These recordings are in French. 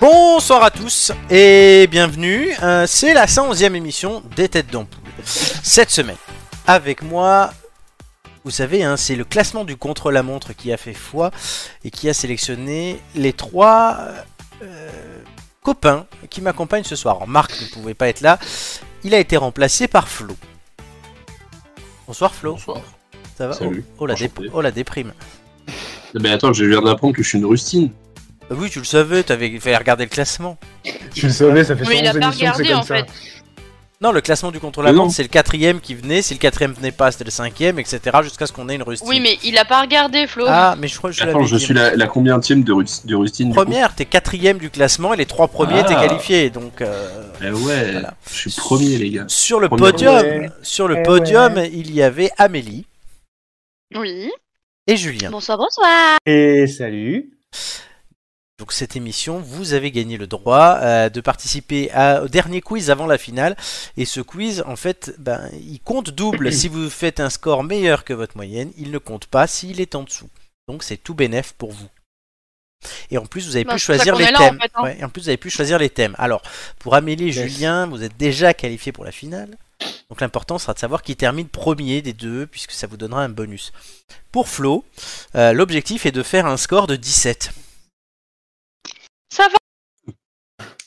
Bonsoir à tous et bienvenue. Euh, c'est la 111e émission des Têtes d'Ampoule. Cette semaine, avec moi, vous savez, hein, c'est le classement du contre-la-montre qui a fait foi et qui a sélectionné les trois euh, copains qui m'accompagnent ce soir. Alors, Marc ne pouvait pas être là, il a été remplacé par Flo. Bonsoir Flo, Bonsoir. ça va Salut. Oh, oh la Enchanté. dép- oh la déprime. Mais attends, je viens d'apprendre que je suis une rustine. Bah oui, tu le savais, t'avais fait regarder le classement. Tu le savais, ça fait Mais il a 111 pas émissions que c'est regardé comme en ça. fait. Non, le classement du contre Mais la non. montre, c'est le quatrième qui venait, si le quatrième venait pas, c'était le cinquième, etc. Jusqu'à ce qu'on ait une rustine. Oui, mais il a pas regardé Flo. Ah, mais je crois que je attends, l'avais je dit. suis la, la combienième de, rus- de rustine du coup Première, t'es quatrième du classement et les trois premiers Ah. t'es qualifié. Donc euh, Eh ouais, Voilà. je suis premier les gars. sur le Première. podium, Ouais. sur le Eh podium, il y avait Amélie Oui. et Julien. Bonsoir, bonsoir. Et salut. Donc cette émission, vous avez gagné le droit euh, de participer à- au dernier quiz avant la finale. Et ce quiz, en fait, ben, il compte double si vous faites un score meilleur que votre moyenne. Il ne compte pas s'il est en dessous. Donc c'est tout bénef pour vous. Et en plus, vous avez Bah, pu c'est pour ça choisir qu'on les est là, en thèmes. fait, hein. Ouais, et en plus, vous avez pu choisir les thèmes. Alors, pour Amélie et Yes. Julien, vous êtes déjà qualifiés pour la finale. Donc l'important sera de savoir qui termine premier des deux, puisque ça vous donnera un bonus. Pour Flo, euh, l'objectif est de faire un score de 17. Ça va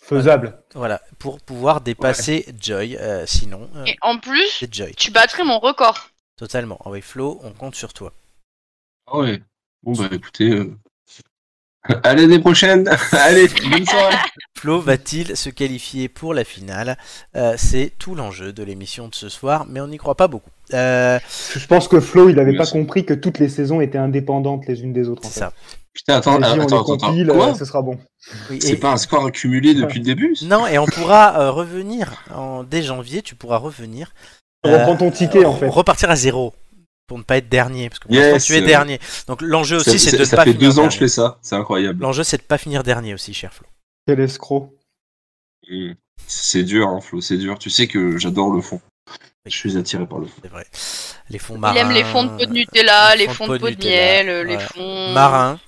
Faisable. Voilà, pour pouvoir dépasser Joy, euh, sinon euh, Et en plus, c'est Joy, tu battrais mon record. totalement. Ah oui, Flo, on compte sur toi. Ah ouais. Bon bah écoutez, euh, à l'année prochaine. Allez, bonne soirée. Flo va-t-il se qualifier pour la finale Euh, C'est tout l'enjeu de l'émission de ce soir, mais on n'y croit pas beaucoup. Euh, Je pense que Flo, il n'avait pas Merci. compris que toutes les saisons étaient indépendantes les unes des autres. en c'est fait. ça. Putain, attends, Et Ah, si on attends, les attends, attends. compile, Quoi euh, ce sera bon. Oui, et- C'est pas un score accumulé depuis le début ça Non, et on pourra euh, revenir en dès janvier, tu pourras revenir. On euh, reprend ton ticket en fait. Repartir à zéro pour ne pas être dernier, parce que pour Yes. l'instant, tu es dernier. Donc l'enjeu Ça- aussi, c'est ça- de ne ça pas fait finir deux ans que dernier. je fais ça, c'est incroyable. L'enjeu, c'est de ne pas finir dernier aussi, cher Flo. Quel escroc. Mm. C'est dur, hein, Flo, c'est dur. Tu sais que j'adore le fond. Je suis attiré par le fond. C'est vrai. Les fonds Il marins. aime les fonds de peau de Nutella, les fonds de peau de, Nutella, miel, euh, les voilà. fonds. marin.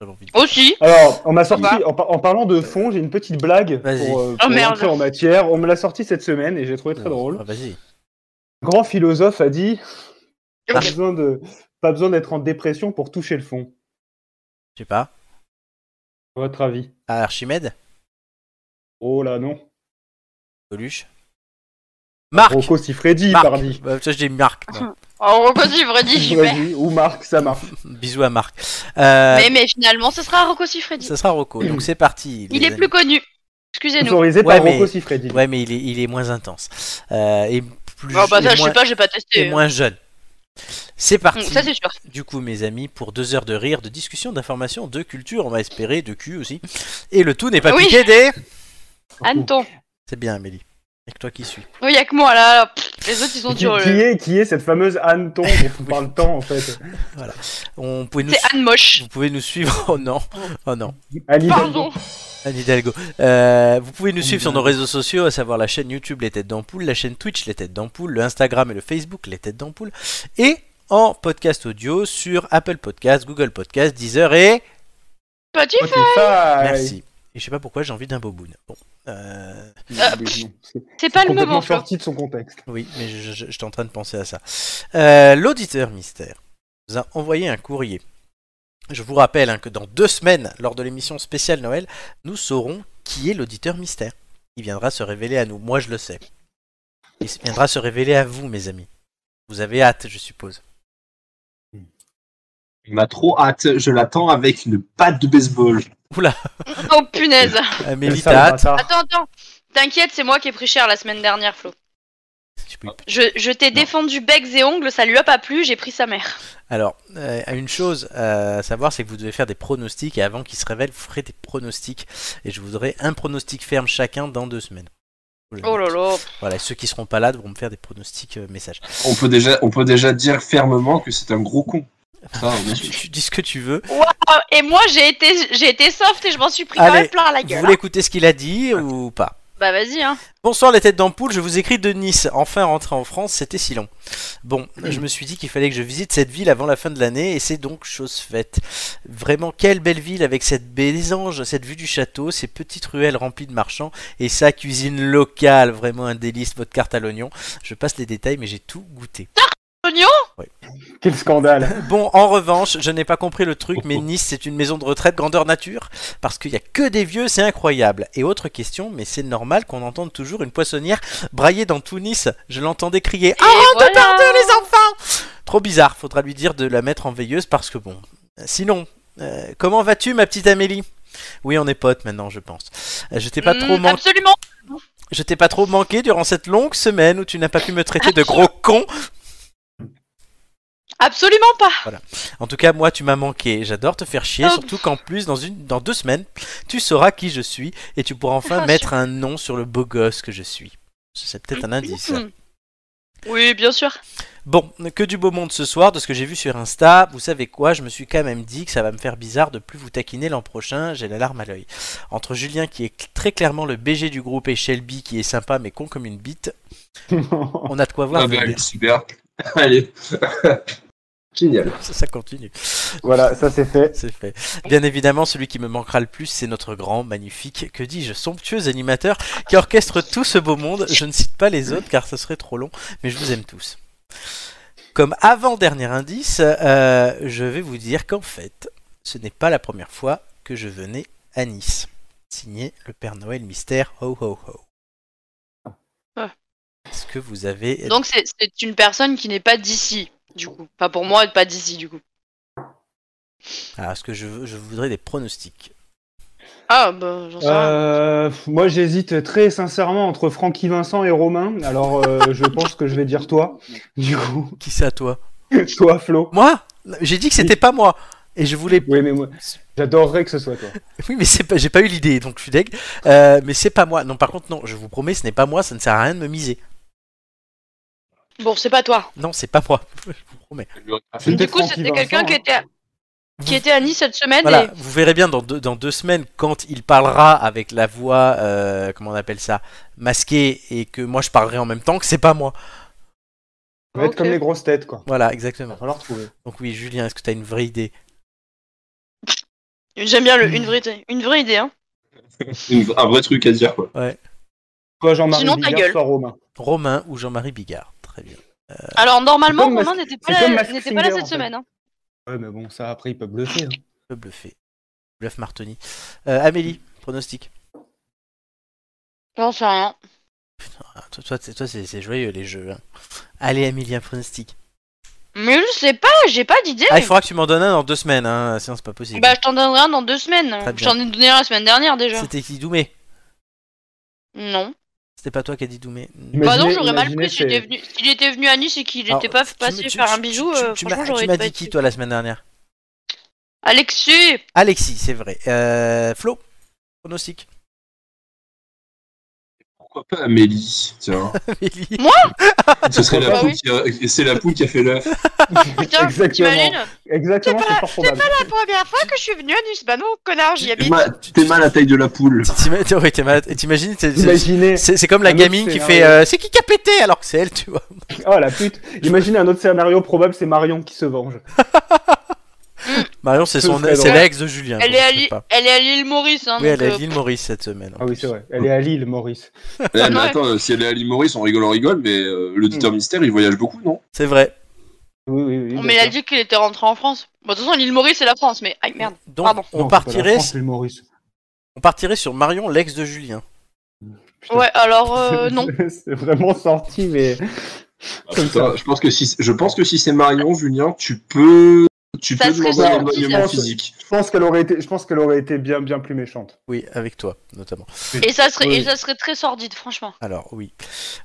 J'avais envie de- Aussi. Alors, on m'a sorti, Bah. en, par- en parlant de fond, j'ai une petite blague Vas-y. pour, euh, Oh, pour merde. rentrer en matière. On me l'a sortie cette semaine et j'ai trouvé très drôle. Ah, vas-y. Un grand philosophe a dit Ah. pas Ok. besoin de- pas besoin d'être en dépression pour toucher le fond. Je sais pas. À votre avis Ah, Archimède Oh là non. Coluche Marc Rocco Siffredi, Marc pardi. Bah, Ça, je dis Marc. moi. Oh, Rocco Siffredi, super. Siffredi Ou Marc, ça marche. Bisous à Marc. Euh, Mais, mais finalement, ce sera Rocco Siffredi. Ça sera Rocco. Donc c'est parti. Il les est amis. plus connu. Excusez-nous. Sponsorisé Ouais, par mais- Rocco Siffredi. Ouais, mais il est, il est moins intense. Euh, et plus. Oh, bah et ça, je moins, sais pas, j'ai pas testé. et moins jeune. C'est Hum, parti. Ça, c'est sûr. du coup, mes amis, pour deux heures de rire, de discussion, d'information, de culture, on va espérer, de cul aussi. Et le tout n'est pas Oui. piqué des. Anton. C'est bien, Amélie. Avec toi qui suis. Oui, y'a que moi là. là. Pff, Les autres, ils euh, sont Qui, durs. qui le- est, qui est cette fameuse Anne Ton dont on parle tant en fait On pouvait nous. C'est Anne Moche. Vous pouvez nous suivre. Oh non. Oh non. Anne Pardon. Anne Hidalgo. Euh, vous pouvez nous suivre sur nos réseaux sociaux, à savoir la chaîne YouTube Les Têtes d'Ampoule, la chaîne Twitch Les Têtes d'Ampoule, le Instagram et le Facebook Les Têtes d'Ampoule, et en podcast audio sur Apple Podcast, Google Podcast, Deezer et. Petit Merci. Merci. Et je sais pas pourquoi j'ai envie d'un boboon. Bon. euh, C'est pas le complètement moment, Flo. sorti de son contexte. oui, mais je- je- j'étais en train de penser à ça. Euh, L'auditeur mystère nous a envoyé un courrier. Je vous rappelle hein, que dans deux semaines, lors de l'émission spéciale Noël, nous saurons qui est l'auditeur mystère. Il viendra se révéler à nous. Moi, je le sais. Il s- viendra se révéler à vous, mes amis. Vous avez hâte, je suppose. On a trop hâte, je l'attends avec une patte de baseball. Oh, punaise. Amélie, Ça, Euh, t'as le hâte bâtard. Attends, attends. T'inquiète, c'est moi qui ai pris cher la semaine dernière, Flo. Je peux- Je, je t'ai défendu becs et ongles, ça lui a pas plu, j'ai pris sa mère. Alors, euh, une chose euh, à savoir, c'est que vous devez faire des pronostics et avant qu'ils se révèlent, vous ferez des pronostics. Et je voudrais un pronostic ferme chacun dans deux semaines. Oh là là. Voilà, ceux qui seront pas là devront me faire des pronostics euh, messages. On peut déjà, on peut déjà dire fermement que c'est un gros con. Ça, on est Tu, sûr. tu dis ce que tu veux. Ah, Et moi, j'ai été, j'ai été soft et je m'en suis pris quand Allez, même plein à la Vous gueule. voulez écouter ce qu'il a dit ou pas Bah vas-y, hein. Bonsoir les têtes d'ampoule, je vous écris de Nice. Enfin rentré en France, c'était si long. Bon, je me suis dit qu'il fallait que je visite cette ville avant la fin de l'année et c'est donc chose faite. Vraiment, quelle belle ville avec cette anges, cette vue du château, ces petites ruelles remplies de marchands et sa cuisine locale. Vraiment un délice, votre carte à l'oignon. Je passe les détails, mais j'ai tout goûté. Oignon Quel scandale. Bon, en revanche, je n'ai pas compris le truc, mais Nice, c'est une maison de retraite grandeur nature, parce qu'il n'y a que des vieux, c'est incroyable. Et autre question, mais c'est normal qu'on entende toujours une poissonnière brailler dans tout Nice. Je l'entendais crier Ah, Et voilà. Depardieu, les enfants Trop bizarre, faudra lui dire de la mettre en veilleuse, parce que bon. Euh, Sinon, euh, comment vas-tu, ma petite Amélie Oui, on est potes maintenant, je pense. Euh, Je t'ai pas trop Mm, manqué. Absolument. Je t'ai pas trop manqué durant cette longue semaine où tu n'as pas pu me traiter de gros con. Absolument pas. En tout cas, moi, tu m'as manqué. J'adore te faire chier, Oh. surtout qu'en plus, dans, une, dans deux semaines, tu sauras qui je suis et tu pourras enfin Ah, mettre un nom sur le beau gosse que je suis. C'est peut-être un indice. Mm. Oui, bien sûr. Bon, que du beau monde ce soir, de ce que j'ai vu sur Insta. Vous savez quoi Je me suis quand même dit que ça va me faire bizarre de plus vous taquiner l'an prochain. J'ai la larme à l'œil. Entre Julien, qui est cl- très clairement le BG du groupe, et Shelby, qui est sympa mais con comme une bite, on a de quoi voir. Ah bah, venir. allez, super. Allez. Génial. ça, ça continue. voilà, ça c'est fait. C'est fait. Bien évidemment, celui qui me manquera le plus, c'est notre grand, magnifique, que dis-je, somptueux animateur qui orchestre tout ce beau monde. Je ne cite pas les autres car ce serait trop long, mais je vous aime tous. Comme avant-dernier indice, euh, je vais vous dire qu'en fait, ce n'est pas la première fois que je venais à Nice. Signé le Père Noël Mystère, ho ho ho. Ah. Est-ce que vous avez... Donc c'est c'est une personne qui n'est pas d'ici, du coup. Pas pour moi, pas d'ici, du coup. Ah, est-ce que je, veux- je voudrais des pronostics Ah, bah, j'en sais rien. Euh, moi j'hésite très sincèrement entre Francky Vincent et Romain. Alors euh, je pense que je vais dire toi. Du coup, Qui c'est à toi toi Flo. Moi J'ai dit que c'était pas moi et je voulais Oui, mais moi j'adorerais que ce soit toi. Oui, mais c'est pas, j'ai pas eu l'idée, donc je suis deg. Euh, mais c'est pas moi. Non, par contre, non, je vous promets, ce n'est pas moi, ça ne sert à rien de me miser. Bon, c'est pas toi. Non, c'est pas moi. Je vous promets. C'est Du peut-être coup, Francky c'était quelqu'un Vincent, qui hein. était, à... qui était à Nice cette semaine. Voilà, et- vous verrez bien dans deux, dans deux semaines, quand il parlera avec la voix, euh, comment on appelle ça, masquée, et que moi je parlerai en même temps, que c'est pas moi. On va être Ok. comme les grosses têtes quoi. Voilà, Va exactement. falloir trouver. Donc oui, Julien, est-ce que t'as une vraie idée J'aime bien le, Hmm. une, vraie, une vraie idée, hein. Une- un vrai truc à dire, quoi. Soit Jean-Marie Sinon, ta Bigard, gueule. soit Romain. Romain ou Jean-Marie Bigard Très bien. Alors normalement, Euh, C'est comme Romain Mas- n'était pas, c'est comme là, Mask n'était pas là Singer, cette en fait. semaine. hein. Ouais, mais bon, ça après ils peuvent bluffer. hein. Je peux bluffer. Bluff Martoni. Euh, Amélie, pronostic. J'en sais rien. Ah, toi, toi, c'est- toi, c'est c'est joyeux les jeux. hein. Allez, Amélie, un pronostic. Mais je sais pas, j'ai pas d'idée. Ah, il faudra que tu m'en donnes un dans deux semaines, hein, sinon c'est pas possible. Eh Bah, je t'en donnerai un dans deux Très semaines. bien. J'en ai donné un la semaine dernière déjà. C'était qui Doumé Non. C'était pas toi qui as dit Doumé. bah non, Imaginez- j'aurais mal imaginez, pris s'il était c'est- venu, s'il était venu à Nice et qu'il Alors, n'était pas tu passé me- tu- par bah, un tu- bijou. tu- euh, tu franchement, m'as- tu j'aurais m'as pas dit été- qui, toi, la semaine dernière Alexis Alexis, c'est vrai. Euh, Flo Pronostic. Pourquoi pas Amélie Tiens, Amélie. ce serait la Bah poule oui. qui a... et c'est la poule qui a fait l'œuf. Putain, Exactement. t'imagines Exactement, c'est fort probable. La première fois que je suis venue à Nice, bah non, connard, j'y T'es habite. mal, t'es mal à la taille de la poule. T'ima- t'as- ouais, t'es malade. Et T'imagines c'est- c'est- Imaginez, C'est c'est comme la Un autre gamine qui fait scénario. euh, C'est qui qui a pété alors que c'est elle, tu vois. oh la pute, imaginez un autre scénario probable, c'est Marion qui se venge. Marion, c'est Ce son serait c'est drôle. l'ex de Julien. Elle donc est, à je sais l'île- pas. elle est à l'île Maurice. Hein, Oui, donc, elle est euh, à l'île Maurice cette semaine. en Ah oui, plus. c'est vrai, elle est à Lille, Maurice. Eh, mais Ouais. Hmm. attends, euh, si elle est à l'île Maurice, on rigole, on rigole, mais euh, l'auditeur mystère, il voyage beaucoup, non C'est vrai. Oui, oui, oui. mais il a dit qu'il était rentré en France. Bon, de toute façon, l'île Maurice, c'est la France, mais. Aïe, merde. Donc, Pardon. on, partirait, Maurice. on partirait sur Marion, l'ex de Julien. Putain. Ouais, alors, euh, non. c'est vraiment sorti, mais. Ah, Comme putain, ça. Je pense que si, je pense que si c'est Marion, Julien, tu peux, tu Ça peux serait demander un gentil, éloignement ça. physique. Je pense qu'elle aurait été, je pense qu'elle aurait été bien, bien plus méchante. Oui, avec toi, notamment. Et ça serait, Oui. et ça serait très sordide, franchement. Alors oui.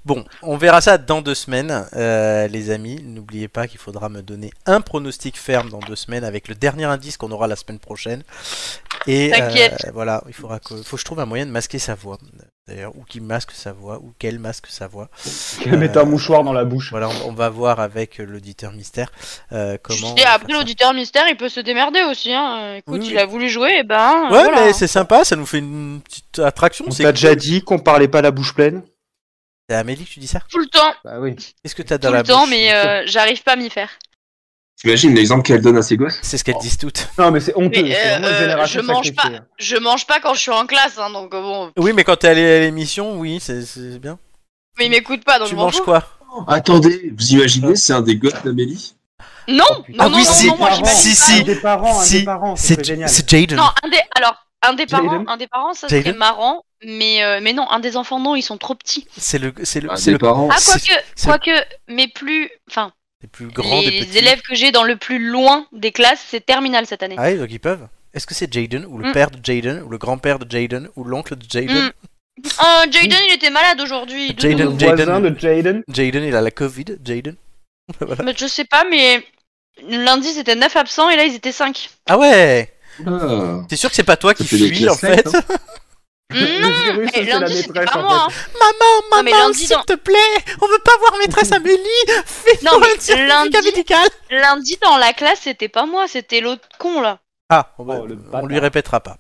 Bon, on verra ça dans deux semaines, euh, les amis. N'oubliez pas qu'il faudra me donner un pronostic ferme dans deux semaines avec le dernier indice qu'on aura la semaine prochaine. Et T'inquiète. euh, voilà, il faudra que, faut que je trouve un moyen de masquer sa voix. d'ailleurs, ou qui masque sa voix, ou quel masque sa voix. Euh, Qu'elle mette un mouchoir dans la bouche. Voilà, on, on va voir avec l'auditeur mystère euh, Je comment. dis, on va après faire ça. l'auditeur mystère, il peut se démerder aussi. Hein. Écoute, Oui, il oui. a voulu jouer, et ben. Ouais, voilà. mais c'est sympa, ça nous fait une petite attraction. On C'est t'a déjà dit qu'on parlait pas la bouche pleine C'est Amélie que tu dis ça Tout le temps, Bah oui. Qu'est-ce que t'as tout dans la le temps, bouche mais euh, j'arrive pas à m'y faire. T'imagines l'exemple qu'elle donne à ses gosses C'est ce Oh. qu'elles disent toutes. Non, mais c'est honteux. Mais, c'est vraiment une euh, génération je mange pas. hein. sacrifiée. Je mange pas quand je suis en classe, hein, donc euh, bon. Oui, mais quand t'es allé à l'émission, oui, c'est- c'est bien. Mais il m'écoute pas, donc tu je m'en manges fous. quoi Attendez, vous imaginez, c'est un des gosses d'Amélie Non, Oh, putain. non, Ah non, oui, non, si. non, moi Ah, j'imagine si, pas. si. Un des parents, un Si, des parents, c'est génial. C'est Jaden. Non, un des. Alors, un des parents, Jaden un des parents, ça serait Jaden marrant. Mais, euh, mais non, un des enfants, non, ils sont trop petits. C'est le, c'est le, Un c'est des le, parents Ah, Oh, c'est- quoique, c'est- quoique, mais plus. Enfin, les plus grand des les petits. élèves que j'ai dans le plus loin des classes, c'est terminal cette année. Ah oui, donc ils peuvent. Est-ce que c'est Jaden ou le Mm. père de Jaden ou le grand-père de Jaden ou l'oncle de Jaden Mm. Oh, Jaden, il était malade aujourd'hui. doudou. Jaden, Le voisin Jaden. de Mmh, Jaden. Jaden, il a la Covid. Jaden. Mais je sais pas, mais lundi c'était 9 absents et là ils étaient 5. Ah ouais. Ah. T'es sûr que c'est pas toi qui Ça fait des hein. fuis en classes nettes, fait Non, le virus, mais c'est la lundi c'était maîtresse. pas en fait. moi. hein. Maman, Non, mais maman, lundi, s'il dans- te plaît, on veut pas voir maîtresse Amélie. Fais-nous Non, mais un certificat lundi- médical. Lundi dans la classe c'était pas moi, c'était l'autre con là. Ah, on, va- Oh, le on lui bâtard. répétera pas.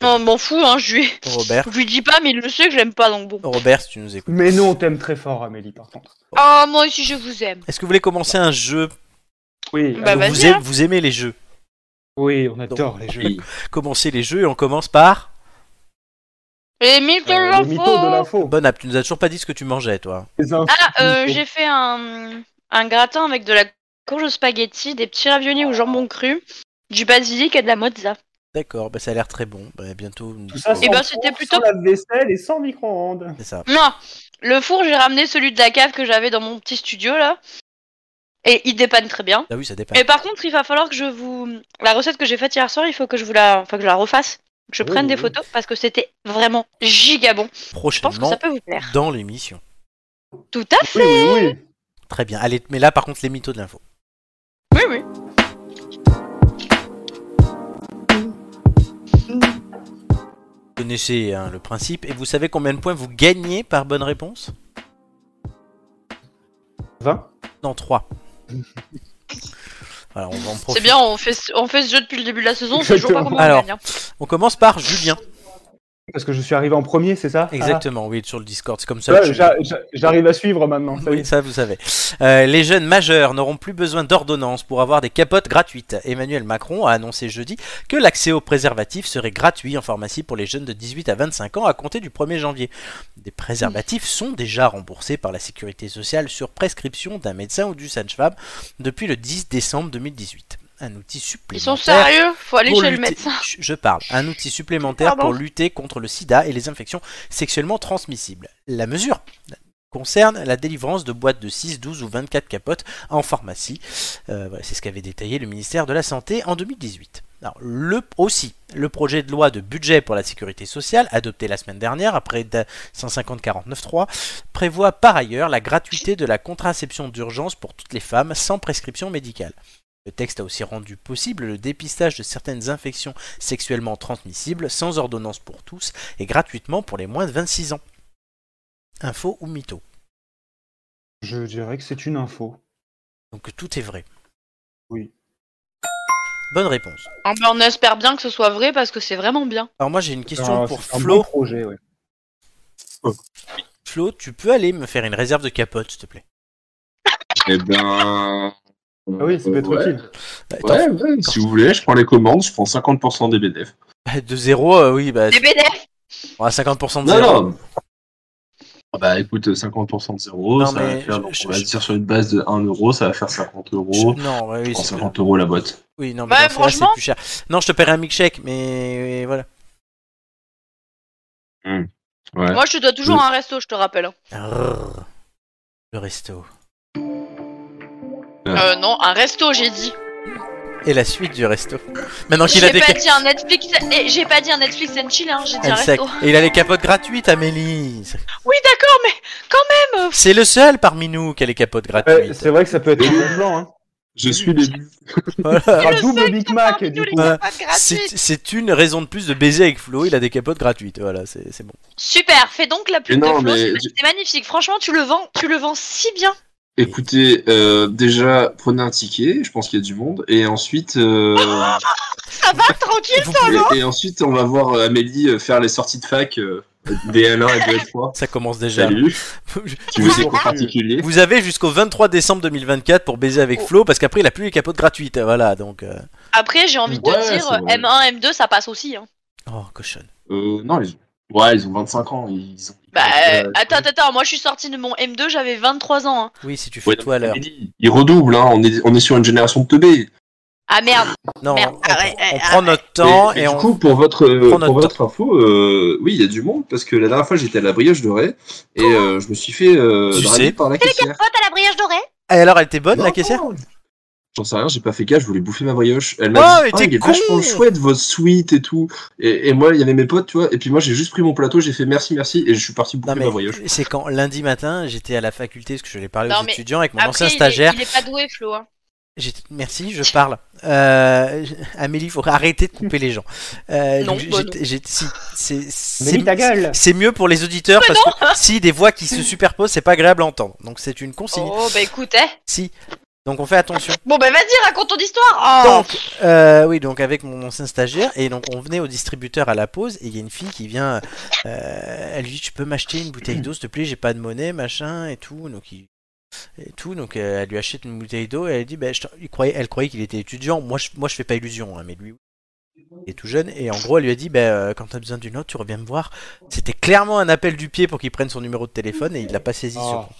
Non, m'en fous, hein, je lui... Robert, je lui dis pas, mais il le sait que je l'aime pas donc bon. Robert, si tu nous écoutes. Mais non, on t'aime très fort, Amélie, par contre. Oh, moi aussi je vous aime. Est-ce que vous voulez commencer un jeu Oui, Bah, Donc, vas-y, vous, aimez- hein. vous aimez les jeux. oui, on adore les jeux. Oui. Commencez les jeux et on commence par. Les mythes de Euh, le mytho de l'info. l'info. Bonne app, tu nous as toujours pas dit ce que tu mangeais, toi. Les infos. Ah, euh, mytho. j'ai fait un... un gratin avec de la courge aux spaghettis, des petits raviolis au jambon cru, du basilic et de la mozza. D'accord, bah ça a l'air très bon. Bah, bientôt. nous- Tout ça, Eh sans ben, four, c'était sans plutôt- lave-vaisselle et sans micro-ondes. C'est ça. Non, le four, j'ai ramené celui de la cave que j'avais dans mon petit studio là. Et il dépanne très bien. Ah oui, ça dépend. Et par contre, il va falloir que je vous. La recette que j'ai faite hier soir, il faut que je vous la, enfin, que je la refasse. Que je Oh, Oui, prenne oui, des oui. photos parce que c'était vraiment giga bon. Je pense que Prochainement ça peut vous plaire. dans l'émission. Tout à fait. Oui, oui, oui. Très bien. Allez, mais là par contre les mythos de l'info. Oui, oui. Vous connaissez hein, le principe et vous savez combien de points vous gagnez par bonne réponse 20. Non, 3. voilà, on va en C'est profiter. bien, on fait, ce- on fait ce jeu depuis le début de la saison, on sait toujours pas comment Alors. on gagne. hein. On commence par Julien. Parce que je suis arrivé en premier, c'est ça Exactement, oui, sur le Discord, c'est comme Ah. ça. que Ouais, je- j'a- j'a- J'arrive à suivre maintenant. ça y Oui, est. ça vous savez. Euh, les jeunes majeurs n'auront plus besoin d'ordonnance pour avoir des capotes gratuites. Emmanuel Macron a annoncé jeudi que l'accès aux préservatifs serait gratuit en pharmacie pour les jeunes de 18 à 25 ans à compter du 1er janvier. Des préservatifs sont déjà remboursés par la sécurité sociale sur prescription d'un médecin ou du sage-femme depuis le 10 décembre 2018. Un outil Ils sont supplémentaire sérieux, faut aller pour chez le lutter- médecin. Ch- Je parle. Un outil supplémentaire Pardon. pour lutter contre le sida et les infections sexuellement transmissibles. La mesure concerne la délivrance de boîtes de 6, 12 ou 24 capotes en pharmacie. Euh, voilà, c'est ce qu'avait détaillé le ministère de la Santé en 2018. Alors, le, aussi, le projet de loi de budget pour la sécurité sociale, adopté la semaine dernière après da- 150-49.3, prévoit par ailleurs la gratuité de la contraception d'urgence pour toutes les femmes sans prescription médicale. Le texte a aussi rendu possible le dépistage de certaines infections sexuellement transmissibles sans ordonnance pour tous et gratuitement pour les moins de 26 ans. Info ou mytho Je dirais que c'est une info. Donc tout est vrai. Oui. Bonne réponse. Ah ben, on espère bien que ce soit vrai parce que c'est vraiment bien. Alors moi j'ai une C'est question un- pour c'est un Flo. bon projet, ouais. Flo, tu peux aller me faire une réserve de capote, s'il te plaît Eh ben. Ah oui, ça peut être ouais. utile. Bah, attends, Ouais, ouais, si vous voulez, je prends les commandes, je prends 50% des BDF. bah, De zéro, euh, oui, bah, Les BDF on a 50% de Non, zéro. non Ah Bah écoute, 50% de zéro, Non, ça va mais faire, je- donc, je- on va je- dire sur une base de 1 euro, ça va faire 50 euros. Je- non, ouais, oui, Je prends c'est- 50 euros la boîte. oui, non, mais Bah, dans ce cas-là, c'est franchement. plus cher. Non, je te paierai un milkshake, mais voilà. Ouais. Moi, je te dois toujours un resto, je te rappelle. hein. Arrrr. Le resto. Euh, non, un resto, j'ai dit. Et la suite du resto. Maintenant qu'il a J'ai des pas ca- dit un Netflix. eh, J'ai pas dit un Netflix and chill, hein, j'ai dit un Elle sec. resto. Et il a les capotes gratuites, Amélie. Oui, d'accord, mais quand même. euh, C'est le seul parmi nous qui a les capotes Euh, gratuites. c'est vrai que ça peut être un bon plan. Hein. Je suis début. Voilà. Ah, le double seul Big qui a Mac, pas envie de du les coup. Voilà. capotes Euh, C'est gratuites. c'est une raison de plus de baiser avec Flo, il a des capotes gratuites, voilà, c'est c'est bon. Super, fais donc la Mais pub de non, Flo, mais c'est- je- c'est magnifique. Franchement, tu le vends, tu le vends si bien. Écoutez, euh, déjà, prenez un ticket, je pense qu'il y a du monde, et ensuite, euh, Ça va, tranquille. Vous et, pouvez- et ensuite on va voir euh, Amélie euh, faire les sorties de fac euh, des L1 et des L3. Ça commence déjà. Salut, tu veux Vous, des cours particuliers vous avez jusqu'au 23 décembre 2024 pour baiser Oh. avec Flo, parce qu'après il a plus les capotes gratuites, voilà, donc... euh, Après, j'ai envie de Ouais, te dire, c'est vrai. M1, M2, ça passe aussi. hein. Oh, cochonne. Euh, non, ils... ouais, ils ont 25 ans. Ils ont... Bah, euh, Euh, attends, attends, attends, moi je suis sortie de mon M2, j'avais 23 ans. hein. Oui, si tu fais ouais, toi à l'heure. Amélie, Ils redoublent, hein, on, est, on est sur une génération de teubés. Ah merde, Non, Merde, on, ah ouais, on ouais, prend notre temps et, et, et du on... coup, pour votre, euh, prend notre pour votre info, euh, oui, il y a du monde parce que la dernière fois j'étais à la brioche dorée et euh, je me suis fait euh, Tu draguer sais. par la caissière. pote à la brillage dorée. Et Eh, alors, elle était bonne, Euh, la Non, caissière non. J'en sais rien, j'ai pas fait gaffe, je voulais bouffer ma brioche. Oh, Elle m'a dit, mais ah, t'es il est con vachement chouette, votre suite et tout. Et, et moi, il y avait mes potes, tu vois. Et puis moi, j'ai juste pris mon plateau, j'ai fait merci, merci, et je suis parti bouffer Non, mais ma brioche. c'est quand lundi matin, j'étais à la faculté, parce que je l'ai parlé Non, aux mais étudiants, avec mon Après, ancien il est- stagiaire. Il est, pas doué, Flo. hein. J'étais- Merci, je parle. Euh, j- Amélie, faut arrêter de couper les gens. Euh, Non, donc bah j'étais- j'étais- si, c'est- Amélie, ta c'est- gueule c'est mieux pour les auditeurs parce que si des voix qui se superposent, c'est pas agréable à entendre. Donc c'est une consigne. Oh, bah écoute, eh. Si. Donc on fait attention. Bon, bah vas-y, raconte ton histoire. Oh. Donc, euh, oui, donc avec mon ancien stagiaire, et donc on venait au distributeur à la pause, et il y a une fille qui vient, euh, elle lui dit, tu peux m'acheter une bouteille d'eau, s'il te plaît, j'ai pas de monnaie, machin, et tout, donc il- Et tout, donc euh, elle lui achète une bouteille d'eau et elle dit, ben, je t'en- il croyait, elle croyait qu'il était étudiant. Moi, je, moi, je fais pas illusion, hein, mais lui, il est tout jeune. Et en gros, elle lui a dit, ben, euh, quand t'as besoin d'une autre, tu reviens me voir. C'était clairement un appel du pied pour qu'il prenne son numéro de téléphone et il l'a pas saisi. ce Ah. con.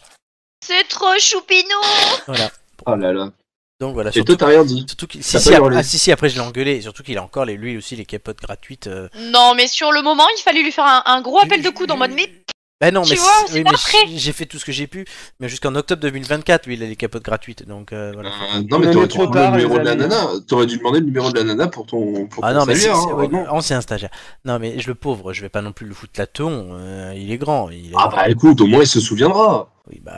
C'est trop choupinou. Voilà. Oh là là. Donc voilà. Et toi, Ah, Surtout, t'as rien dit. surtout qu'il- si, t'as si, pas ap- hurlé. ah, si, si, après je l'ai engueulé. Et surtout qu'il a encore les, lui aussi les capotes gratuites. euh, Non, mais sur le moment, il fallait lui faire un, un gros appel de coude en mode mais. Bah non, Tu mais, vois, c'est- c'est oui, pas mais prêt. j- j'ai fait tout ce que j'ai pu. Mais jusqu'en octobre 2024, lui, il a les capotes gratuites. Donc euh, voilà. Euh, non, On est mais t'aurais dû trop demander le tard, numéro les de la amis. nana. T'aurais dû demander le numéro de la nana pour ton. Pour Ah ton non, mais c'est salaire, c'est- hein, ouais, non. ancien stagiaire. Non, mais je le pauvre, je vais pas non plus le foutre la ton. euh, il est grand. Il est- Ah bah écoute, au moins il se souviendra. Oui, bah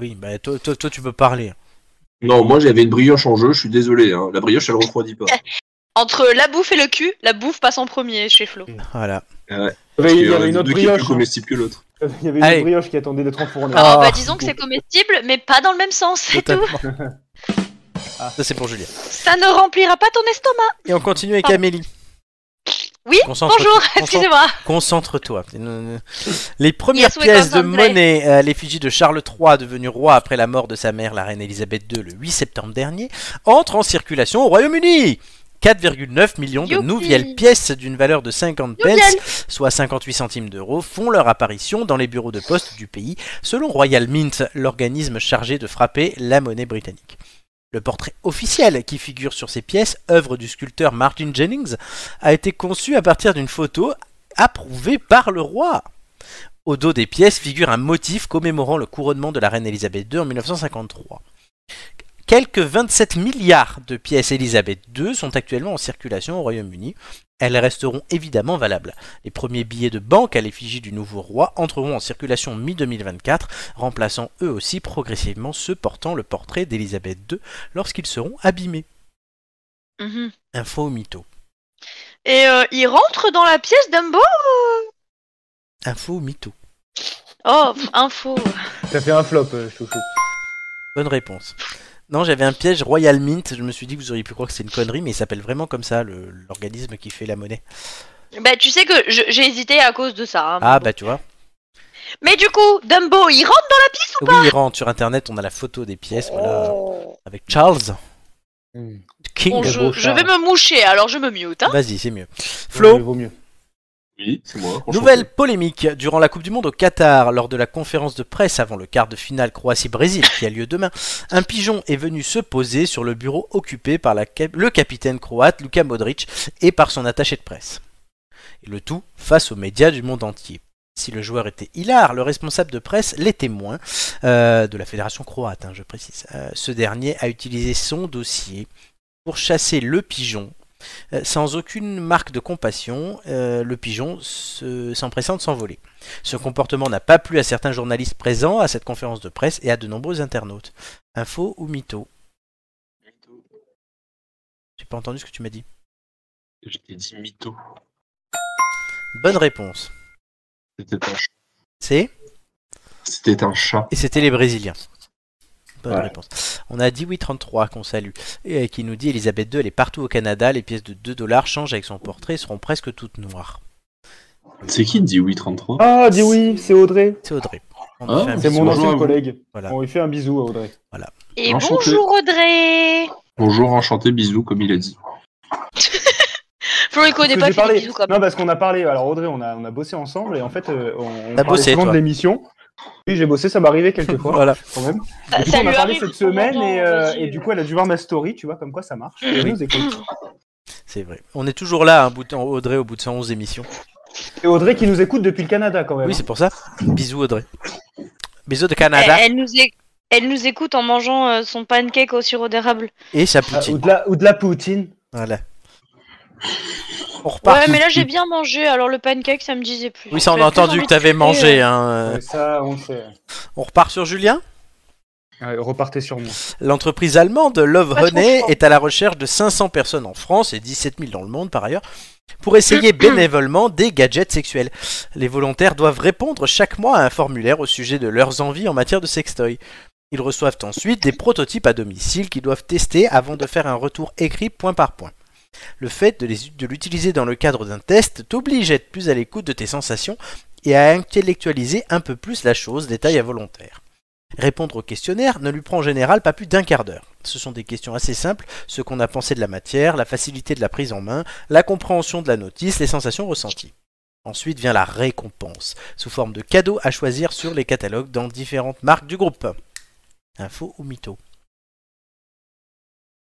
oui, bah toi, toi, toi, tu peux parler. Non, moi j'avais une brioche en jeu, je suis désolé. Hein. La brioche, elle refroidit pas. Entre la bouffe et le cul, la bouffe passe en premier chez Flo. Mm. Voilà. Il y avait- Parce il y que, avait euh, une autre deux qui est plus brioche. hein. comestible que l'autre. Il y avait une Allez. autre brioche qui attendait d'être enfournée. Ah. Oh, bah disons que c'est comestible, mais pas dans le même sens, c'est tout. Totalement. Ça, c'est pour Julien. Ça ne remplira pas ton estomac. Et on continue avec Pardon. Amélie. Oui, Concentre- bonjour, concentre- excusez-moi. Concentre-toi. Les premières Yes, we pièces de concentrate. monnaie à l'effigie de Charles III, devenu roi après la mort de sa mère, la reine Elisabeth II, le 8 septembre dernier, entrent en circulation au Royaume-Uni. 4,9 millions de Youpi. nouvelles pièces d'une valeur de 50 pence, soit 58 centimes d'euros, font leur apparition dans les bureaux de poste du pays, selon Royal Mint, l'organisme chargé de frapper la monnaie britannique. Le portrait officiel qui figure sur ces pièces, œuvre du sculpteur Martin Jennings, a été conçu à partir d'une photo approuvée par le roi. Au dos des pièces figure un motif commémorant le couronnement de la reine Elisabeth II en 1953. Quelques 27 milliards de pièces Elisabeth II sont actuellement en circulation au Royaume-Uni. Elles resteront évidemment valables. Les premiers billets de banque à l'effigie du nouveau roi entreront en circulation mi-2024, remplaçant eux aussi progressivement ceux portant le portrait d'Elisabeth II lorsqu'ils seront abîmés. Mhm. Info ou mytho Et euh, il rentre dans la pièce d'Umbo Info ou mytho Oh, pff, info. Ça fait un flop, euh, chouchou. Bonne réponse. Non, j'avais un piège Royal Mint. Je me suis dit que vous auriez pu croire que c'est une connerie, mais il s'appelle vraiment comme ça, le- l'organisme qui fait la monnaie. Bah tu sais que je- j'ai hésité à cause de ça. hein, mais Ah, bon. bah tu vois. Mais du coup, Dumbo, il rentre Oui, il rentre sur internet. On a la photo des pièces, voilà, Oh. avec Charles Hmm. King. Bon, je, beau je Charles. vais me moucher, alors je me mute. Hein. Vas-y, c'est mieux. Flo Flo, Vaut mieux. Oui, c'est moi. Hein, enchanté. nouvelle polémique. Durant la Coupe du Monde au Qatar, lors de la conférence de presse avant le quart de finale Croatie-Brésil qui a lieu demain, un pigeon est venu se poser sur le bureau occupé par la cap- le capitaine croate Luka Modric et par son attaché de presse. Et le tout face aux médias du monde entier. Si le joueur était hilar, le responsable de presse les témoins euh, de la fédération croate, hein, je précise. Euh, ce dernier a utilisé son dossier pour chasser le pigeon. Euh, sans aucune marque de compassion, euh, le pigeon se- s'empressant de s'envoler. Ce comportement n'a pas plu à certains journalistes présents à cette conférence de presse et à de nombreux internautes. Info ou mytho pas entendu ce que tu m'as dit. Je t'ai dit mytho. Bonne réponse. C'était un, ch- C'est c'était un chat. Et c'était les Brésiliens. Bonne Ouais. réponse. On a dit oui 33 qu'on salue. Et euh, qui nous dit Elisabeth II, elle est partout au Canada. Les pièces de 2 dollars changent avec son portrait seront presque toutes noires. C'est qui dit oui 33 Ah, dis oui, c'est Audrey. C'est Audrey. On Ah, lui fait un Hein C'est bisou. mon Bonjour à ancien vous. collègue. Voilà. On lui fait un bisou à Audrey. Et Enchanté. bonjour Audrey Bonjour, enchanté, bisous, comme il a dit. Flo, il connaît Parce que j'ai pas, fait des parlé- bisous comme Non, parce qu'on a parlé. Alors Audrey, on a, on a bossé ensemble et en fait, euh, on, on T'as parlait bossé, souvent toi. de l'émission. Oui, j'ai bossé, ça m'est arrivé quelques fois Voilà. quand même. Bah, Du coup, ça on a lui parlé arrive cette de temps en semaine temps, et, euh, vas-y. et du coup, elle a dû voir ma story, tu vois, comme quoi ça marche. Elle nous écoute. C'est vrai. On est toujours là, un bout de- Audrey, au bout de 111 émissions. Et Audrey qui nous écoute depuis le Canada quand même. Oui, hein. c'est pour ça. Bisous, Audrey. Bisous de Elle, Canada elle nous é- elle nous écoute en mangeant euh, son pancake au sirop d'érable. et sa Ah, ou, poutine. de la, ou de la Poutine. Voilà. On repart. Ouais, mais là j'ai bien mangé, alors le pancake ça me disait plus. Oui, ça, on J'avais a plus entendu envie que de t'avais choper, mangé. euh. hein. Ouais, ça, on le sait. On repart sur Julien Ouais, repartez sur moi. L'entreprise allemande Love Pas trop Honey chaud. est à la recherche de 500 personnes en France et 17 000 dans le monde par ailleurs pour essayer bénévolement des gadgets sexuels. Les volontaires doivent répondre chaque mois à un formulaire au sujet de leurs envies en matière de sextoy. Ils reçoivent ensuite des prototypes à domicile qu'ils doivent tester avant de faire un retour écrit point par point. Le fait de les- de l'utiliser dans le cadre d'un test t'oblige à être plus à l'écoute de tes sensations et à intellectualiser un peu plus la chose, détail à volontaire. Répondre au questionnaire ne lui prend en général pas plus d'un quart d'heure. Ce sont des questions assez simples, ce qu'on a pensé de la matière, la facilité de la prise en main, la compréhension de la notice, les sensations ressenties. Ensuite vient la récompense, sous forme de cadeaux à choisir sur les catalogues dans différentes marques du groupe. Info ou mytho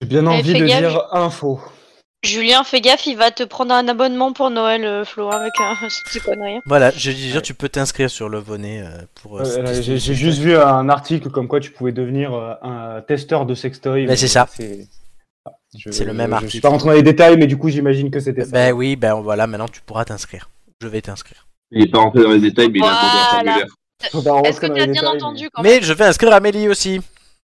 J'ai bien Eh, envie fais de gaffe. dire info. Julien, fais gaffe, il va te prendre un abonnement pour Noël, euh, Flo, avec un. C'est hein. connerie. Voilà, je veux dire, tu peux t'inscrire sur le Vonnet euh, pour... euh, Euh, là, tester. J'ai j'ai juste vu un article comme quoi tu pouvais devenir euh, un testeur de sextoy. Mais c'est ça. C'est ah, je- C'est le même Je article. suis pas rentré dans les détails, mais du coup, j'imagine que c'était ça. Ben oui, ben voilà, maintenant tu pourras t'inscrire. Je vais t'inscrire. Il est pas rentré dans les détails, mais il a demandé un Voilà. formulaire. Faut pas rentrer Est-ce que dans tu les as bien détails, mais- entendu quand Mais je vais inscrire Amélie aussi.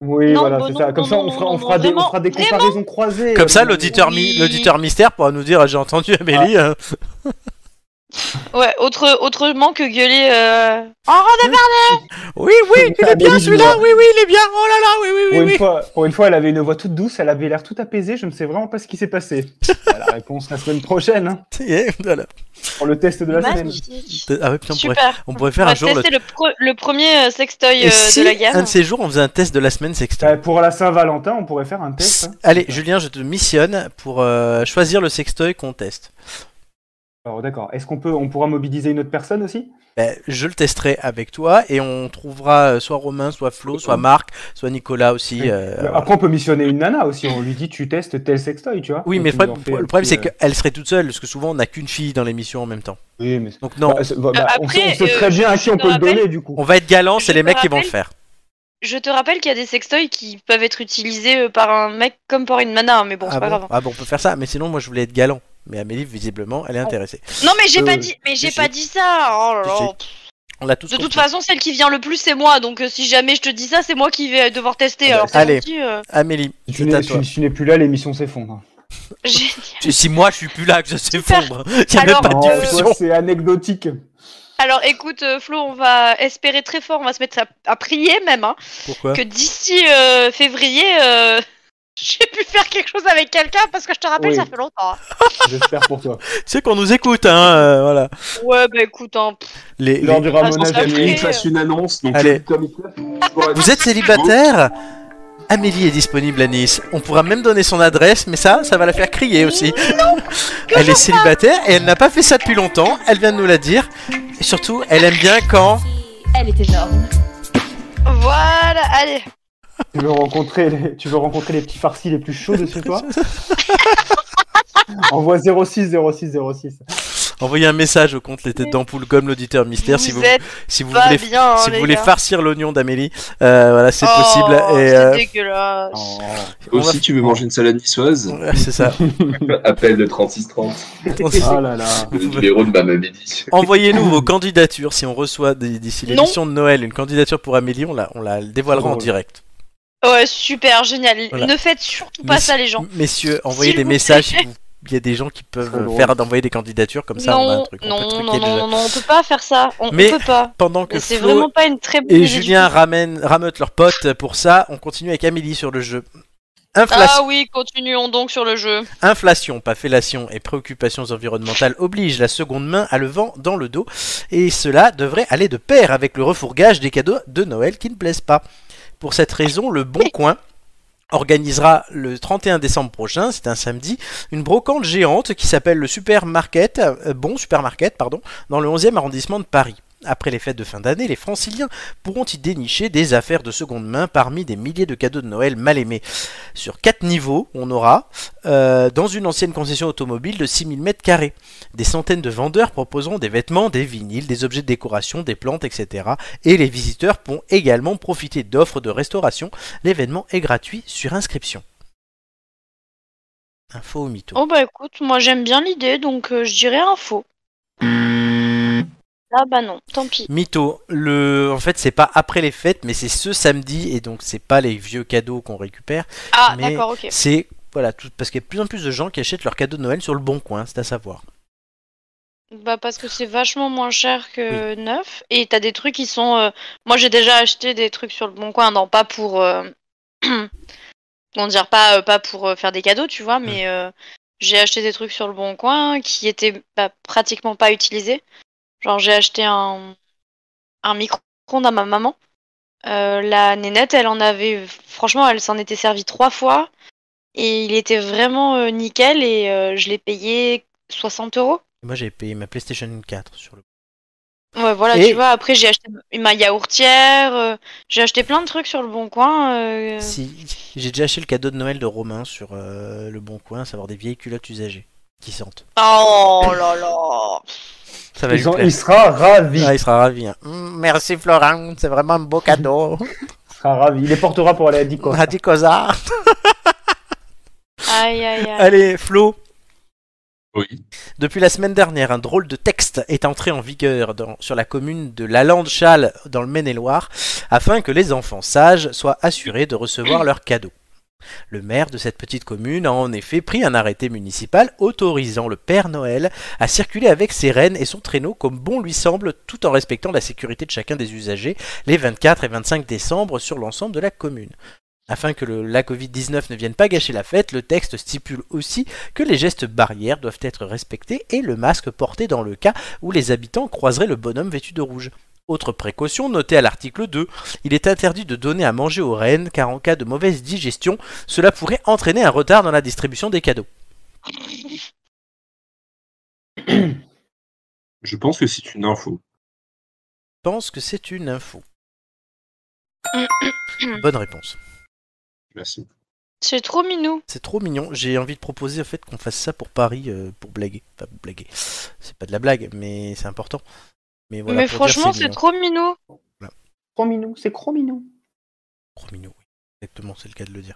Oui, Non, voilà, bon, c'est non, ça. Comme non, ça, non, on fera, non, on fera non, des, vraiment, on fera des vraiment. comparaisons croisées. Comme ça, Euh, l'auditeur mi- Oui. l'auditeur mystère pourra nous dire, ah, j'ai entendu Amélie. hein. Ouais, autre, autrement que gueuler. Euh... En rendez-vous Hein Oui, oui, il est bien celui-là, oui, oui, il est bien, oh là là, oui, oui, Pour oui, une, oui. fois, pour une fois, elle avait une voix toute douce, elle avait l'air tout apaisée, je ne sais vraiment pas ce qui s'est passé. Bah, la réponse la semaine prochaine, hein, Ça y est, voilà. pour le test de la semaine. Magnifique. Ah oui, putain, on pourrait, Super. on pourrait On faire va un jour le... tester le, pre- le premier euh, sextoy Et euh, si, de la gamme. un de ces jours, on faisait un test de la semaine sextoy. Euh, pour la Saint-Valentin, on pourrait faire un test. hein. Allez, Julien, je te missionne pour euh, choisir le sextoy qu'on teste. Alors d'accord, est-ce qu'on peut, on pourra mobiliser une autre personne aussi Ben, je le testerai avec toi et on trouvera euh, soit Romain, soit Flo, soit Marc, soit Nicolas aussi. Oui. Ah, euh, Après, voilà. on peut missionner une nana aussi, on lui dit tu testes tel sextoy, tu vois. Oui, Donc, mais tu le nous en problème, fais un le problème, petit, c'est qu'elle serait toute seule, parce que souvent on n'a qu'une fille dans l'émission en même temps. euh, Oui, mais... Donc non, Bah, c'est- bah, Euh, bah, on, après, sait, on sait euh, très bien à qui on te peut le rappelle- donner du coup. on va être galant, c'est Je les te mecs qui vont le rappelle- faire. Je te rappelle qu'il y a des sextoys qui peuvent être utilisés euh, par un mec comme par une nana, hein, mais bon, c'est ah, pas bon grave. Ah bon, on peut faire ça, mais sinon moi je voulais être galant. Mais Amélie, visiblement, Oh. elle est intéressée. Non, mais j'ai Euh, pas dit, mais j'ai si. pas dit ça. Oh là Si, là. si. On l'a tous De toute compris. façon, celle qui vient le plus, c'est moi. Donc, euh, si jamais je te dis ça, c'est moi qui vais devoir tester. Alors, c'est Allez. gentil, euh. Amélie, Si tu c'est à n'es- toi. si- si tu n'es plus là, l'émission s'effondre. J'ai- Si- Si moi je suis plus là, que je s'effondre, hein. il n'y a Alors, euh, même pas de Non, diffusion. Oh, toi, c'est anecdotique. Alors, écoute, euh, Flo, on va espérer très fort. On va se mettre à, à prier même hein, Pourquoi que d'ici euh, février, euh, j'ai pu faire quelque chose avec quelqu'un parce que je te rappelle, Oui. ça fait longtemps. hein. J'espère pour toi. C'est qu'on nous écoute, hein, euh, voilà. Ouais, bah écoute, hein, pff, Les, les- Lors du ramonage Ah, Il fallait Après, que je d'Amélie. fasse une annonce, donc Allez. comme il faut- Vous êtes célibataire Amélie est disponible à Nice. On pourra même donner son adresse, mais ça, ça va la faire crier aussi. elle est célibataire et elle n'a pas fait ça depuis longtemps. Elle vient de nous la dire. Et surtout, elle aime bien quand. Elle est énorme. voilà, allez. Tu veux rencontrer les, tu veux rencontrer les petits farcis les plus chauds de chez toi Envoie 06 06 06. Envoyez un message au compte Les Têtes d'Ampoule comme l'auditeur mystère si vous, êtes si vous pas voulez. bien, hein, Si les vous voulez gars. farcir l'oignon d'Amélie, euh, voilà, c'est Oh, possible. Et, c'est euh, Oh. dégueulasse. on va- Aussi, tu veux manger une salade niçoise Ouais, c'est ça. Appel le 3630, Ah là là. Vous le pouvez- numéro de ma Mehdi. Envoyez-nous vos candidatures. Si on reçoit d- d'ici Non. l'émission de Noël une candidature pour Amélie, on la, on la dévoilera en Drôle. direct. Ouais, super, génial. Voilà. Ne faites surtout pas Messi- ça, les gens. Messieurs, envoyez S'il des vous messages. si vous- Il y a des gens qui peuvent Très euh, drôle. faire d'envoyer des candidatures comme ça. on a un non, truc. on peut non, truquer non, déjà. non, non, on peut pas faire ça. On, on Mais- peut pas. Pendant Et que C'est Flo vraiment pas une très bonne et idée. Julien du ramènent, rameutent leurs potes pour ça, on continue avec Amélie sur le jeu. tout. Inflation. Ah oui, continuons donc sur le jeu. Inflation, pas fellation et préoccupations environnementales obligent la seconde main à le vent dans le dos et cela devrait aller de pair avec le refourgage des cadeaux de Noël qui ne plaisent pas. Pour cette raison, le Bon Coin organisera le 31 décembre prochain, c'est un samedi, une brocante géante qui s'appelle le Supermarket, euh, Bon Supermarket, pardon, dans le 11e arrondissement de Paris. Après les fêtes de fin d'année, les franciliens pourront y dénicher des affaires de seconde main parmi des milliers de cadeaux de Noël mal aimés. Sur quatre niveaux, on aura euh, dans une ancienne concession automobile de 6000 mètres carrés. Des centaines de vendeurs proposeront des vêtements, des vinyles, des objets de décoration, des plantes, etc. Et les visiteurs pourront également profiter d'offres de restauration. L'événement est gratuit sur inscription. Info au mytho. Oh bah écoute, moi j'aime bien l'idée, donc euh, je dirais info. Ah bah non, tant pis. Mytho, le... en fait c'est pas après les fêtes, mais c'est ce samedi, et donc c'est pas les vieux cadeaux qu'on récupère, Ah Mais- d'accord, ok. c'est voilà, tout... parce qu'il y a de plus en plus de gens qui achètent leurs cadeaux de Noël sur le bon coin, c'est à savoir. Bah parce que c'est vachement moins cher que neuf et t'as des trucs qui sont. euh, Moi j'ai déjà acheté des trucs sur le bon coin, non pas pour. Euh... comment dire pas euh, pas pour euh, faire des cadeaux, tu vois, mais euh, j'ai acheté des trucs sur le bon coin qui étaient bah, pratiquement pas utilisés. Genre j'ai acheté un un micro-ondes à ma maman. Euh, la nénette, elle en avait franchement, elle s'en était servie trois fois et il était vraiment euh, nickel et euh, je l'ai payé 60 euros. Et Moi j'avais payé ma PlayStation 4 sur le Ouais, voilà, Et- tu vois, après j'ai acheté ma yaourtière, euh, j'ai acheté plein de trucs sur le bon coin. euh, Si, j'ai déjà acheté le cadeau de Noël de Romain sur euh, le Bon Coin, à savoir des vieilles culottes usagées qui sentent. Oh là là Ça va lui Ils ont- plaire. Il sera ravi. Ah, il sera ravi. hein. Mm, merci Florent, c'est vraiment un beau cadeau. Il sera ravi. Il les portera pour aller à Dico. a dit Cosa. Aïe aïe aïe. Allez, Flo. Oui. Depuis la semaine dernière, un drôle de texte est entré en vigueur dans- sur la commune de La Lande-Châle, dans le Maine-et-Loire, afin que les enfants sages soient assurés de recevoir leurs cadeaux. Le maire de cette petite commune a en effet pris un arrêté municipal autorisant le Père Noël à circuler avec ses rennes et son traîneau comme bon lui semble, tout en respectant la sécurité de chacun des usagers les 24 et 25 décembre sur l'ensemble de la commune. Afin que le- la Covid-19 ne vienne pas gâcher la fête, le texte stipule aussi que les gestes barrières doivent être respectés et le masque porté dans le cas où les habitants croiseraient le bonhomme vêtu de rouge. Autre précaution notée à l'article 2, il est interdit de donner à manger aux rennes car en cas de mauvaise digestion, cela pourrait entraîner un retard dans la distribution des cadeaux. Je pense que c'est une info. Je pense que c'est une info. Bonne réponse. Merci. C'est trop minou. C'est trop mignon. J'ai envie de proposer en fait qu'on fasse ça pour Paris euh, pour blaguer. Enfin, pour blaguer. C'est pas de la blague, mais c'est important. Mais, voilà, Mais pour dire franchement, c'est mignon. trop minou. Trop mignon, c'est trop mignon. Trop mignon, oui. Exactement, c'est le cas de le dire.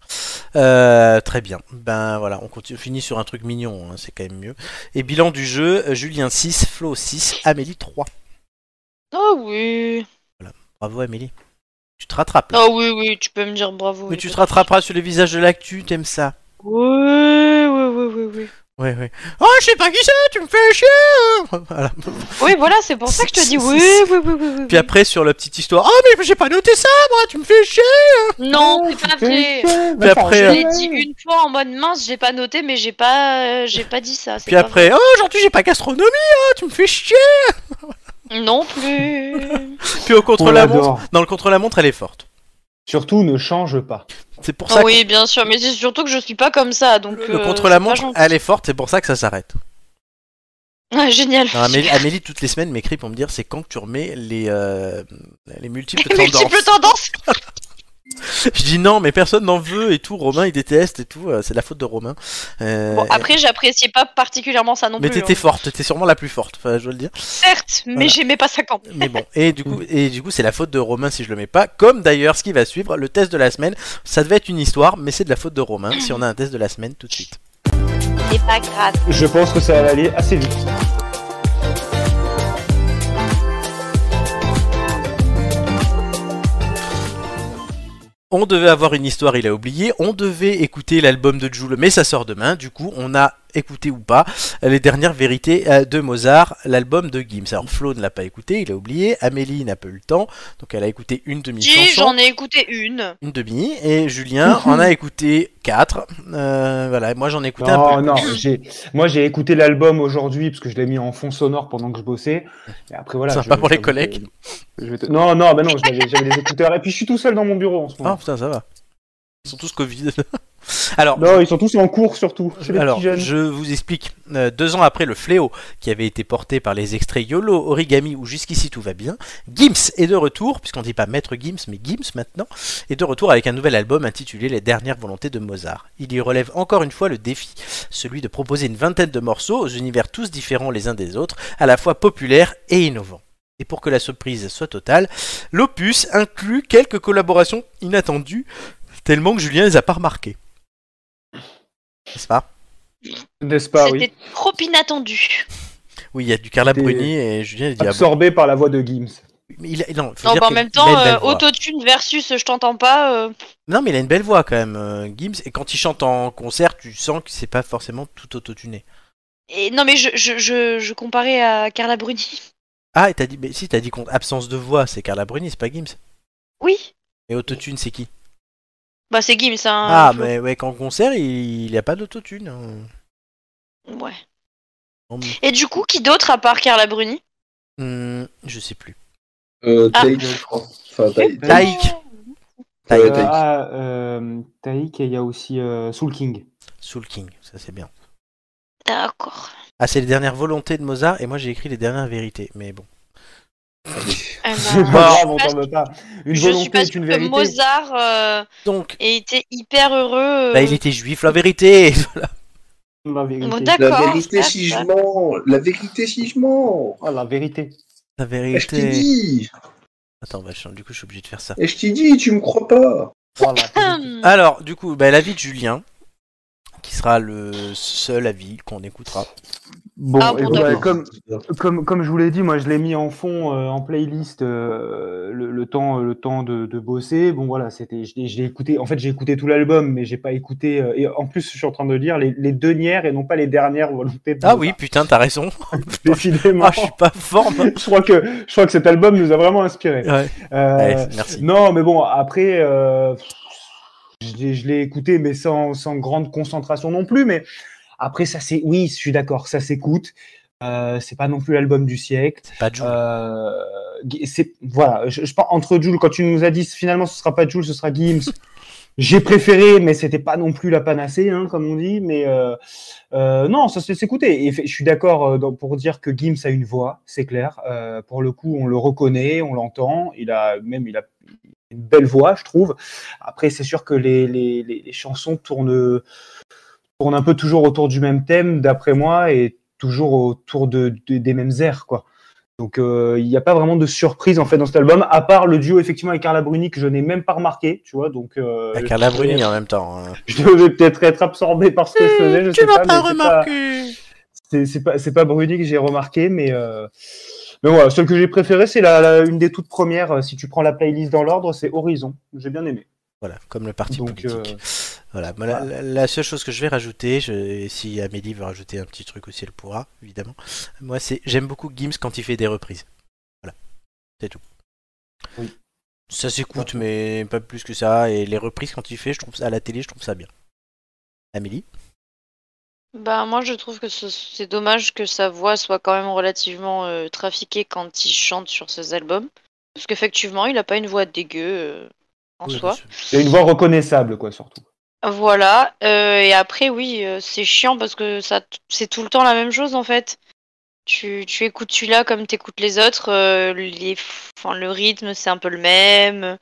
Euh, très bien. Ben voilà, on continue, on finit sur un truc mignon, hein, c'est quand même mieux. Et bilan du jeu, euh, Julien 6, Flo 6, Amélie 3. Oh oui. Bravo Amélie. Tu te rattrapes. là. Oh oui, oui, tu peux me dire bravo. Mais y a tu pas te de- rattraperas sur les visages de l'actu, t'aimes ça. Oui, oui, oui, oui, oui. Ouais, ouais. Oh, je sais pas qui c'est, tu me fais chier hein. Voilà. Oui, voilà, c'est pour ça que je te dis oui, oui, oui, oui, oui. Puis après, sur la petite histoire, oh, mais j'ai pas noté ça, moi, tu me fais chier Non, c'est pas vrai. Puis après, Je euh, l'ai dit une fois en mode mince, j'ai pas noté, mais j'ai pas, euh, j'ai pas dit ça. c'est Puis pas après, oh, aujourd'hui j'ai pas gastronomie, hein, tu me fais chier vrai. Non plus. Puis au On contre-la-montre, l'adore. dans le contre-la-montre, elle est forte. Surtout, ne change pas. C'est pour ça Ah oui, bien sûr, mais c'est surtout que je suis pas comme ça, donc. que euh, le c'est contre-la-montre, pas gentil. elle est forte, c'est pour ça que ça s'arrête. Ah, génial. Non, Amélie, Amélie, toutes les semaines, m'écrit pour me dire c'est quand que tu remets les, euh, les multiples tendances. Multiple tendance. Je dis non, mais personne n'en veut et tout. Romain, il déteste et tout. euh, C'est de la faute de Romain. Euh, Bon, après, j'appréciais pas particulièrement ça non mais plus. t'étais hein. forte, t'étais sûrement la plus forte, enfin, je dois le dire. Certes, mais Voilà. j'aimais pas ça quand. Mais bon, et du coup, et du coup, c'est la faute de Romain si je le mets pas. Comme d'ailleurs ce qui va suivre, le test de la semaine. Ça devait être une histoire, mais c'est de la faute de Romain. si on a un test de la semaine tout de suite. C'est pas grave. Je pense que ça va aller assez vite. On devait avoir une histoire, il a oublié. On devait écouter l'album de Joule, mais ça sort demain. Du coup, on a écouté ou pas euh, les dernières vérités euh, de Mozart, l'album de Gims. Alors, Flo ne l'a pas écouté, il a oublié. Amélie n'a pas eu le temps, donc elle a écouté une Si, demi-chanson. j'en ai écouté une. Une demi. Et Julien en a écouté quatre. Euh, voilà, et moi j'en ai écouté un Non, peu. non, j'ai- moi j'ai écouté l'album aujourd'hui parce que je l'ai mis en fond sonore pendant que je bossais. Et après voilà. Sympa je- pour les je- collègues. je vais te- Non, non, bah non, j'avais j'avais des écouteurs. Et puis je suis tout seul dans mon bureau en ce Ah moment. putain, ça va. Ils sont tous Covid. Alors, Non, ils sont tous en cours surtout. C'est les Alors, petits jeunes. je vous explique. Euh, deux ans après le fléau qui avait été porté par les extraits YOLO, Origami ou Jusqu'ici tout va bien, Gims est de retour, puisqu'on dit pas Maître Gims, mais Gims maintenant, est de retour avec un nouvel album intitulé Les dernières volontés de Mozart. Il y relève encore une fois le défi, celui de proposer une vingtaine de morceaux aux univers tous différents les uns des autres, à la fois populaires et innovants. Et pour que la surprise soit totale, l'opus inclut quelques collaborations inattendues, tellement que Julien les a pas remarquées. N'est-ce pas N'est-ce pas, C'était Bah oui. trop inattendu. Oui, il y a du Carla Des- Bruni et Julien il dit ah bon. Absorbé par la voix de Gims. Mais il a- non, faut Non, dire bah, en qu'il- même il a une temps, belle euh, voix. autotune versus euh, je t'entends pas. euh, Non, mais il a une belle voix quand même, euh, Gims. Et quand il chante en concert, tu sens que c'est pas forcément tout autotuné. Et non, mais je, je, je, je comparais à Carla Bruni. Ah, et t'as dit, mais si t'as dit qu'on- absence de voix, c'est Carla Bruni, c'est pas Gims. Oui. Et autotune, c'est qui Bah, c'est Gims, hein. Ah, Flo. mais ouais, qu'en concert, il n'y a pas d'autotune. hein. Ouais. Non, mais- Et du coup, qui d'autre à part Carla Bruni Hmm, je sais plus. Euh, Ah. Taïk, je crois. Enfin, Taïk. Euh, Taïk. Taïk. Ouais, Euh, Taïk. ah, euh, Taïk, et il y a aussi euh, Soul King. Soul King, ça c'est bien. D'accord. Ah, c'est les dernières volontés de Mozart, et moi j'ai écrit les dernières vérités, mais bon. Eh ben, C'est pas je grave, suis on pas- t'en veut pas. Une je suis volonté pas est sûre une que vérité. Mozart euh, Donc, ait été hyper heureux. euh, bah, il était juif, la vérité Oh, La vérité. Bon, d'accord. La vérité ça, si ça. je mens La vérité si je mens Oh, la vérité. La Eh, Je t'ai vérité dit Attends, bah, je- du coup, je suis obligé de faire ça. Et je t'ai dit, tu me crois pas Oh, la vérité. hum, Alors, du coup, bah, l'avis de Julien, qui sera le seul avis qu'on écoutera. Bon, Ah, bon, et d'accord. voilà, comme, comme, comme je vous l'ai dit, moi je l'ai mis en fond, euh, en playlist, euh, le, le temps, le temps de, de bosser. Bon voilà, c'était, je l'ai je l'ai écouté. En fait, j'ai écouté tout l'album, mais j'ai pas écouté. euh, et en plus, je suis en train de lire les, les dernières et non pas les dernières volontés. de Ah Mozart. oui, putain, t'as raison. décidément. Ah, je suis pas forme. je crois que, je crois que cet album nous a vraiment inspiré. Ouais. Euh, Allez, merci. non, mais bon, après, euh, je l'ai- je l'ai écouté, mais sans, sans grande concentration non plus. Mais après, ça c'est, oui, je suis d'accord, ça s'écoute. Euh, c'est pas non plus l'album du siècle. C'est pas Jules. Euh, Gui- c'est voilà, je, je pense entre Jules quand tu nous as dit finalement ce sera pas Jules, ce sera Gims. J'ai préféré, mais c'était pas non plus la panacée, hein, comme on dit. Mais euh, euh, non, ça se laisse écouter. Et fait- je suis d'accord euh, dans- pour dire que Gims a une voix, c'est clair. Euh, pour le coup, on le reconnaît, on l'entend. Il a même, il a une belle voix, je trouve. Après, c'est sûr que les, les, les- les chansons tournent, tournent un peu toujours autour du même thème, d'après moi, et toujours autour de, de- des mêmes airs, quoi. Donc, euh, il n'y a pas vraiment de surprise, en fait, dans cet album, à part le duo, effectivement, avec Carla Bruni, que je n'ai même pas remarqué, tu vois, donc... euh, Avec Carla Bruni en même temps. hein. Je devais peut-être être absorbé par ce que je faisais, je sais pas, mais c'est pas- c'est c'est pas, c'est pas Bruni que j'ai remarqué, mais... euh, Mais voilà, celle que j'ai préférée, c'est la, la- une des toutes premières. euh, Si tu prends la playlist dans l'ordre, c'est Horizon. J'ai bien aimé. Voilà, comme le parti Donc, euh, politique. Voilà. moi, la- La, la seule chose que je vais rajouter, je- et si Amélie veut rajouter un petit truc aussi, elle pourra, évidemment. Moi, c'est j'aime beaucoup Gims quand il fait des reprises. Voilà, c'est tout. Oui. Ça s'écoute, mais pas plus que ça. Et les reprises quand il fait, je trouve ça- à la télé, je trouve ça bien. Amélie. Ah. Bah, moi, je trouve que ce- c'est dommage que sa voix soit quand même relativement euh, trafiquée quand il chante sur ses albums. Parce qu'effectivement, il a pas une voix dégueu euh, en Oui, soi. bien sûr. Il y a une voix reconnaissable, quoi, surtout. Voilà, euh, et après oui, euh, c'est chiant parce que ça t- c'est tout le temps la même chose en fait. Tu, tu écoutes celui-là comme t'écoutes les autres, euh, les, enfin, le rythme c'est un peu le même,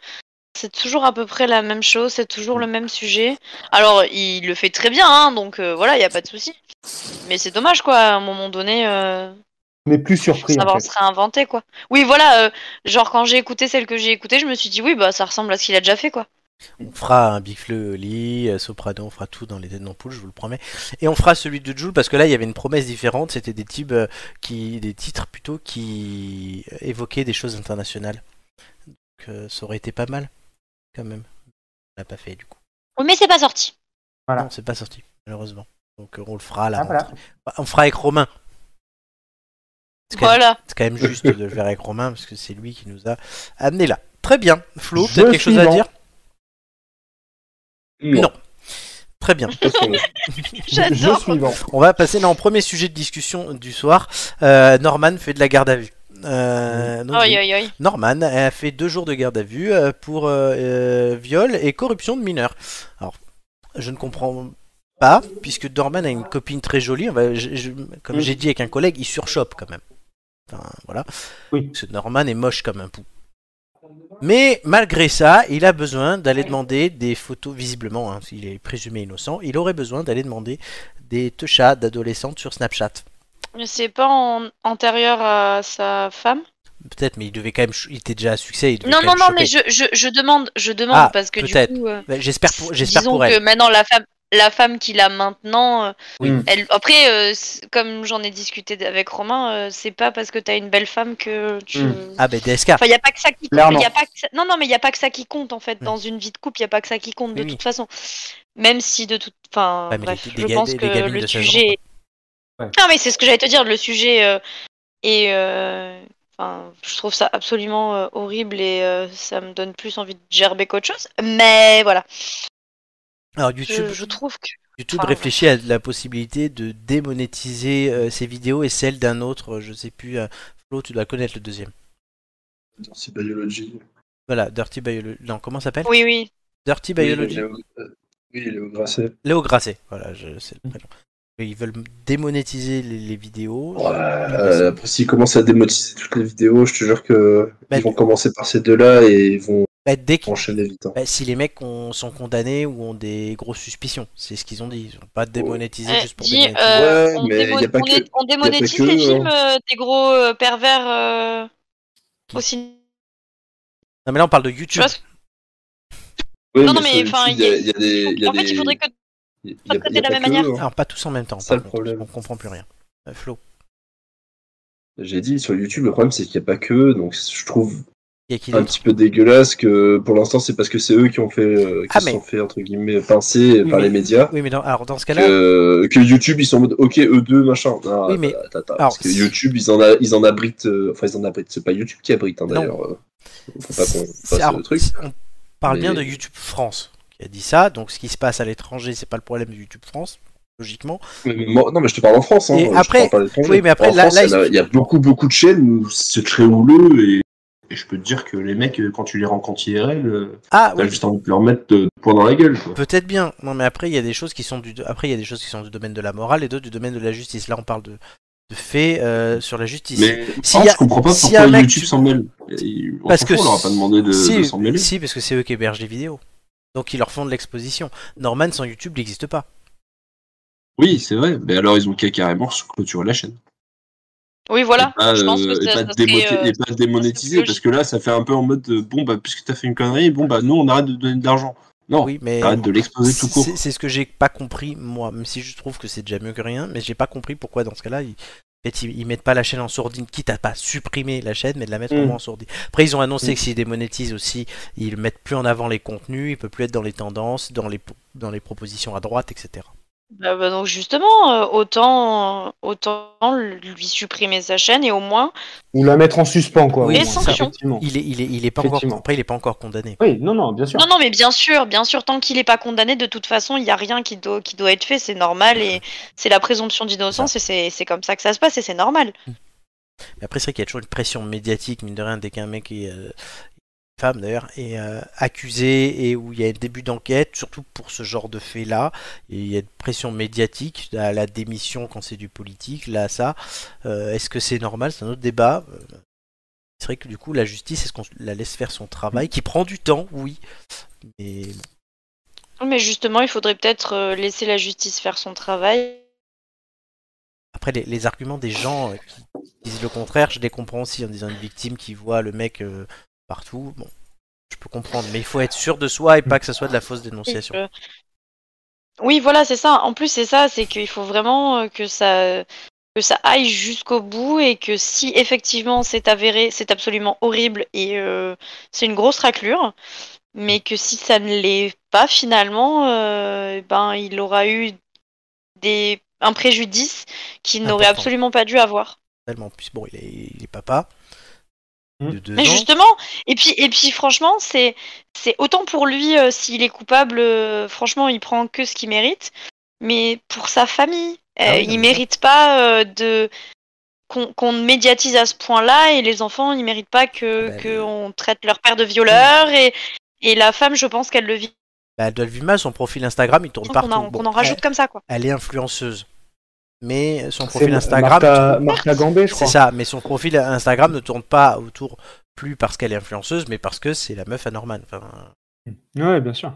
c'est toujours à peu près la même chose, c'est toujours le même sujet. Alors il le fait très bien, hein, donc euh, voilà, il n'y a pas de souci. Mais c'est dommage quoi, à un moment donné, euh, On est plus surpris. ça en va fait. se réinventer quoi. Oui voilà, euh, genre quand j'ai écouté celle que j'ai écoutée, je me suis dit oui bah ça ressemble à ce qu'il a déjà fait quoi. On fera un Big Fleu Oli, euh, Soprano, on fera tout dans les têtes d'ampoule, je vous le promets. Et on fera celui de Jules parce que là il y avait une promesse différente, c'était des types euh, qui des titres plutôt qui euh, évoquaient des choses internationales. Donc euh, ça aurait été pas mal quand même. l'a pas fait du coup. Oui, mais c'est pas sorti. Voilà. Non, c'est pas sorti, malheureusement. Donc euh, on le fera là. Ah, voilà. Bah, On fera avec Romain. C'est quand, même- Voilà. c'est quand même juste de le faire avec Romain parce que c'est lui qui nous a amené là. Très bien. Flo, Je peut-être quelque chose à suis dire Non. Très bien. parce que- Jeu J'adore. suivant. On va passer dans le premier sujet de discussion du soir. Euh, Norman fait de la garde à vue. Euh, donc, Aïe, aïe, aïe. Norman a fait deux jours de garde à vue euh, pour euh, euh, viol et corruption de mineurs. Alors, je ne comprends pas, puisque Norman a une copine très jolie. On va- je- je- comme Mm. j'ai dit avec un collègue, il surchope quand même. Enfin, voilà. Oui. Parce que Norman est moche comme un pou. Mais malgré ça, il a besoin d'aller demander des photos, visiblement, hein, s'il est présumé innocent, il aurait besoin d'aller demander des teuchats d'adolescentes sur Snapchat. Mais c'est pas en- antérieur à sa femme Peut-être, mais il devait quand même, ch- il était déjà à succès. il devait Non, quand non, même non, mais choper. je, je, je demande, je demande Ah, parce que du peut-être. coup. euh, Ben, J'espère pour, j'espère disons pour elle. que maintenant la femme la femme qu'il a maintenant euh, Oui. elle après euh, c'est- comme j'en ai discuté d- avec Romain euh, c'est pas parce que t'as une belle femme que tu Mm. Ah ben DSK. Enfin, il y a pas que ça qui compte. Clairement. y a pas que ça- Non, non, mais il y a pas que ça qui compte en fait. Dans Mm. une vie de couple, il y a pas que ça qui compte de Oui, oui. toute façon. Même si de toute, enfin, Ouais, mais bref, les- les je ga- pense les- que les gamines de le 16 ans, sujet. quoi. Ouais. Non, mais c'est ce que j'allais te dire. Le sujet euh, est, euh, enfin, je trouve ça absolument euh, horrible et euh, ça me donne plus envie de gerber qu'autre chose. Mais voilà, Alors YouTube, je, je trouve que YouTube Pardon. réfléchit à la possibilité de démonétiser euh, ses vidéos et celles d'un autre. euh, Je sais plus. euh, Flo, tu dois connaître le deuxième. C'est biologie. Voilà, Dirty Biology. Non, comment ça s'appelle oui, oui. Dirty Biology. Oui, Léo Grasset. Léo Grasset. Voilà, je sais le prénom. Ils veulent démonétiser les, les vidéos. Oh Ouais, euh, après, s'ils commencent à démonétiser toutes les vidéos, je te jure que Bah, ils vont tu- commencer par ces deux-là et ils vont Bah, dès qu'ils- enchaîner vite. hein. bah, si les mecs ont- sont condamnés ou ont des grosses suspicions, c'est ce qu'ils ont dit. Ils ont pas démonétisé Eh, juste pour dis, démonétiser. euh, Ouais, on, mais démo- y a pas on que- est- on démonétise que, les hein. films euh, des gros euh, pervers euh, au cinéma. Non mais là on parle de Tu YouTube. vois ce que- Ouais, non, non, sur mais enfin, YouTube, il y a- il y a des. il y a en fait, des- il faudrait que il y a- soit il y a traité de la pas même que eux, hein. Alors Ah, pas tous en même temps. C'est par le contre, problème. On comprend plus rien. Euh, Flo, J'ai dit sur YouTube, le problème c'est qu'il n'y a pas que eux, donc je trouve il y a Ah, qui un d'autre petit peu dégueulasse que pour l'instant c'est parce que c'est eux qui ont fait, euh, qui Ah, se mais- sont fait entre guillemets pincer Oui, par mais- les médias. Oui mais dans- alors dans ce cas-là, Que, que YouTube ils sont en mode ok eux deux machin. Non, Oui, mais- attends, attends, attends, alors, parce que si- YouTube ils en a, ils en abritent, euh, enfin ils en abritent, c'est pas YouTube qui abrite hein, Non. d'ailleurs. euh, Faut pas qu'on C'est- fasse alors, le truc. On parle bien Mais- de YouTube France qui a dit ça, donc ce qui se passe à l'étranger, c'est pas le problème de YouTube France, logiquement. Mais moi- non mais je te parle en France. Hein, Et je te après- parle pas à l'étranger. oui, mais après, en là- France, là, il y en a- il y, a beaucoup beaucoup de chaînes où c'est très houleux et, et je peux te dire que les mecs euh, quand tu les rencontres IRL, euh, Ah t'as oui, juste envie de leur mettre de, de poing dans la gueule quoi. peut-être bien. Non mais après il y a des choses qui sont du après il y a des choses qui sont du domaine de la morale et d'autres du domaine de la justice. Là on parle de de faits euh, sur la justice. Mais S'il non, y a- je comprends pas s'il y a pourquoi un mec- YouTube s'en mêle. Il- on Parce s'en que fout, on leur a pas demandé de, si, de s'en mêler. si, parce que c'est eux qui hébergent les vidéos. Donc ils leur font de l'exposition. Norman sans YouTube n'existe pas. Oui, c'est vrai. Mais alors ils ont qu'à carrément clôturer la chaîne. Oui, voilà. Et pas, je pense que euh, et ça, pas ça démo- serait, euh, et pas démonétiser logique. parce que là, ça fait un peu en mode euh, bon bah puisque t'as fait une connerie, bon bah nous on arrête de donner de l'argent. Non, Oui, mais arrête de l'exposer tout court. C'est c'est ce que j'ai pas compris moi, même si je trouve que c'est déjà mieux que rien, mais j'ai pas compris pourquoi dans ce cas-là ils, en fait, ils- ils mettent pas la chaîne en sourdine, quitte à pas supprimer la chaîne, mais de la mettre Mm. au moins en sourdine. Après ils ont annoncé Mm. que s'ils démonétisent aussi, ils mettent plus en avant les contenus, il peut plus être dans les tendances, dans les dans les propositions à droite, etc. bah, bah, donc justement, euh, autant, euh, autant lui supprimer sa chaîne et au moins. Ou la mettre en suspens, quoi. Oui, au Et moins, sanction. effectivement. Il est il est il est pas encore Effectivement. après il est pas encore condamné. Oui, non, non, Ah. bien sûr. Non, non, mais bien sûr, bien sûr, tant qu'il n'est pas condamné, de toute façon, il n'y a rien qui doit, qui doit être fait, c'est normal et c'est la présomption d'innocence et c'est c'est comme ça que ça se passe et c'est normal. Mais après c'est vrai qu'il y a toujours une pression médiatique mine de rien dès qu'un mec est euh, une femme d'ailleurs est euh, accusé et où il y a un début d'enquête surtout pour ce genre de fait là et il y a une pression médiatique à la démission quand c'est du politique là ça Euh, est-ce que c'est normal c'est un autre débat Euh, c'est vrai que du coup la justice est-ce qu'on la laisse faire son travail qui prend du temps oui mais bon. Mais justement, il faudrait peut-être euh, laisser la justice faire son travail. Après, les, les arguments des gens euh, qui disent le contraire, je les comprends aussi en disant une victime qui voit le mec euh, partout. Bon, je peux comprendre, mais il faut être sûr de soi et pas que ça soit de la fausse dénonciation. Euh, Oui, voilà, c'est ça. En plus, c'est ça, c'est qu'il faut vraiment euh, que ça que ça aille jusqu'au bout et que si effectivement c'est avéré, c'est absolument horrible et euh, c'est une grosse raclure, mais que si ça ne l'est pas finalement, euh, ben il aura eu des un préjudice qu'il n'aurait Important. absolument pas dû avoir. Tellement plus bon, il est, il est papa. De deux Mais ans. justement, et puis et puis franchement, c'est c'est autant pour lui euh, s'il est coupable, euh, franchement, il prend que ce qu'il mérite, mais pour sa famille, euh, Ah oui, non, mais il mérite pas euh, de qu'on qu'on médiatise à ce point-là et les enfants, ils méritent pas que Ben, le- qu'on traite leur père de violeur et et la femme, je pense qu'elle le vit Bah, elle doit le vivre mal, son profil Instagram, il tourne qu'on partout. en, Bon, qu'on en rajoute comme ça quoi. Elle est influenceuse. Mais son C'est profil Ma- Instagram. Martha, Martha Gambé, je C'est crois. ça, mais son profil Instagram ne tourne pas autour plus parce qu'elle est influenceuse, mais parce que c'est la meuf à Norman. Enfin, Ouais, bien sûr.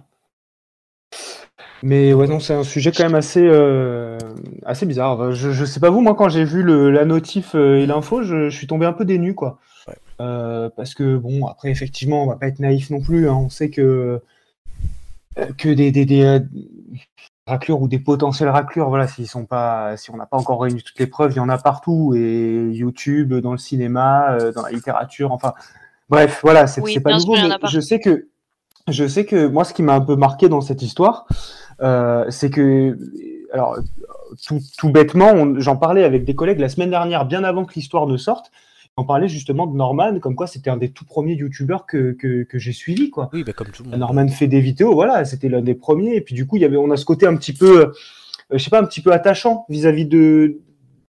Mais ouais, non, c'est un sujet quand même assez, euh, assez bizarre. Enfin, Je, je sais pas vous, moi, quand j'ai vu le, la notif euh, et l'info, je, je suis tombé un peu dénu, quoi. Ouais. Euh, parce que, bon, après, effectivement, on va pas être naïf non plus. hein. On sait que, euh, que des, des, des, euh, raclures ou des potentiels raclures, voilà, s'ils sont pas, si on n'a pas encore réuni toutes les preuves, il y en a partout. Et YouTube, dans le cinéma, euh, dans la littérature, enfin. Bref, voilà, c'est Oui, c'est pas bien nouveau, sûr, il y en mais a partout. je sais que je sais que moi, ce qui m'a un peu marqué dans cette histoire, euh, c'est que, alors, tout, tout bêtement, on- j'en parlais avec des collègues la semaine dernière, bien avant que l'histoire ne sorte. On parlait justement de Norman, comme quoi c'était un des tout premiers youtubeurs que, que, que j'ai suivi, quoi. oui, bah, comme tout le monde. Norman fait des vidéos, voilà, c'était l'un des premiers. Et puis du coup, il y avait, on a ce côté un petit peu, euh, je sais pas, un petit peu attachant vis-à-vis de,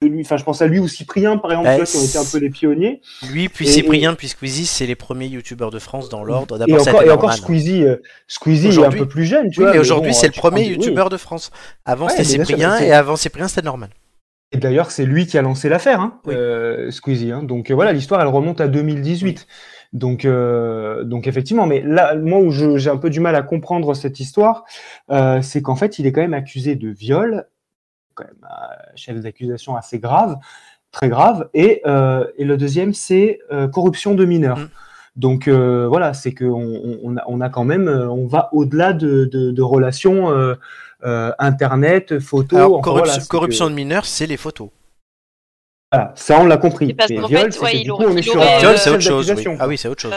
de lui. Enfin, je pense à lui ou Cyprien, par exemple, Bah, tu vois, qui ont été un peu les pionniers. Lui, puis Et- Cyprien, puis Squeezie, c'est les premiers youtubeurs de France dans l'ordre. Et D'abord, ça a encore, été et encore Norman. Squeezie, euh, Squeezie il est un Aujourd'hui- peu plus jeune, tu Oui, vois. mais aujourd'hui, bon, c'est le tu prends premier du- oui. youtubeur de France. Avant, Ouais, c'était mais bien sûr, Cyprien, mais c'est- et avant Cyprien, c'était Norman. Et d'ailleurs, c'est lui qui a lancé l'affaire, hein, Oui. euh, Squeezie. hein. Donc euh, voilà, l'histoire, elle remonte à 2018. Donc, euh, donc effectivement, mais là, moi où je- j'ai un peu du mal à comprendre cette histoire, euh, c'est qu'en fait, il est quand même accusé de viol, quand même un chef d'accusation assez grave, très grave. Et, euh, et le deuxième, c'est euh, corruption de mineurs. Mm. Donc euh, voilà, c'est qu'on on, on a, on a quand même, euh, on va au-delà de, de- de relations euh, euh, internet, photos. Alors, enfin, corruption, voilà, c'est que- corruption de mineurs, c'est les photos. voilà, ça on l'a compris. Et parce Mais qu'en viol, fait, c'est ouais, que il du coup, aurait- on est il sur aurait, un Euh, Viol, c'est seul autre chose. oui. d'accusation, Ah quoi. oui, c'est autre chose.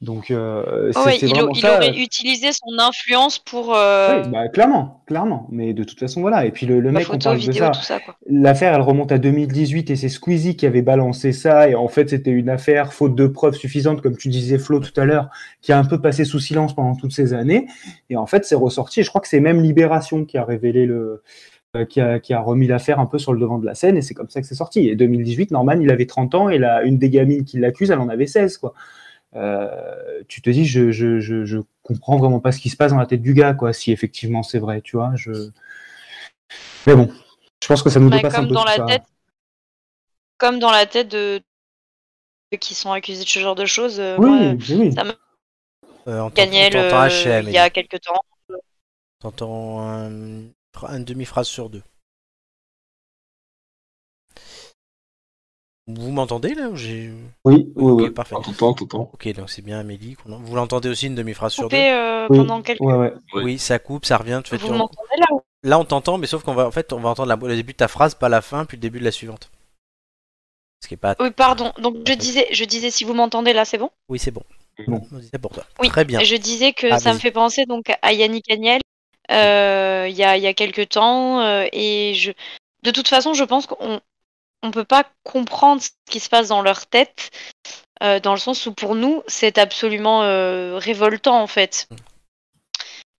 Donc euh, Ah c'est ouais, c'est il, vraiment au- il ça. aurait utilisé son influence pour euh, Oui, bah, clairement, clairement. Mais de toute façon, voilà. Et puis le, le la mec, on photo, parle de vidéo, ça. tout ça. Quoi. L'affaire, elle remonte à 2018 et c'est Squeezie qui avait balancé ça. Et en fait, c'était une affaire, faute de preuves suffisantes, comme tu disais, Flo, tout à l'heure, qui a un peu passé sous silence pendant toutes ces années. Et en fait, c'est ressorti. Et je crois que c'est même Libération qui a révélé le. euh, Qui a, qui a remis l'affaire un peu sur le devant de la scène et c'est comme ça que c'est sorti. Et 2018, Norman, il avait 30 ans et la, une des gamines qui l'accuse, elle en avait 16. Quoi. Euh, tu te dis, je, je, je, je comprends vraiment pas ce qui se passe dans la tête du gars, quoi, si effectivement c'est vrai, tu vois. Je... Mais bon, je pense que ça nous Bah, dépasse un comme peu dans tout la ça. tête, comme dans la tête de ceux qui sont accusés de ce genre de choses. euh, Oui, moi, oui, oui. ça- Euh, en tant- Ganiel, en tant euh, qu'HM, il y a quelques temps. T'entends un- une demi-phrase sur deux. Vous m'entendez là ou j'ai- oui, oui, Ok, oui. parfait. Ah, T'entends, t'entends. Ok, donc c'est bien Amélie. qu'on en- Vous l'entendez aussi une demi-phrase sur deux Coupé euh, Oui, pendant quelques. Ouais, ouais. ouais. Oui, ça coupe, ça revient. Tu fais Vous tourner. m'entendez là ou- Là, on t'entend, mais sauf qu'on va en fait, on va entendre la- le début de ta phrase, pas la fin, puis le début de la suivante. Ce qui est pas. Oui, pardon. Donc je disais, je disais, si vous m'entendez là, c'est bon. Oui, c'est bon. Bon. C'est pour toi. Oui, Très bien. Je disais que Ah, ça me vas-y. fait penser donc à Yannick Agnel euh, il y, a, il y a quelques temps. euh, et je... de toute façon, je pense qu'on ne peut pas comprendre ce qui se passe dans leur tête, euh, dans le sens où pour nous, c'est absolument euh, révoltant en fait. Mm.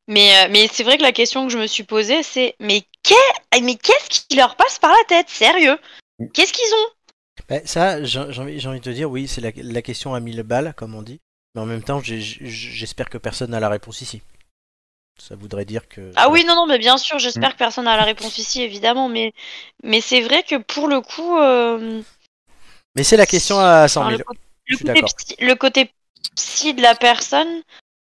Mais, euh, mais c'est vrai que la question que je me suis posée, c'est mais qu'est- ah, mais qu'est-ce qui leur passe par la tête Sérieux Mm. Qu'est-ce qu'ils ont Ben, ça, j'ai j'ai envie, j'ai envie de te dire, oui, c'est la, la question à 1000 balles, comme on dit. Mais en même temps, j'ai- j'ai- j'espère que personne n'a la réponse ici. Ça voudrait dire que. Ah oui, non, non, mais bien sûr, j'espère Mm. que personne n'a la réponse ici, évidemment, mais, mais c'est vrai que pour le coup... euh, Mais c'est la question à 100 Enfin, 000. le, co- Je le suis côté d'accord. psy, le côté psy de la personne,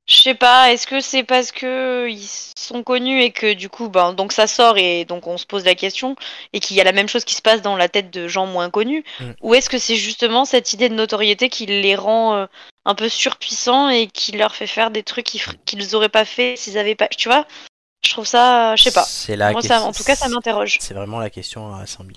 je sais pas, est-ce que c'est parce que ils sont connus et que du coup, ben, donc ça sort et donc on se pose la question et qu'il y a la même chose qui se passe dans la tête de gens moins connus, Mm. ou est-ce que c'est justement cette idée de notoriété qui les rend euh, un peu surpuissants et qui leur fait faire des trucs qu'ils fer- qu'ils auraient pas fait s'ils avaient pas, tu vois Je trouve ça, euh, je sais pas. C'est la Moi, ça, question- en tout cas, ça m'interroge. C'est vraiment la question à 100 000.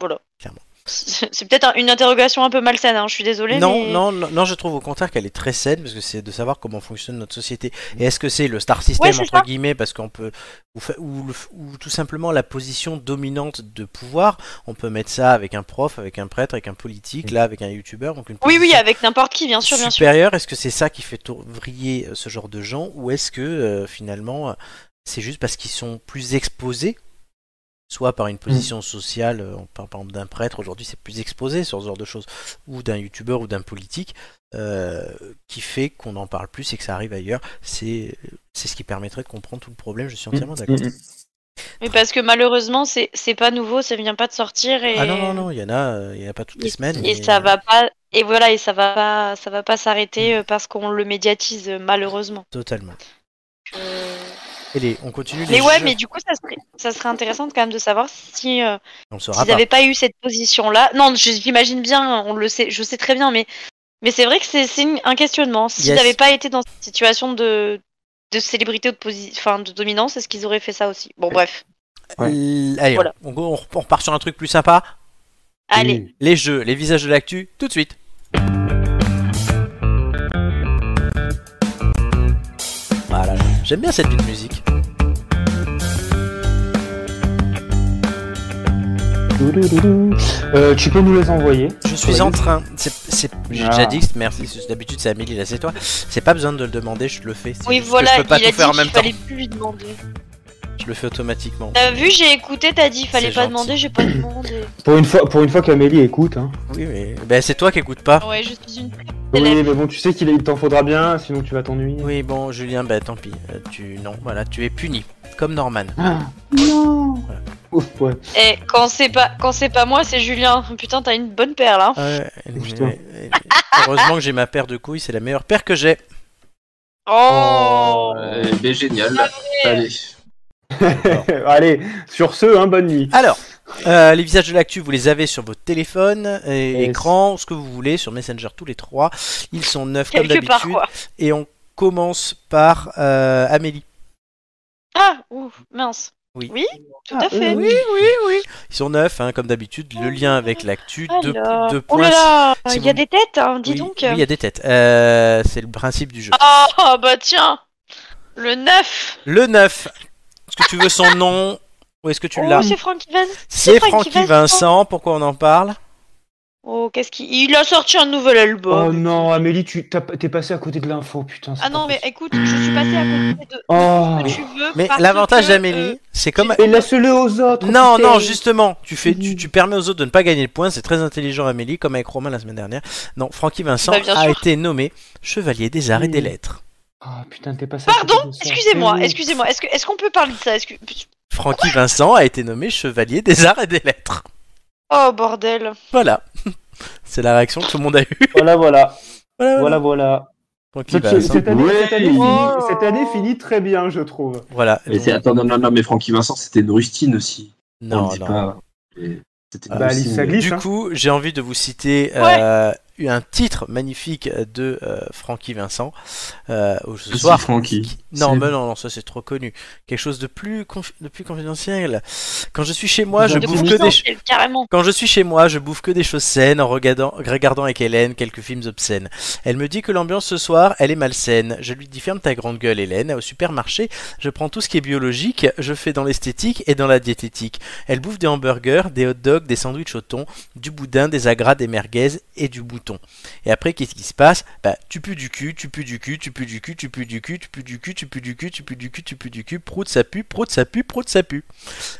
Voilà. Clairement. C'est c'est peut-être un- une interrogation un peu malsaine, hein, je suis désolée. Non, mais- non, non, non, je trouve au contraire qu'elle est très saine parce que c'est de savoir comment fonctionne notre société et est-ce que c'est le star system Ouais, c'est entre ça. guillemets parce qu'on peut ou, fa- ou le f- ou tout simplement la position dominante de pouvoir. On peut mettre ça avec un prof, avec un prêtre, avec un politique, là avec un youtubeur, donc une Oui, oui, position avec n'importe qui, bien sûr, bien sûr. supérieure. Est-ce que c'est ça qui fait tour- vriller euh, ce genre de gens ou est-ce que euh, finalement euh, c'est juste parce qu'ils sont plus exposés? Soit par une position sociale, euh, on parle par exemple d'un prêtre aujourd'hui, c'est plus exposé sur ce genre de choses ou d'un youtubeur ou d'un politique euh, qui fait qu'on en parle plus et que ça arrive ailleurs. C'est euh, c'est ce qui permettrait de comprendre tout le problème, je suis entièrement d'accord. Mais parce que malheureusement, c'est c'est pas nouveau, ça vient pas de sortir et. Ah non, non, non, il y en a, euh, il y en a pas toutes les semaines. Et mais- ça va pas. Et voilà, et ça va pas, ça va pas s'arrêter euh, parce qu'on le médiatise euh, malheureusement. Totalement. Euh, Et les- on continue les Mais ouais, jeux. mais du coup, ça serait, ça serait intéressant quand même de savoir si euh, On le s'ils saura pas. n'avaient pas eu cette position-là. Non, je- j'imagine bien, on le sait, je sais très bien, mais mais c'est vrai que c'est c'est une- un questionnement. S'ils Yes. n'avaient pas été dans cette situation de de célébrité ou de, posi- enfin, de dominance, est-ce qu'ils auraient fait ça aussi Euh, Bon, bref. Ouais. L- Allez, Voilà. on, on rep- on repart sur un truc plus sympa. Allez. Les jeux, les visages de l'actu, tout de suite. Voilà, j'aime bien cette petite musique. Euh, tu peux nous les envoyer. Je suis Sur la en liste. train. c'est- c'est- J'ai Ah. déjà dit, que- merci. c'est- D'habitude, c'est Amélie, là, c'est toi. C'est pas besoin de le demander, je le fais. c'est Oui, juste que voilà, Je peux pas il a tout faire en dit même qu'il temps. fallait plus lui demander. Je le fais automatiquement. T'as vu, j'ai écouté, t'as dit, fallait C'est pas gentil. demander, j'ai pas demandé. Pour une fois, pour une fois qu'Amélie écoute. Hein. Oui, mais ben, c'est toi qui écoutes pas. Ouais, je suis une. Oui, Élève. mais bon, tu sais qu'il il t'en faudra bien, sinon tu vas t'ennuyer. Oui, bon, Julien, bah tant pis. Euh, tu non, voilà, tu es puni, comme Norman. Ah, non. Ouf, ouais. Eh, quand c'est pas, quand c'est pas moi, c'est Julien. Putain, t'as une bonne hein. paire là. Ouais, mais- Putain. mais- heureusement que j'ai ma paire de couilles, c'est la meilleure paire que j'ai. Oh. Euh, ben, génial. Allez. Allez, sur ce, hein, bonne nuit. Alors, euh, les visages de l'actu, vous les avez sur votre téléphone, et Yes. écran, ce que vous voulez, sur Messenger tous les trois. Ils sont neuf comme Quelque part d'habitude. quoi. Et on commence par euh, Amélie. Ah, ouf, mince. Oui. Tout à fait. Oui, oui, oui. Ils sont neuf, hein, comme d'habitude. Le lien avec l'actu, deux, Alors, deux oh points. là là, si il y a vous- des têtes, hein, dis oui, donc. oui, il y a des têtes. Euh, c'est le principe du jeu. Ah, bah tiens, le 9. Le 9. Est-ce que tu veux son nom ou est-ce que tu l'as Oh, c'est Frankie Van. C'est Francky Francky Vincent, Vincent. pourquoi on en parle Oh, qu'est-ce qu'il. Il a sorti un nouvel Oh album. non, Amélie, tu t'as- t'es passé à côté de l'info, putain. c'est Ah non, pas mais écoute, je suis passée à côté de. Oh. ce que tu veux Ah. Mais parce l'avantage que, euh, d'Amélie, c'est comme... Et laisse-le aux autres. Non, putain. non, justement, tu, fais, tu, tu permets aux autres de ne pas gagner le point, c'est très intelligent Amélie, comme avec Romain la semaine dernière. Non, Francky Vincent Bah, bien a sûr. été nommé Chevalier des Arts et des Mm. Lettres. Ah putain, t'es passé. à côté Pardon, de ça. excusez-moi, Eh oui. excusez-moi. Est-ce que, est-ce qu'on peut parler de ça Est-ce que- Francky Vincent a été nommé Chevalier des Arts et des Lettres. Oh bordel. Voilà. C'est la réaction que tout le monde a eue. Voilà, voilà, Voilà, voilà, voilà. Francky Cette, Vincent. cette année, cette année Ouais. finit- cette année finit très bien, je trouve. Voilà. Mais Donc, c'est- attends, non, non, non, mais Francky Vincent, c'était une rustine aussi. On non, le dit non. pas. Et C'était une Bah, rustine. Alice Sagli. Du hein. coup, j'ai envie de vous citer euh, un titre magnifique de euh, Francky Vincent euh, au- ce Petit soir. Francky. Non, C'est- mais non, non, ça c'est trop connu. Quelque chose de plus, conf- de plus confidentiel. Quand je suis chez moi, je De bouffe que confidentiel. des. ch- des... carrément. Quand je suis chez moi, je bouffe que des choses saines en regardant, regardant avec Hélène quelques films obscènes. Elle me dit que l'ambiance ce soir, elle est malsaine. Je lui dis ferme ta grande gueule Hélène, au supermarché, je prends tout ce qui est biologique, je fais dans l'esthétique et dans la diététique. Elle bouffe des hamburgers, des hot dogs, des sandwichs au thon, du boudin, des agras, des merguez et du bouton. Et après, qu'est-ce qui se passe Bah, tu pues du cul, tu pues du cul, tu pues du cul, tu pues du cul, tu pues du cul, tu pues du cul, tu pues du cul, tu pues du cul, prout ça pue, prout ça pue, prout ça pue.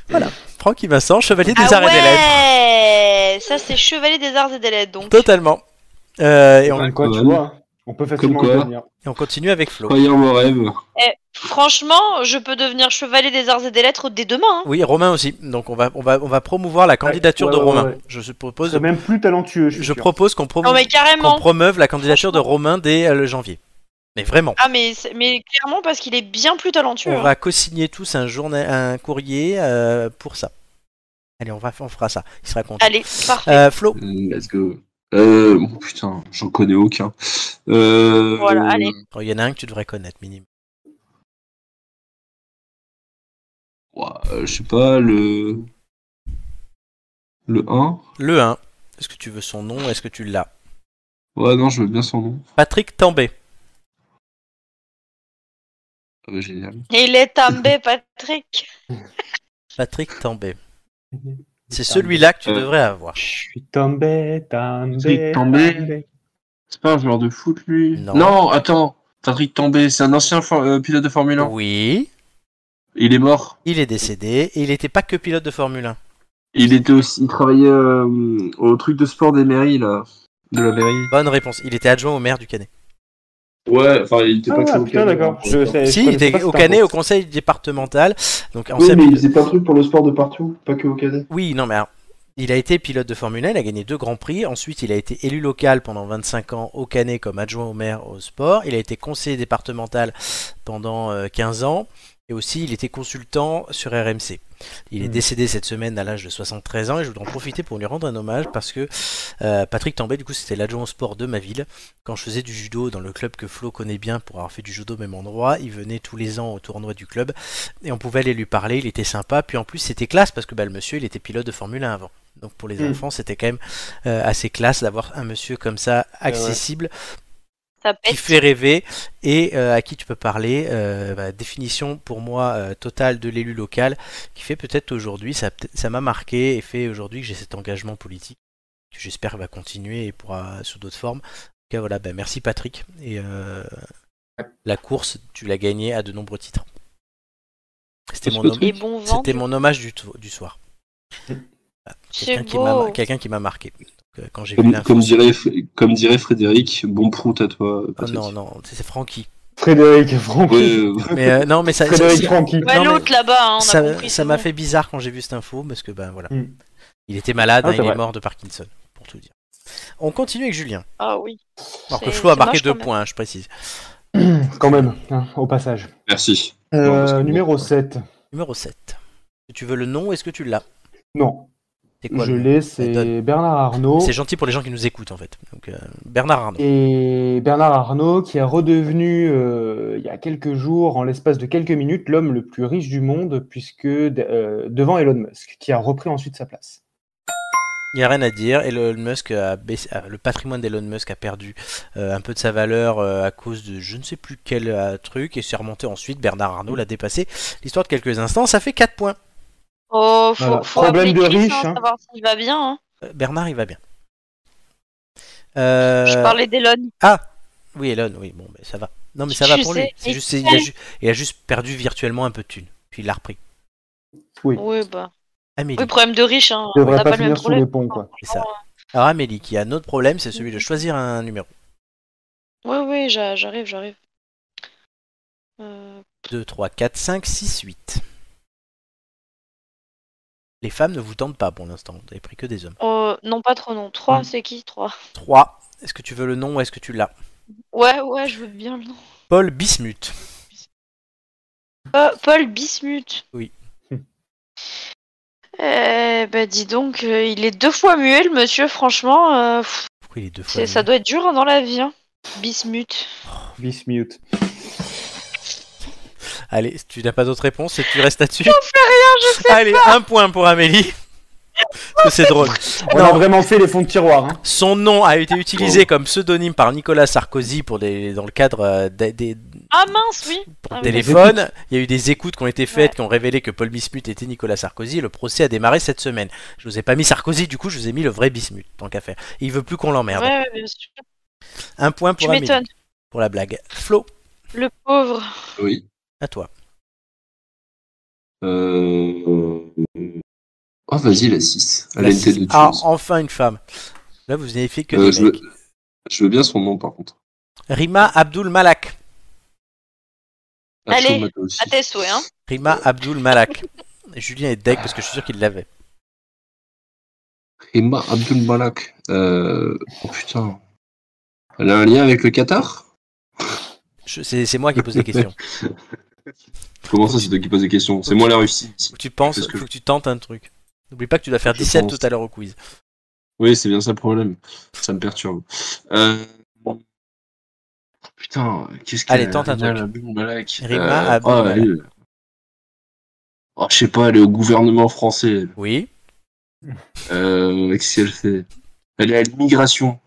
Voilà. Francky Vincent, chevalier des ah arts et des lettres. ouais Ça c'est Chevalier des Arts et des Lettres donc. Totalement. Euh, et, on, Ouais. Comme quoi, tu Comme vois, on peut facilement quoi. le devenir. et on continue avec Flo. Croyez en vos rêves. Eh, Franchement, je peux devenir Chevalier des Arts et des Lettres dès demain. hein. Oui, Romain aussi. Donc on va, on va, on va promouvoir la candidature ouais, de ouais, Romain. ouais. Je se Je propose, serais même plus talentueux. Je, suis je sûr. propose qu'on promou- Non mais qu'on carrément. promeuve la candidature de Romain dès euh, le janvier. Mais vraiment, Ah mais c'est- mais clairement parce qu'il est bien plus talentueux. on hein. va co-signer tous un, journa- un courrier euh, pour ça. Allez, on, va, on fera ça. Il sera content. Allez, parfait. Euh, Flo, Mm, Let's go. Euh, bon, putain, j'en connais aucun. Euh, Voilà, allez. oh, il y en a un que tu devrais connaître, minimum. ouah, euh, je sais pas, le. Le 1 Le 1. Est-ce que tu veux son nom Est-ce que tu l'as Ouais, non, je veux bien son nom. Patrick Tambay. Ah bah, génial. Il est tombé, Patrick. Patrick Tambay. C'est celui-là que tu Euh. devrais avoir. Je suis tombé, tombé, Patrick Tambay. C'est pas un joueur de foot, lui Non. attends. Patrick Tambay, c'est un ancien for- euh, pilote de Formule 1. Oui, Il est mort. il est décédé et il n'était pas que pilote de Formule 1. Il était aussi, il travaillait euh, au truc de sport des mairies, là. De la mairie. Bonne réponse. Il était adjoint au maire du Canet. Ouais, enfin, il était Ah, pas que au putain, Canet, d'accord. hein, Je sais- je si, il connaissais était pas au cet Canet, info. au conseil départemental. Donc en Oui, mais septembre- il faisait plein de trucs pour le sport de partout, pas que au Canet. Oui, non, mais alors, il a été pilote de Formule 1, il a gagné deux grands prix. Ensuite, il a été élu local pendant 25 ans au Canet comme adjoint au maire au sport. Il a été conseiller départemental pendant euh, 15 ans. Et aussi, il était consultant sur RMC. Il est Mm. décédé cette semaine à l'âge de 73 ans et je voudrais en profiter pour lui rendre un hommage parce que euh, Patrick Tambay, du coup, c'était l'adjoint au sport de ma ville. Quand je faisais du judo dans le club que Flo connaît bien pour avoir fait du judo au même endroit, il venait tous les ans au tournoi du club et on pouvait aller lui parler, il était sympa. Puis en plus, c'était classe parce que bah, le monsieur, il était pilote de Formule 1 avant. Donc pour les Mm. enfants, c'était quand même euh, assez classe d'avoir un monsieur comme ça accessible Ça qui pète. fait rêver et euh, à qui tu peux parler. euh, bah, définition pour moi euh, totale de l'élu local qui fait peut-être aujourd'hui, ça peut- ça m'a marqué et fait aujourd'hui que j'ai cet engagement politique que j'espère va continuer et pourra sous d'autres formes. En tout cas, voilà, bah, merci Patrick. Et euh, la course, tu l'as gagnée à de nombreux titres. C'était mon, homme- Et bon vent. c'était mon hommage du, to- du soir. C'est Quelqu'un qui m'a beau. quelqu'un qui m'a marqué. Donc, euh, quand j'ai vu Comme, l'info. comme dirait, comme dirait Frédéric, bon prout à toi, Oh, Patrick. non, non, c'est c'est Francky. Frédéric Ouais, Francky. euh, Mais euh, non, mais ça. Frédéric ça- Francky. Ouais, Non, mais- l'autre là-bas, hein, on ça a compris. ça c'est m'a bon. fait bizarre quand j'ai vu cette info parce que ben voilà. Hmm. Il était malade, Ah, hein, c'est il est vrai. mort de Parkinson, pour tout dire. On continue avec Julien. Ah oui. Alors que C'est- Flo a c'est marqué moche, deux quand même. points, hein, je précise. Quand même, hein, au passage. Merci. Euh, Non, parce que- numéro 7. Numéro 7. Est-ce que tu veux le nom ou est-ce que tu l'as Non, C'est quoi je le nom l'ai, donne. c'est Bernard Arnault. C'est gentil pour les gens qui nous écoutent en fait. Donc, euh, Bernard Arnault. Et Bernard Arnault, qui est redevenu, euh, il y a quelques jours, en l'espace de quelques minutes, l'homme le plus riche du monde, puisque de- euh, devant Elon Musk, qui a repris ensuite sa place. Il n'y a rien à dire. Elon Musk a baissé- ah, le patrimoine d'Elon Musk a perdu euh, un peu de sa valeur euh, à cause de je ne sais plus quel euh, truc et c'est remonté ensuite. Bernard Arnault l'a dépassé. L'histoire de quelques instants, ça fait 4 points. Oh, faut, Voilà. faut Problème appeler de Chris, riche, hein, hein. savoir s'il va bien. hein. Euh, Bernard, il va bien. Euh, ah, Je parlais d'Elon. Oui, Elon, oui, bon, ben, ça va. Non, mais Je ça va pour sais, lui. C'est mais juste, tu il, a sais. ju- il a juste perdu virtuellement un peu de thunes. Puis il l'a repris. Oui, bah. Amélie, Oui, euh. problème de riche. Hein. Il On devrait n'a pas, pas le même finir sous les ponts, problème. quoi. c'est ça. Alors, Amélie, qui a un autre problème, c'est Mhm. celui de choisir un numéro. Oui, oui, j'a- j'arrive, j'arrive. Euh, 2, 3, 4, 5, 6, 8. Les femmes ne vous tentent pas pour l'instant. Vous n'avez pris que des hommes. oh, non, pas trop, non. 3, Mm. c'est qui 3 3. Est-ce que tu veux le nom ou est-ce que tu l'as Ouais, ouais, je veux bien le nom. Paul Bismuth. Pa- Euh, Paul Bismuth. Oui. Eh bah dis donc, euh, il est deux fois muet le monsieur, franchement, euh, pff, Pourquoi il est deux fois c'est- ça le doit être dur hein, dans la vie. Hein. Bismuth. Bismuth. nom Allez, tu n'as pas d'autre réponse et tu restes là-dessus. J'en fais rien, je sais Allez, un point pour Amélie. Parce que c'est drôle. On Non. a vraiment fait les fonds de tiroir. hein. Son nom a été utilisé comme pseudonyme par Nicolas Sarkozy pour des, dans le cadre euh, des, des- Ah mince, oui pour Ah oui. téléphone. Il y a eu des écoutes qui ont été faites qui ont révélé que Paul Bismuth était Nicolas Sarkozy. Le procès a démarré cette semaine. Je vous ai pas mis Sarkozy, du coup, je vous ai mis le vrai Bismuth, tant qu'à faire. Il veut plus qu'on Ouais, l'emmerde. ouais, bien sûr. Un point Tu pour Amélie, m'étonnes. pour la blague. Flo, Le pauvre. Oui. à toi. Euh... Oh, vas-y, la 6. Elle La a une six- tête de Ah, chose. enfin une femme. Là, vous n'avez fait que Euh, des je, veux... mecs. je veux bien son nom, par contre. Rima Abdul Malak. Allez, Ashton Mata aussi. À tes souhaits, hein. Rima Abdul Malak. Julien est deg parce que je suis sûr qu'il l'avait. Emma Abdul Malak. Euh... Oh putain. Elle a un lien avec le Qatar Je- C'est c'est moi qui pose les questions. Comment ça, c'est toi qui poses des questions C'est moi la Russie. Faut que tu penses, Parce que- faut que tu tentes un truc. N'oublie pas que tu dois faire Je 17 pense. tout à l'heure au quiz. Oui, c'est bien ça le problème. Ça me perturbe. Euh... Putain, qu'est-ce qu'elle Allez, tente un Rima truc. Abdul Malak. Rima Euh, Abdul oh, Malak. elle est- Oh, je sais pas, elle est au gouvernement français. Oui. elle. Euh, Qu'est-ce qu'elle fait Elle est à l'immigration.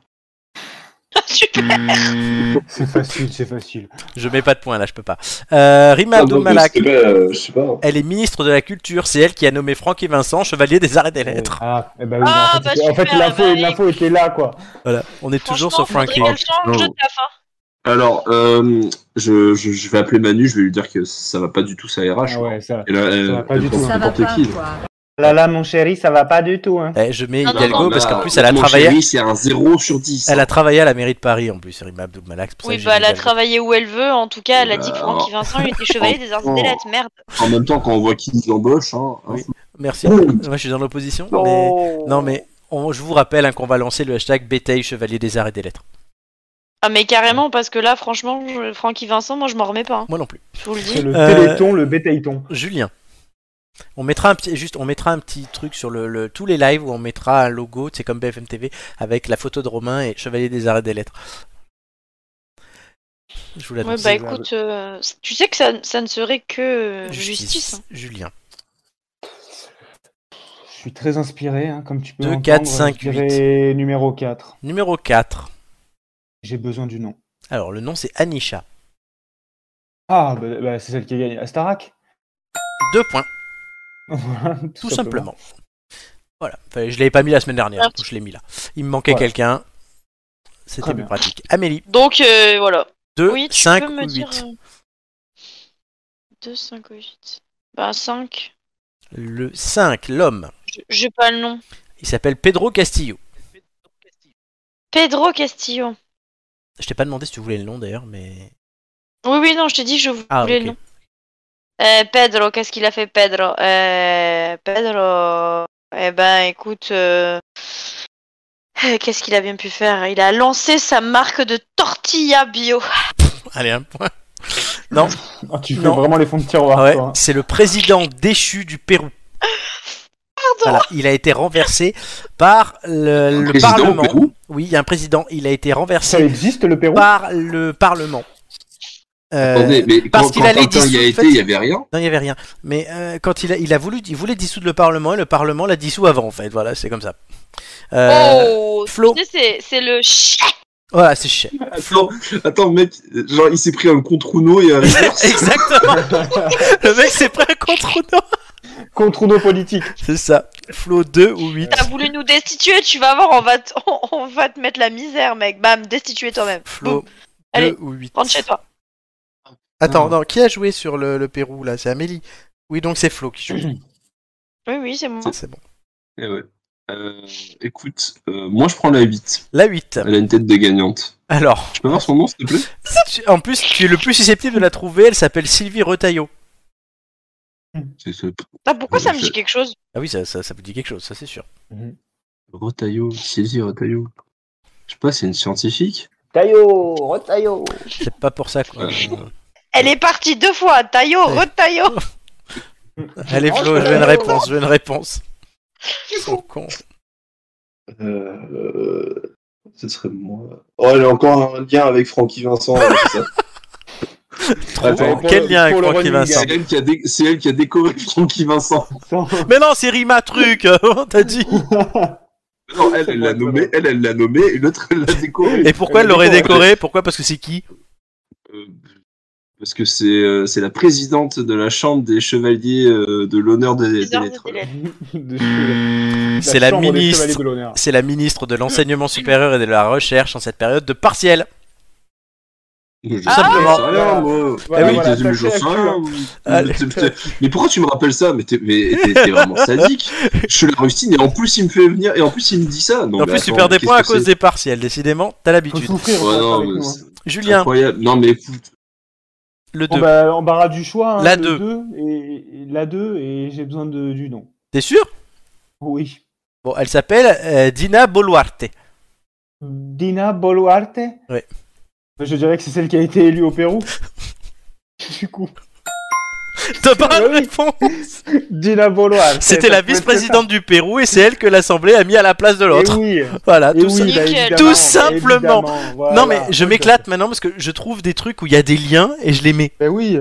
Super. Mmh. C'est facile, c'est facile. Je mets pas de points là, je peux pas. Euh, Rima Ah, donc, Abdou-Malak, c'était pas, euh, je sais hein. pas. elle est ministre de la Culture, c'est elle qui a nommé Franck et Vincent chevalier des arts et des lettres. Ah, eh ben oui, Ah, mais en fait, bah en fait, super, l'info, bah, l'info était là, quoi. Voilà, on est toujours sur Franchement, Franck faudrait Rima. qu'elle change de taf, hein. Alors, euh, je, je, je vais appeler Manu, je vais lui dire que ça va pas du tout, ça RH. Ah ouais, ça. Et là, elle, va pas elle du prend tout. pour Ça Ça va n'importe pas, qui. quoi. Oh Là, là, mon chéri, ça va pas du tout, hein. Eh, je mets Non, non, Hidalgo non, parce Bah, qu'en plus elle a mon travaillé, chéri, c'est un 0 sur 10. elle a travaillé à la mairie de Paris en plus, Rima Abdou-Malak. c'est pour ça Oui, que j'ai bah mis elle a Hidalgo. travaillé où elle veut. En tout cas, elle a dit que Bah, Franck et Vincent lui étaient chevaliers des arts et des lettres. Merde. En même temps, quand on voit qui l'embauche, hein, hein, Oui. Merci. Oui. Moi je suis dans l'opposition, mais non mais on- je vous rappelle hein, qu'on va lancer le hashtag Bétail Chevalier des Arts et des Lettres. Ah, mais carrément, parce que là, franchement, je... Franck et Vincent, moi, je m'en remets pas. hein. Moi non plus. Je vous le C'est dis. le Euh, téléthon, le bétaïton. Julien. On mettra un petit, juste, on mettra un petit truc sur le, le- tous les lives où on mettra un logo, c'est comme BFM TV, avec la photo de Romain et Chevalier des Arts et des Lettres. Je vous Ouais, l'annonce. bah écoute, euh, tu sais que ça, ça ne serait que euh, justice. hein. Julien. Je suis très inspiré, hein, comme tu peux 2, l'entendre, 4, 5, je dirais numéro 4. Numéro 4. J'ai besoin du nom. Alors, le nom c'est Anisha. Ah, bah, bah, c'est celle qui a gagné. Astarak Deux points, Voilà, tout, simplement. Voilà. Enfin, je l'avais pas mis la semaine dernière, Merci. donc je l'ai mis là. Il me manquait Ouais. quelqu'un. C'était Très plus bien. pratique. Amélie, Donc, euh, voilà. 2, oui, tu 5 peux ou me 8. dire. euh, 2, 5 ou 8. Bah, 5. Le 5, l'homme. J'ai pas le nom. Il s'appelle Pedro Castillo. Pedro Castillo. Je t'ai pas demandé si tu voulais le nom d'ailleurs, mais. Oui, oui, non, je t'ai dit que je voulais Ah, ok. le nom. Euh, Pedro, qu'est-ce qu'il a fait, Pedro Euh, Pedro. Eh ben, écoute. euh, euh, Qu'est-ce qu'il a bien pu faire Il a lancé sa marque de tortilla bio. Allez, un point. Ah, tu fais Non. vraiment les fonds de tiroir, Ah ouais, hein. toi. hein. c'est le président déchu du Pérou. Voilà, il a été renversé par le, le président au Parlement. Pérou Oui, il y a un président. Il a été Ça renversé existe, le Pérou par le Parlement. Euh, Attendez, mais parce quand, qu'il quand allait Tintin y a dissoudre, été, fait- il y avait rien. Non, il n'y avait rien. Mais euh, quand il a, il a voulu, il voulait dissoudre le Parlement et le Parlement l'a dissous avant, en fait. Voilà, c'est comme ça. Euh, oh Flo. Tu sais, c'est- c'est le chien. Voilà, c'est chiant. Attends, attends, mec, genre, il s'est pris un contre Uno et un reverse. Exactement. le mec s'est pris un contre nous. Contre nos politiques. C'est ça. Flo 2 ou 8. T'as voulu nous destituer, tu vas voir, on va, te- on, on va te mettre la misère, mec. Bam, destituer toi-même. Flo Boum. 2 Allez. ou 8. Rentre chez toi. Attends, non, qui a joué sur le, le Pérou là C'est Amélie. Oui, donc c'est Flo qui joue. Oui, oui, c'est moi. c'est bon. Eh ouais. Euh, écoute, euh, moi je prends la 8. La 8. Elle a une tête de gagnante. Alors, Tu peux avoir son nom, s'il te plaît si tu- en plus, tu es le plus susceptible de la trouver. Elle s'appelle Sylvie Retaillot. C'est ce Ah, pourquoi ça me Je- dit quelque chose Ah oui, ça, ça, ça vous dit quelque chose, ça c'est sûr. Retaillot, Sylvie Retaillot. Je sais pas, c'est une scientifique Taillot Retaillot C'est pas pour ça quoi. Euh. Elle est partie deux fois, taillot, Ouais. retaillot. Allez Flo, je veux une réponse, je veux une réponse. Ils sont cons. Euh, ce serait moi. Oh, elle a encore un lien avec Francky Vincent. euh, c'est ça. Trop Attends, con. pour Quel le- lien avec pour le Francky running Vincent C'est elle, qui a dé- c'est elle qui a décoré Francky Vincent. Mais non, c'est Rima Truc, on t'a dit. Non, elle, elle l'a nommé, elle, elle l'a nommé, et l'autre, elle l'a décoré. Et pourquoi elle l'aurait décoré Pourquoi Parce que c'est qui Euh, parce que c'est euh, c'est la présidente de la chambre des chevaliers euh, de l'honneur des, des Bizarre, lettres. c'est des lettres. C'est la chambre des ministre. chevaliers de l'honneur. C'est la ministre de l'enseignement supérieur et de la recherche en cette période de partiel. Je sais Simplement. pas, rien, moi. Voilà, Mais voilà, Eh t'as- mais je sachez sais actu, rien. hein. Allez. Mais t'es- Mais pourquoi tu me rappelles ça Mais t'es mais t'es- t'es vraiment sadique. Je suis la rustine et en plus il me fait venir et en plus il me dit ça. Non, en mais bah, plus, tu attends, perds des qu'est-ce points à que cause c'est des partiels, décidément, t'as Faut l'habitude. souffrir Ouais, pour être non, avec mais nous, hein. c'est Julien, incroyable. Non mais écoute, le 2. Bon, bah, embarras du choix. hein, La le deux. deux et, et la 2, et j'ai besoin de, du nom. T'es sûr Oui. Bon, elle s'appelle euh, Dina Boluarte. Dina Boluarte Ouais. Je dirais que c'est celle qui a été élue au Pérou. du coup, T'as pas Ah de oui. réponse Dina Boluarte. C'était la ça peut être vice-présidente du Pérou et c'est elle que l'assemblée a mis à la place de ça. l'autre. Eh oui. Voilà, eh tout oui, ça. bah, Nickel. évidemment, Tout simplement. évidemment, voilà. Non mais je m'éclate maintenant parce que je trouve des trucs où il y a des liens et je les mets. Bah oui.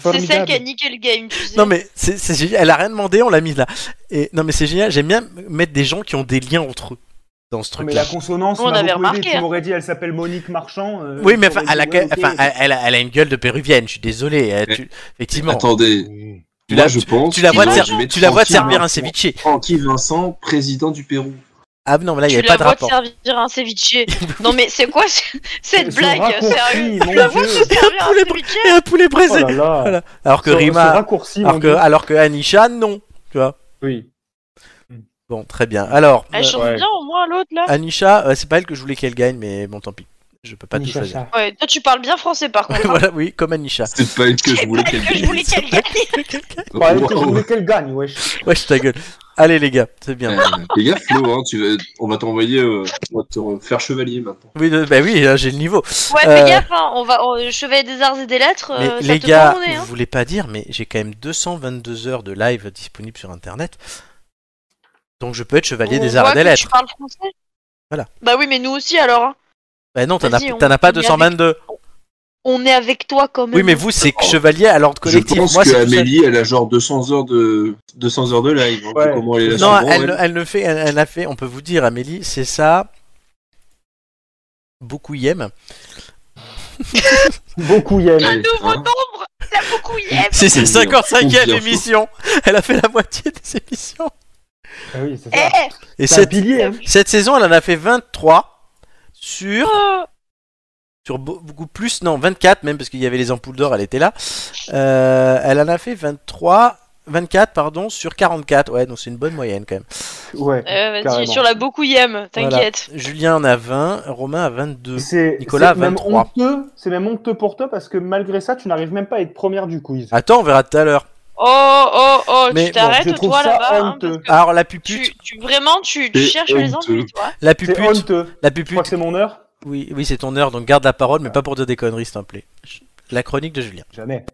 C'est celle qui a formidable. niqué le game, tu sais. Non mais c'est c'est génial, elle a rien demandé, on l'a mise là. Et non mais c'est génial, j'aime bien mettre des gens qui ont des liens entre eux. dans ce truc. Mais la consonance, m'a On avait beaucoup aidé. remarqué, Tu hein. m'aurais dit, elle s'appelle Monique Marchand. euh, Oui, mais enfin, j'aurais dit, elle a, ouais, ok. enfin, elle- elle a- elle a une gueule de péruvienne, je suis désolé. euh, tu- Effectivement. Attendez, Tu moi la- je pense. tu la vois te que ser- je vais Tu la vois te tranquillement- servir un ceviche. Francky Vincent, président du Pérou. Ah non, mais là, il n'y tu avait pas la de vois te rapport. servir un ceviche. non mais c'est quoi ce- cette Ce blague raccourci, Sérieux mon Tu la vois Dieu. te servir un Poulet ceviche Et un poulet braisé. Oh là là. Voilà. Alors que Ce- ce Rima, raccourci, Oh, mon alors que, Dieu. alors que Anisha, non. Oui. Bon, très bien. Alors, euh, Elle chante Ouais. bien au moins l'autre là Anisha, euh, c'est pas elle que je voulais qu'elle gagne, mais bon, tant pis. Je peux pas tout Nichacha. choisir. Ouais, toi tu parles bien français par contre. hein. voilà, oui, comme Anisha. C'était pas elle que je voulais Pas qu'elle que je voulais qu'elle gagne. Bah, elle était- je Wow. voulais qu'elle gagne, wesh. Wesh, ta gueule. Allez, les gars, c'est bien. Euh, Fais gaffe, Flo, hein, tu vas- on va t'envoyer, euh, on va te faire chevalier maintenant. Oui, de- bah oui, là, j'ai le niveau. Ouais, fais Euh, gaffe, hein, on va on- chevalier des arts et des lettres. Mais euh, ça les te gars, prend au nez, je hein. voulais pas dire, mais j'ai quand même 222 heures de live disponibles sur internet. Donc je peux être chevalier On des arts voit et des que lettres. Tu parles français. Voilà. Bah oui, mais nous aussi alors. hein. Bah non, t'en as, Vas-y, on- t'en as pas on y 222. On est avec toi quand même. Oui, mais vous, c'est que Oh. chevalier à l'ordre collectif. Je pense Moi, que c'est tout seul. Amélie, elle a genre 200 heures de, 200 heures de live. hein, Ouais. de Comment elle est là Non, sur elle, Brawl. elle ne fait, elle, elle a fait, on peut vous dire, Amélie, c'est ça. Beaucoup y aiment. Beaucoup Yann. Un Ouais, nouveau hein. nombre La beaucoup y aime. C'est sa Combien 55 e Combien émission. Elle a fait la moitié des émissions. Ah oui, c'est Eh ça. Et Bah, C'est un cette, pilier. hein. cette saison, elle en a fait 23 sur, oh, sur be- beaucoup plus, non, 24 même, parce qu'il y avait les ampoules d'or, elle était là. Euh, elle en a fait 23, 24, pardon, sur 44. Ouais, donc c'est une bonne moyenne quand même. Ouais. euh, Vas-y, Carrément. sur la beaucoup y aime, t'inquiète. Julien en a 20, Romain a 22. C'est Nicolas, c'est même 23. honteux, c'est même honteux pour toi parce que malgré ça, tu n'arrives même pas à être première du quiz. Attends, on verra tout à l'heure. Oh, oh, oh, Mais tu bon, t'arrêtes, je trouve toi, ça là-bas. hein, honteux. parce que Alors, la pupute, tu, tu- vraiment, tu, tu C'est cherches les honteux. ennuis, toi. la C'est pupute, honteux. la Je crois pupute, que c'est mon heure. Oui, oui, c'est ton heure, donc garde la parole, mais pas pour dire des conneries, s'il te plaît. La chronique de Julien. Jamais.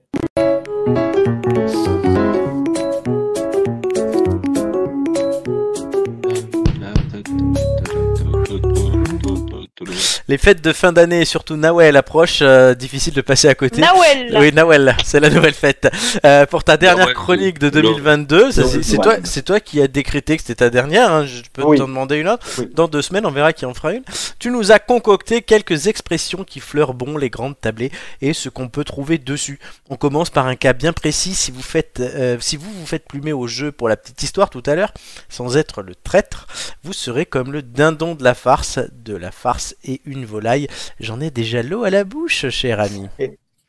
Les fêtes de fin d'année et surtout Nawel approche, euh, difficile de passer à côté. Nawel oui, Nawel, c'est la nouvelle fête. Euh, pour ta dernière Nawel, chronique de Nawel. 2022, ça, c'est Nawel. c'est toi, c'est toi qui as décrété que c'était ta dernière. hein, Je peux Oui. t'en demander une autre. Oui. Dans deux semaines, on verra qui en fera une. Tu nous as concocté quelques expressions qui fleurent bon les grandes tablées et ce qu'on peut trouver dessus. On commence par un cas bien précis. Si vous faites, euh, si vous vous faites plumer au jeu pour la petite histoire tout à l'heure, sans être le traître, vous serez comme le dindon de la farce, de la farce et une volaille. J'en ai déjà l'eau à la bouche, cher ami.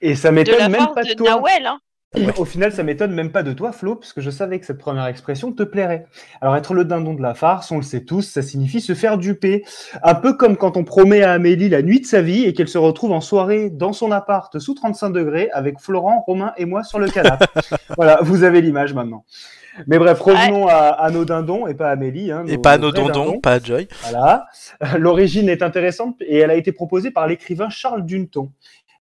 Et ça De la m'étonne même part pas de de toi. Nawel, hein. Ouais. Au final, ça m'étonne même pas de toi, Flo, parce que je savais que cette première expression te plairait. Alors, être le dindon de la farce, on le sait tous, ça signifie se faire duper. Un peu comme quand on promet à Amélie la nuit de sa vie et qu'elle se retrouve en soirée dans son appart sous 35 degrés avec Florent, Romain et moi sur le canapé. voilà, vous avez l'image maintenant. Mais bref, revenons à, à nos dindons et pas à Amélie. hein, Et pas nos vrais dondons, pas Joy. Voilà. Euh, L'origine est intéressante et elle a été proposée par l'écrivain Charles Dunton.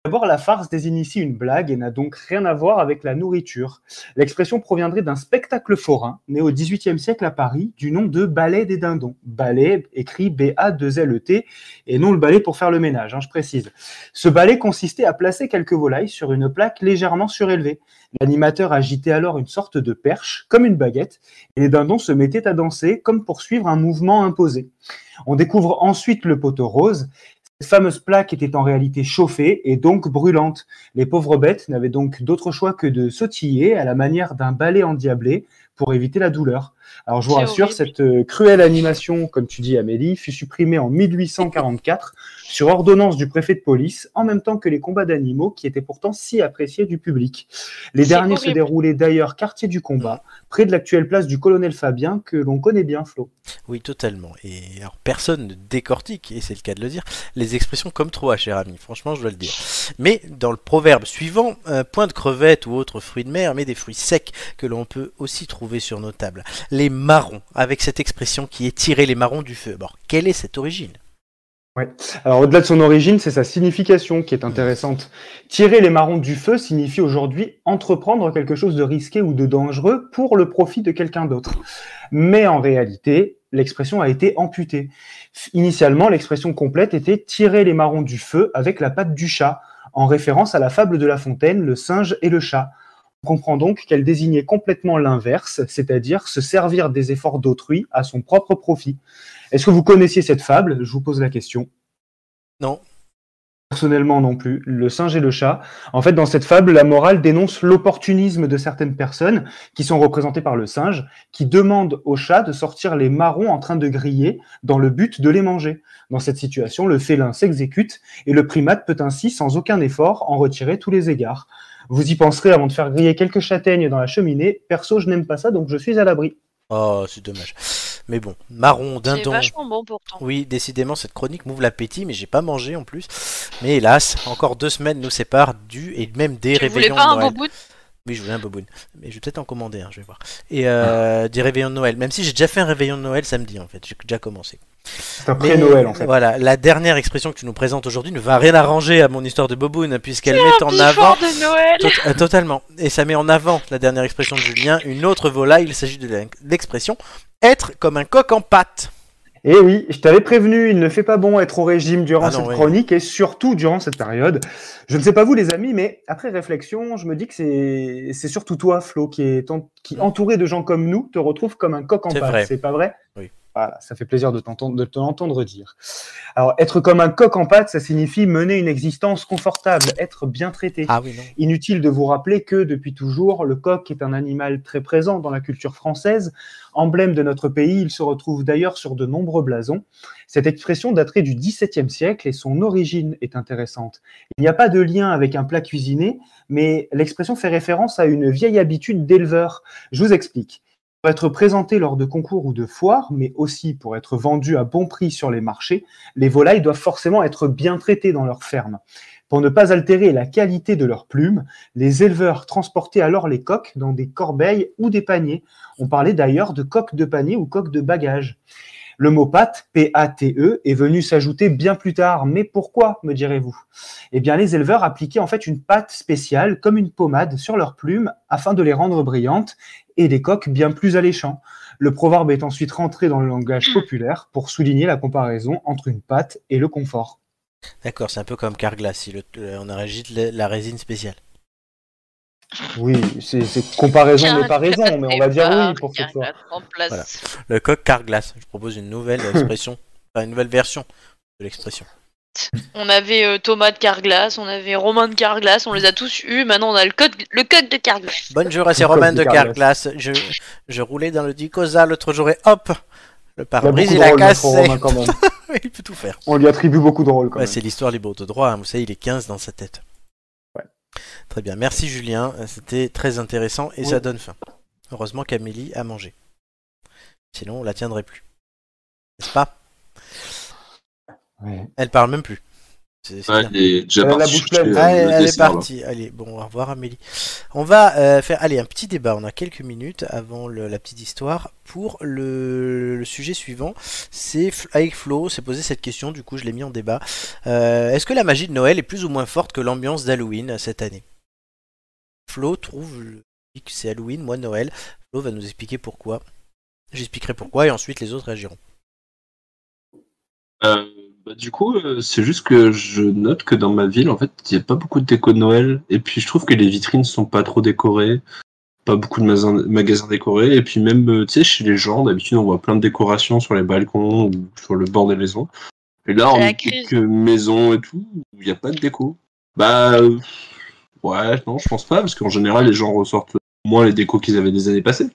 D'abord, la farce désigne ici une blague et n'a donc rien à voir avec la nourriture. L'expression proviendrait d'un spectacle forain né au XVIIIe siècle à Paris du nom de ballet des dindons. Ballet écrit B-A-2-L-E-T E et non le ballet pour faire le ménage, hein, je précise. Ce ballet consistait à placer quelques volailles sur une plaque légèrement surélevée. L'animateur agitait alors une sorte de perche, comme une baguette, et les dindons se mettaient à danser comme pour suivre un mouvement imposé. On découvre ensuite le poteau rose. Cette fameuse plaque était en réalité chauffée et donc brûlante. Les pauvres bêtes n'avaient donc d'autre choix que de sautiller à la manière d'un balai endiablé pour éviter la douleur. Alors je vous C'est rassure, horrible. cette euh, cruelle animation, comme tu dis Amélie, fut supprimée en 1844 sur ordonnance du préfet de police, en même temps que les combats d'animaux qui étaient pourtant si appréciés du public. Les C'est derniers se horrible. déroulaient d'ailleurs quartier du combat, près de l'actuelle place du colonel Fabien que l'on connaît bien, Flo. Oui, totalement. Et alors, personne ne décortique, et c'est le cas de le dire, les expressions comme trop, cher ami. Franchement, je dois le dire. Mais dans le proverbe suivant, euh, point de crevettes ou autres fruits de mer, mais des fruits secs que l'on peut aussi trouver sur nos tables. Les marrons, avec cette expression qui est tirer les marrons du feu. Bon, quelle est cette origine Alors au-delà de son origine, c'est sa signification qui est intéressante. Tirer les marrons du feu signifie aujourd'hui entreprendre quelque chose de risqué ou de dangereux pour le profit de quelqu'un d'autre. Mais en réalité, l'expression a été amputée. Initialement, l'expression complète était tirer les marrons du feu avec la patte du chat, en référence à la fable de La Fontaine, le singe et le chat. On comprend donc qu'elle désignait complètement l'inverse, c'est-à-dire se servir des efforts d'autrui à son propre profit. Est-ce que vous connaissiez cette fable Je vous pose la question. Non. Personnellement non plus. Le singe et le chat. En fait, dans cette fable, la morale dénonce l'opportunisme de certaines personnes qui sont représentées par le singe, qui demandent au chat de sortir les marrons en train de griller dans le but de les manger. Dans cette situation, le félin s'exécute et le primate peut ainsi, sans aucun effort, en retirer tous les égards. Vous y penserez avant de faire griller quelques châtaignes dans la cheminée. Perso, je n'aime pas ça, donc je suis à l'abri. Oh, c'est dommage. Mais bon, marron, C'est dindon. vachement bon pourtant. Oui, décidément, cette chronique m'ouvre l'appétit, mais j'ai pas mangé en plus. Mais hélas, encore deux semaines nous séparent du et même des Tu voulais réveillons pas de un Noël. beau bout de- Oui, je voulais un boboon. Mais je vais peut-être en commander, un, je vais voir. Et euh, des réveillons de Noël. Même si j'ai déjà fait un réveillon de Noël samedi, en fait. J'ai déjà commencé. C'est un Mais pré-Noël, en fait. Voilà, la dernière expression que tu nous présentes aujourd'hui ne va rien arranger à mon histoire de boboon, hein, puisqu'elle met en avant... Bifort de Noël Tot- euh, totalement. Et ça met en avant la dernière expression de Julien, une autre volaille. Il s'agit de la- l'expression être comme un coq en pâte. Eh oui, je t'avais prévenu, il ne fait pas bon être au régime durant Ah non, cette oui. chronique et surtout durant cette période. Je ne sais pas vous les amis, mais après réflexion, je me dis que c'est c'est surtout toi, Flo, qui est en- qui entouré de gens comme nous, te retrouve comme un coq en Mm. C'est pâte. vrai. C'est pas vrai Oui. Voilà, ça fait plaisir de t'entendre de te l'entendre dire. Alors, être comme un coq en pâte, ça signifie mener une existence confortable, être bien traité. Ah oui, non. Inutile de vous rappeler que depuis toujours, le coq est un animal très présent dans la culture française. Emblème de notre pays, il se retrouve d'ailleurs sur de nombreux blasons. Cette expression daterait du XVIIe siècle et son origine est intéressante. Il n'y a pas de lien avec un plat cuisiné, mais l'expression fait référence à une vieille habitude d'éleveur. Je vous explique. Pour être présenté lors de concours ou de foires, mais aussi pour être vendu à bon prix sur les marchés, les volailles doivent forcément être bien traitées dans leur ferme. Pour ne pas altérer la qualité de leurs plumes, les éleveurs transportaient alors les coques dans des corbeilles ou des paniers. On parlait d'ailleurs de coques de panier ou coques de bagage. Le mot pâte, P-A-T-E, E, est venu s'ajouter bien plus tard. Mais pourquoi, me direz-vous Eh bien, les éleveurs appliquaient en fait une pâte spéciale, comme une pommade, sur leurs plumes afin de les rendre brillantes et des coques bien plus alléchants. Le proverbe est ensuite rentré dans le langage populaire pour souligner la comparaison entre une pâte et le confort. D'accord, c'est un peu comme Carglass, si le- le- on agite la, la résine spéciale. Oui, c'est c'est comparaison n'est pas raison, mais on va dire oui pour cette fois. Voilà. Le coq Carglass. Je propose une nouvelle expression, enfin une nouvelle version de l'expression. On avait euh, Thomas de Carglass, on avait Romain de Carglass, on les a tous eu. Maintenant, on a le code, le code de Carglass. Bonjour, c'est Le coq Romain de de Carglass. Carglass. Je, je roulais dans le Dicosa l'autre jour et hop, le Il a pare-brise il beaucoup de a rôles, notre cassé. Romain, quand même. il peut tout faire. On lui attribue beaucoup de rôles quand Ouais, même. c'est l'histoire libre de droit, hein. vous savez, il est 15 dans sa tête. Ouais. Très bien, merci Julien, c'était très intéressant et Oui. ça donne faim. Heureusement qu'Amélie a mangé. Sinon, on la tiendrait plus. N'est-ce pas Ouais. Elle parle même plus. C'est- c'est Ouais, bien. elle est déjà Elle a la partie bouche chercher, pleine. euh, Ah, elle, le elle est dessert, là. partie. Allez, bon, au revoir Amélie. On va euh, faire allez, un petit débat. On a quelques minutes avant le- la petite histoire pour le, le sujet suivant. C'est F- avec Flo, s'est posé cette question. Du coup, je l'ai mis en débat. Euh, Est-ce que la magie de Noël est plus ou moins forte que l'ambiance d'Halloween euh, cette année Flo trouve le- que c'est Halloween, moi Noël. Flo va nous expliquer pourquoi. J'expliquerai pourquoi et ensuite les autres réagiront. Euh, bah, du coup, euh, c'est juste que je note que dans ma ville, en fait, il n'y a pas beaucoup de déco de Noël. Et puis, je trouve que les vitrines sont pas trop décorées. Pas beaucoup de magasins, magasins décorés. Et puis, même, euh, tu sais, chez les gens, d'habitude, on voit plein de décorations sur les balcons ou sur le bord des maisons. Et là, on la est crise. quelques maisons et tout, où il n'y a pas de déco. Bah, euh, ouais, non, je pense pas, parce qu'en général, les gens ressortent moins les décos qu'ils avaient des années passées.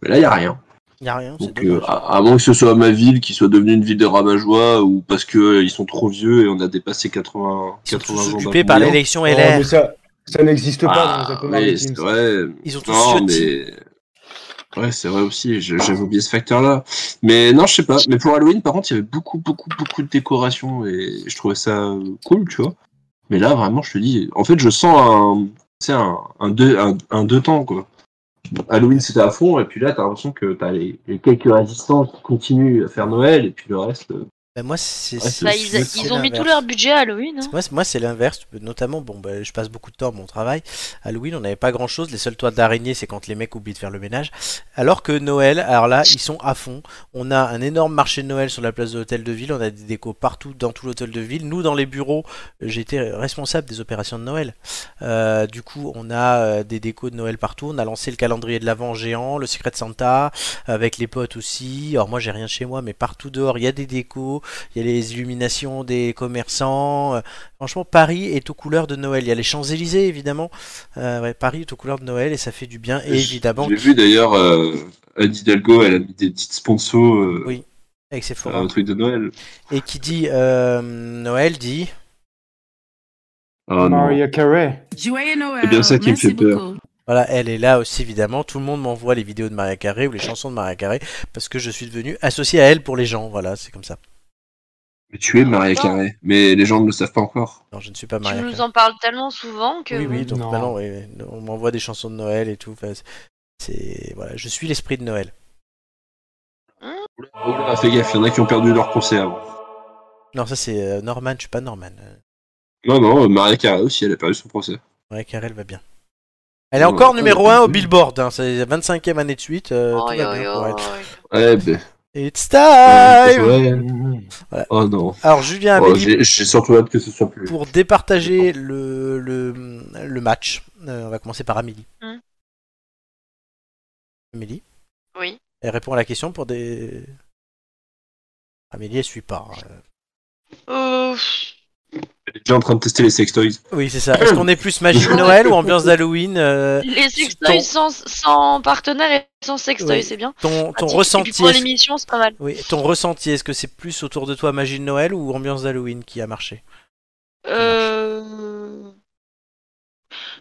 Mais là, il n'y a rien. Il n'y a rien. Oh, c'est Donc, dommage. euh, à, à moins que ce soit ma ville qui soit devenue une ville de rabat-joie ou parce que euh, ils sont trop vieux et on a dépassé 80, Ils sont tous 80 jours occupés par d'inconvénients. l'élection Oh, LR. mais ça, ça n'existe pas dans Ah, les Japonais ouais, maritimes, c'est ça. vrai. Ils ont tous Non, ciotti. mais. Ouais, c'est vrai aussi, je- j'avais oublié ce facteur-là. Mais non, je sais pas. Mais pour Halloween, par contre, il y avait beaucoup, beaucoup, beaucoup de décorations et je trouvais ça euh, cool, tu vois. Mais là, vraiment, je te dis, en fait, je sens un. tu sais, un, un deux, un, un deux temps, quoi. Halloween, c'était à fond, et puis là, t'as l'impression que t'as les, les quelques résistants qui continuent à faire Noël, et puis le reste, euh, Bah, moi, c'est. Ouais, c'est- Bah, c'est- ils, c'est ils ont mis tout l'inverse. leur budget à Halloween. hein. Moi, c'est- moi, c'est l'inverse. Tu peux- Notamment, bon, bah, je passe beaucoup de temps à mon travail. Halloween, on n'avait pas grand chose. Les seuls toits d'araignée, c'est quand les mecs oublient de faire le ménage. Alors que Noël, alors là, ils sont à fond. On a un énorme marché de Noël sur la place de l'hôtel de ville. On a des décos partout dans tout l'hôtel de ville. Nous, dans les bureaux, euh, j'étais responsable des opérations de Noël. Euh, du coup, on a euh, des décos de Noël partout. On a lancé le calendrier de l'Avent géant, le Secret Santa, avec les potes aussi. Alors, moi, j'ai rien chez moi, mais partout dehors, il y a des décos. Il y a les illuminations des commerçants. Euh, Franchement, Paris est aux couleurs de Noël. Il y a les Champs-Élysées, évidemment. Euh, ouais, Paris est aux couleurs de Noël et ça fait du bien. Et évidemment, J'ai vu d'ailleurs euh, Anne Hidalgo, elle a mis des petites sponsors euh, Oui, avec ses forums. un truc de Noël. Et qui dit euh, Noël dit. Ah non. Maria Carey. Joyeux Noël. C'est bien ça qui me Merci fait peur. beaucoup. Voilà, elle est là aussi, évidemment. Tout le monde m'envoie les vidéos de Maria Carré ou les chansons de Maria Carré parce que je suis devenu associé à elle pour les gens. Voilà, c'est comme ça. Mais tu es Maria Non. Carré, mais les gens ne le savent pas encore. Non, je ne suis pas Tu Maria nous Carré. en parles tellement souvent que. Oui, oui, donc Non. maintenant, oui, oui. on m'envoie des chansons de Noël et tout. Enfin, c'est- c'est. Voilà, je suis l'esprit de Noël. Oh là, fais gaffe, il y en a qui ont perdu leur concert avant. Non, ça c'est euh, Norman, je suis pas Norman. Euh, Non, non, euh, Maria Carré aussi, elle a perdu son procès. Maria Carré, elle va bien. Elle est Ouais, encore ouais, numéro ouais, 1 au ouais. Billboard, hein, c'est la 25e année de suite. euh, Oh, tout va yo, bien yo, pour elle. yo. Ouais, ben. It's time ouais. Oh non. Alors Julien Oh, Amélie, J'ai j'ai surtout hâte que ce soit plus. pour départager le, le, le match, euh, on va commencer par Amélie. Hum. Amélie, Oui. elle répond à la question pour des... Amélie, elle suit pas. hein. Euh, Elle est déjà en train de tester les sextoys. Oui, c'est ça. Est-ce qu'on est plus magie de Noël ou ambiance d'Halloween euh, les sextoys sans, sans partenaire et sans sextoy, Oui. c'est bien. Ton, ton Pratique. Et ressenti... puis pour est-ce- l'émission, c'est pas mal. Oui, ton ressenti, est-ce que c'est plus autour de toi magie de Noël ou ambiance d'Halloween qui a marché Euh...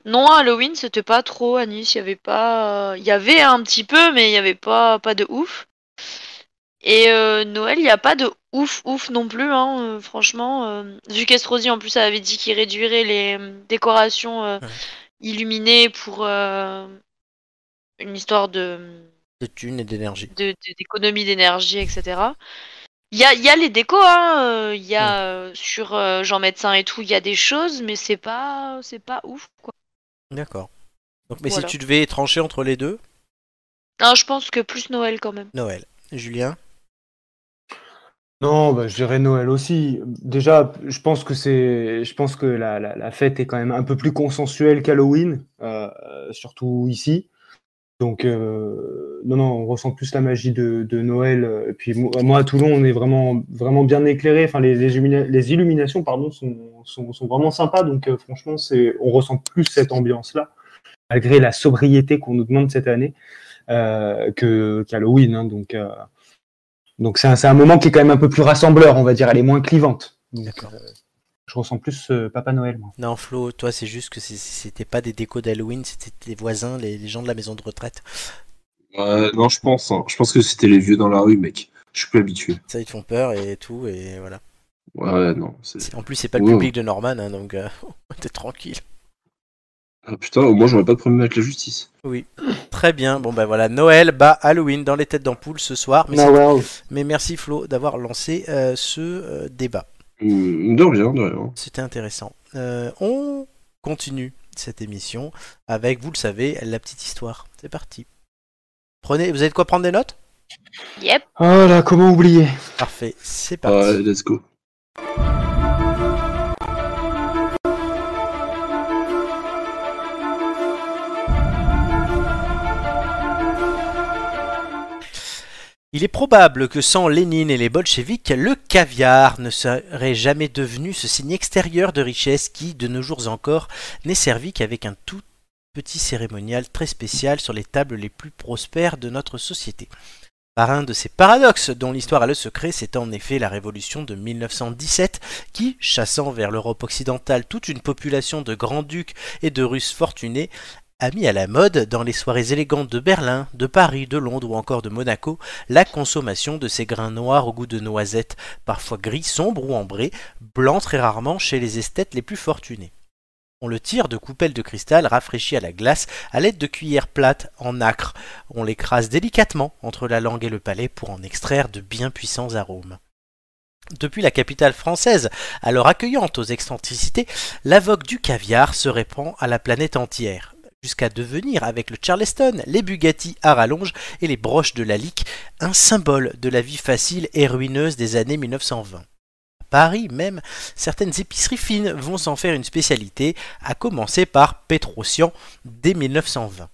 Non, Halloween, c'était pas trop à Nice. Il y avait pas. Il y avait un petit peu, mais il y avait pas pas de ouf. Et euh, Noël, il n'y a pas de ouf ouf non plus, hein, euh, franchement. euh, vu qu'Estrosi en plus avait dit qu'il réduirait les euh, décorations euh, Ouais. illuminées pour euh, une histoire de De thunes et d'énergie. de- de- d'économie d'énergie, etc. Il y a, il y a les décos, hein. euh, Il y a euh, sur euh, Jean Médecin et tout, il y a des choses, mais c'est pas, c'est pas ouf, quoi. D'accord. Donc, mais Voilà. si tu devais trancher entre les deux, Non, je pense que plus Noël quand même. Noël. Julien Non, bah, je dirais Noël aussi. Déjà, je pense que c'est, je pense que la, la, la fête est quand même un peu plus consensuelle qu'Halloween, euh, euh, surtout ici. Donc, euh, non, non, on ressent plus la magie de, de Noël. euh, Et puis, mo- moi, à Toulon, on est vraiment, vraiment bien éclairé. Enfin, les, les, illumina- les illuminations, pardon, sont, sont, sont vraiment sympas. Donc, euh, franchement, c'est, on ressent plus cette ambiance-là, malgré la sobriété qu'on nous demande cette année, euh, que, qu'Halloween. hein. donc, euh, donc c'est un, c'est un moment qui est quand même un peu plus rassembleur, on va dire. Elle est moins clivante. Donc, D'accord. euh, je ressens plus euh, Papa Noël, moi. Non, Flo, toi, c'est juste que c'est- c'était pas des décos d'Halloween, c'était tes voisins, les, les gens de la maison de retraite. Euh, non, je pense. hein. Je pense que c'était les vieux dans la rue, mec. Je suis plus habitué. Ça, ils te font peur et tout, et voilà. Ouais, non. c'est- C'est- En plus, c'est pas le Wow. public de Norman, hein, donc euh, t'es tranquille. Ah, putain, au moins j'aurais pas de problème avec la justice. Très bien, bon ben voilà, Noël bat Halloween dans les têtes d'ampoule ce soir. Mais, c'est- Noël. mais merci Flo d'avoir lancé euh, ce euh, débat. Hum, De rien, de rien. C'était intéressant. Euh, on continue cette émission avec, vous le savez, la petite histoire. C'est parti. Prenez, vous avez de quoi prendre des notes Yep. Oh là, comment oublier Parfait, c'est Ah, parti. let's go. Il est probable que sans Lénine et les bolcheviks, le caviar ne serait jamais devenu ce signe extérieur de richesse qui, de nos jours encore, n'est servi qu'avec un tout petit cérémonial très spécial sur les tables les plus prospères de notre société. Par un de ces paradoxes dont l'histoire a le secret, c'est en effet la révolution de 1917 qui, chassant vers l'Europe occidentale toute une population de grands-ducs et de Russes fortunés, a mis à la mode dans les soirées élégantes de Berlin, de Paris, de Londres ou encore de Monaco la consommation de ces grains noirs au goût de noisette, parfois gris sombre ou ambré, blanc très rarement chez les esthètes les plus fortunés. On le tire de coupelles de cristal rafraîchies à la glace à l'aide de cuillères plates en acre. On l'écrase délicatement entre la langue et le palais pour en extraire de bien puissants arômes. Depuis la capitale française, alors accueillante aux excentricités, la vogue du caviar se répand à la planète entière, jusqu'à devenir, avec le Charleston, les Bugatti à rallonge et les broches de la lique, un symbole de la vie facile et ruineuse des années 1920. À Paris même, certaines épiceries fines vont s'en faire une spécialité, à commencer par Petrosian dès 1920.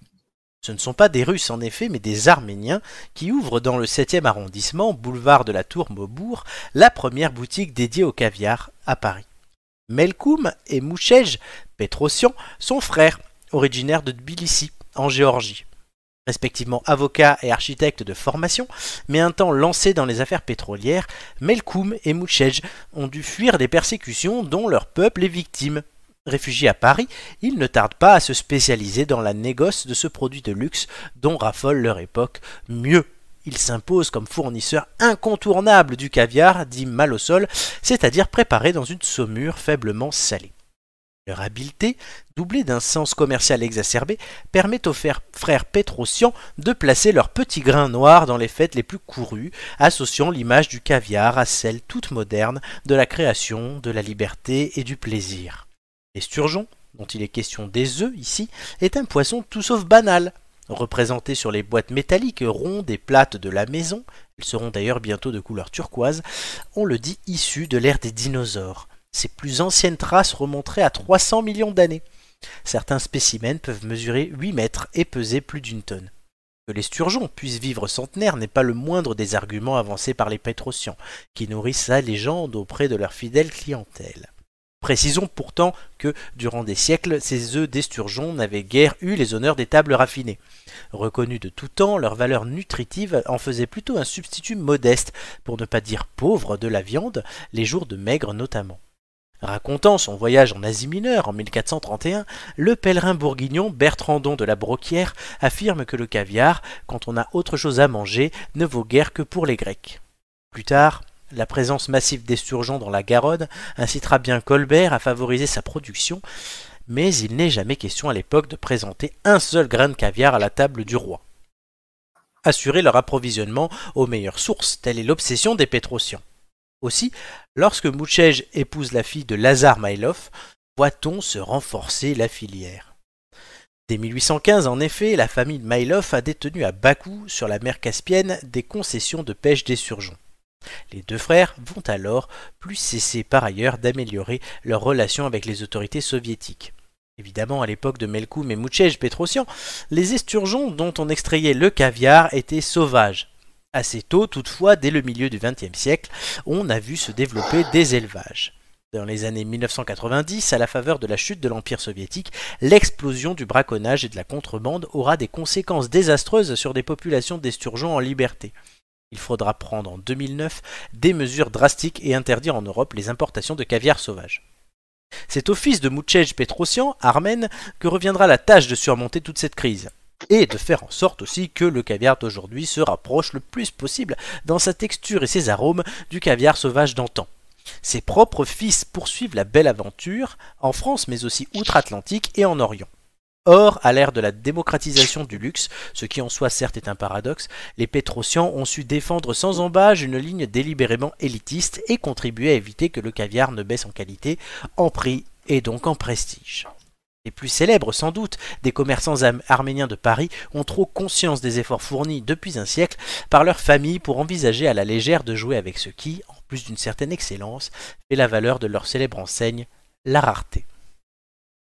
Ce ne sont pas des Russes en effet, mais des Arméniens qui ouvrent dans le 7e arrondissement, boulevard de la Tour Maubourg, la première boutique dédiée au caviar à Paris. Melkoum et Mouchej Petrosian sont frères, originaires de Tbilissi, en Géorgie. Respectivement avocat et architecte de formation, mais un temps lancé dans les affaires pétrolières, Melkoum et Mouchej ont dû fuir des persécutions dont leur peuple est victime. Réfugiés à Paris, ils ne tardent pas à se spécialiser dans la négoce de ce produit de luxe dont raffole leur époque mieux. Ils s'imposent comme fournisseurs incontournables du caviar dit mal au sol, c'est-à-dire préparé dans une saumure faiblement salée. Leur habileté, doublée d'un sens commercial exacerbé, permet aux fer- frères Petrosian de placer leurs petits grains noirs dans les fêtes les plus courues, associant l'image du caviar à celle toute moderne de la création, de la liberté et du plaisir. L'esturgeon, dont il est question des œufs ici, est un poisson tout sauf banal. Représenté sur les boîtes métalliques rondes et plates de la maison, elles seront d'ailleurs bientôt de couleur turquoise, on le dit issu de l'ère des dinosaures. Ses plus anciennes traces remonteraient à 300 millions d'années. Certains spécimens peuvent mesurer 8 mètres et peser plus d'une tonne. Que l'esturgeon puisse vivre centenaire n'est pas le moindre des arguments avancés par les pétrociens, qui nourrissent sa légende auprès de leur fidèle clientèle. Précisons pourtant que, durant des siècles, ces œufs d'esturgeon n'avaient guère eu les honneurs des tables raffinées. Reconnus de tout temps, leur valeur nutritive en faisait plutôt un substitut modeste, pour ne pas dire pauvre, de la viande, les jours de maigre notamment. Racontant son voyage en Asie mineure en 1431, le pèlerin bourguignon Bertrandon de la Broquière affirme que le caviar, quand on a autre chose à manger, ne vaut guère que pour les Grecs. Plus tard, la présence massive d'esturgeons dans la Garonne incitera bien Colbert à favoriser sa production, mais il n'est jamais question à l'époque de présenter un seul grain de caviar à la table du roi. Assurer leur approvisionnement aux meilleures sources, telle est l'obsession des Pétrosiens. Aussi, lorsque Mouchej épouse la fille de Lazare Maïlov, voit-on se renforcer la filière. Dès 1815, en effet, la famille Maïlov a détenu à Bakou, sur la mer Caspienne, des concessions de pêche d'essurgeons. Les deux frères vont alors plus cesser par ailleurs d'améliorer leurs relations avec les autorités soviétiques. Évidemment, à l'époque de Melkoum et Mouchej Petrosian, les esturgeons dont on extrayait le caviar étaient sauvages. Assez tôt, toutefois, dès le milieu du XXe siècle, on a vu se développer des élevages. Dans les années 1990, à la faveur de la chute de l'Empire soviétique, l'explosion du braconnage et de la contrebande aura des conséquences désastreuses sur des populations d'esturgeons en liberté. Il faudra prendre en 2009 des mesures drastiques et interdire en Europe les importations de caviar sauvage. C'est au fils de Mouchej Petrosian, Armen, que reviendra la tâche de surmonter toute cette crise. Et de faire en sorte aussi que le caviar d'aujourd'hui se rapproche le plus possible dans sa texture et ses arômes du caviar sauvage d'antan. Ses propres fils poursuivent la belle aventure, en France mais aussi outre-Atlantique et en Orient. Or, à l'ère de la démocratisation du luxe, ce qui en soi certes est un paradoxe, les pétrocians ont su défendre sans embâge une ligne délibérément élitiste et contribuer à éviter que le caviar ne baisse en qualité, en prix et donc en prestige. Les plus célèbres, sans doute, des commerçants am- arméniens de Paris ont trop conscience des efforts fournis depuis un siècle par leur famille pour envisager à la légère de jouer avec ce qui, en plus d'une certaine excellence, fait la valeur de leur célèbre enseigne, la rareté.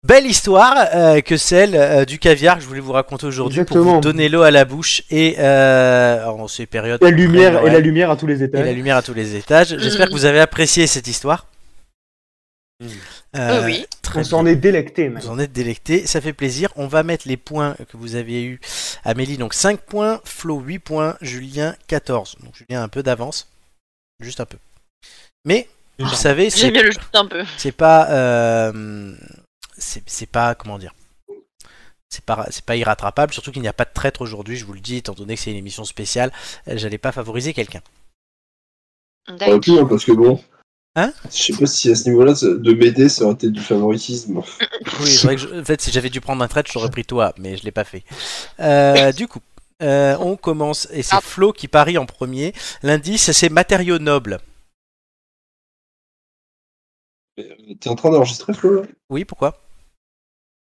Belle histoire euh, que celle euh, du caviar que je voulais vous raconter aujourd'hui pour Exactement. vous donner l'eau à la bouche et euh, en ces périodes La lumière Ouais, et la lumière à tous les et la étages. lumière à tous les étages. J'espère que vous avez apprécié cette histoire. Euh, Oui. très On s'en bien. est délecté. mec. Vous en êtes délecté, ça fait plaisir. On va mettre les points que vous aviez eu. Amélie, donc 5 points, Flo 8 points, Julien 14. Donc Julien un peu d'avance, juste un peu. Mais Ah, vous le savez, J'ai c'est bien le chute un peu. c'est pas, euh, c'est c'est pas comment dire, c'est pas, c'est pas irrattrapable. Surtout qu'il n'y a pas de traître aujourd'hui. Je vous le dis, étant donné que c'est une émission spéciale, euh, j'allais pas favoriser quelqu'un. D'accord. plus, hein, parce que bon. Hein Je sais pas si à ce niveau-là, ça- de BD, ça aurait été du favoritisme. Oui, c'est vrai que je- en fait, si j'avais dû prendre un trait, j'aurais pris toi, mais je l'ai pas fait. Euh, du coup, euh, Ah. on commence, et c'est Flo qui parie en premier. L'indice, c'est matériaux nobles. euh, Mais T'es en train d'enregistrer, Flo là Oui, pourquoi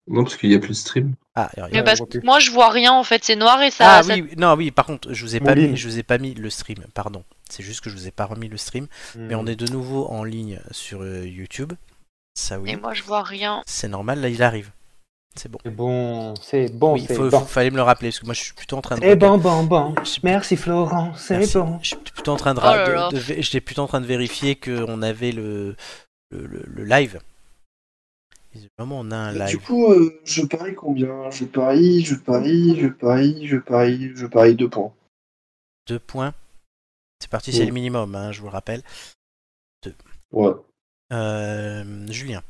Non, parce qu'il n'y a plus de stream. Ah, alors, il y a- Mais on parce voit que plus. moi je vois rien en fait, c'est noir et ça. Ah ça- oui, oui, non, oui, par contre, je vous ai pas Mouline. mis, je vous ai pas mis le stream, pardon. C'est juste que je vous ai pas remis le stream, hmm. mais on est de nouveau en ligne sur euh, YouTube. Ça Et oui, moi je vois rien. c'est normal, là il arrive. C'est bon. C'est bon, c'est bon, Oui, c'est faut- bon. Eh ben, faut- fallait me le rappeler parce que moi je suis plutôt en train de C'est bon, bon, bon. Je suis- Merci Florent, c'est Merci. bon. Je hein. suis plutôt en train de, Oh là de- là. de vé- j'étais plutôt en train de vérifier qu'on avait le le, le- le live. Visiblement, on a un Du live. coup, euh, je parie combien Je parie, je parie, je parie, je parie, je parie deux points. Deux points. C'est parti, c'est Oui. le minimum, hein, je vous le rappelle. Ouais. Euh, Julien,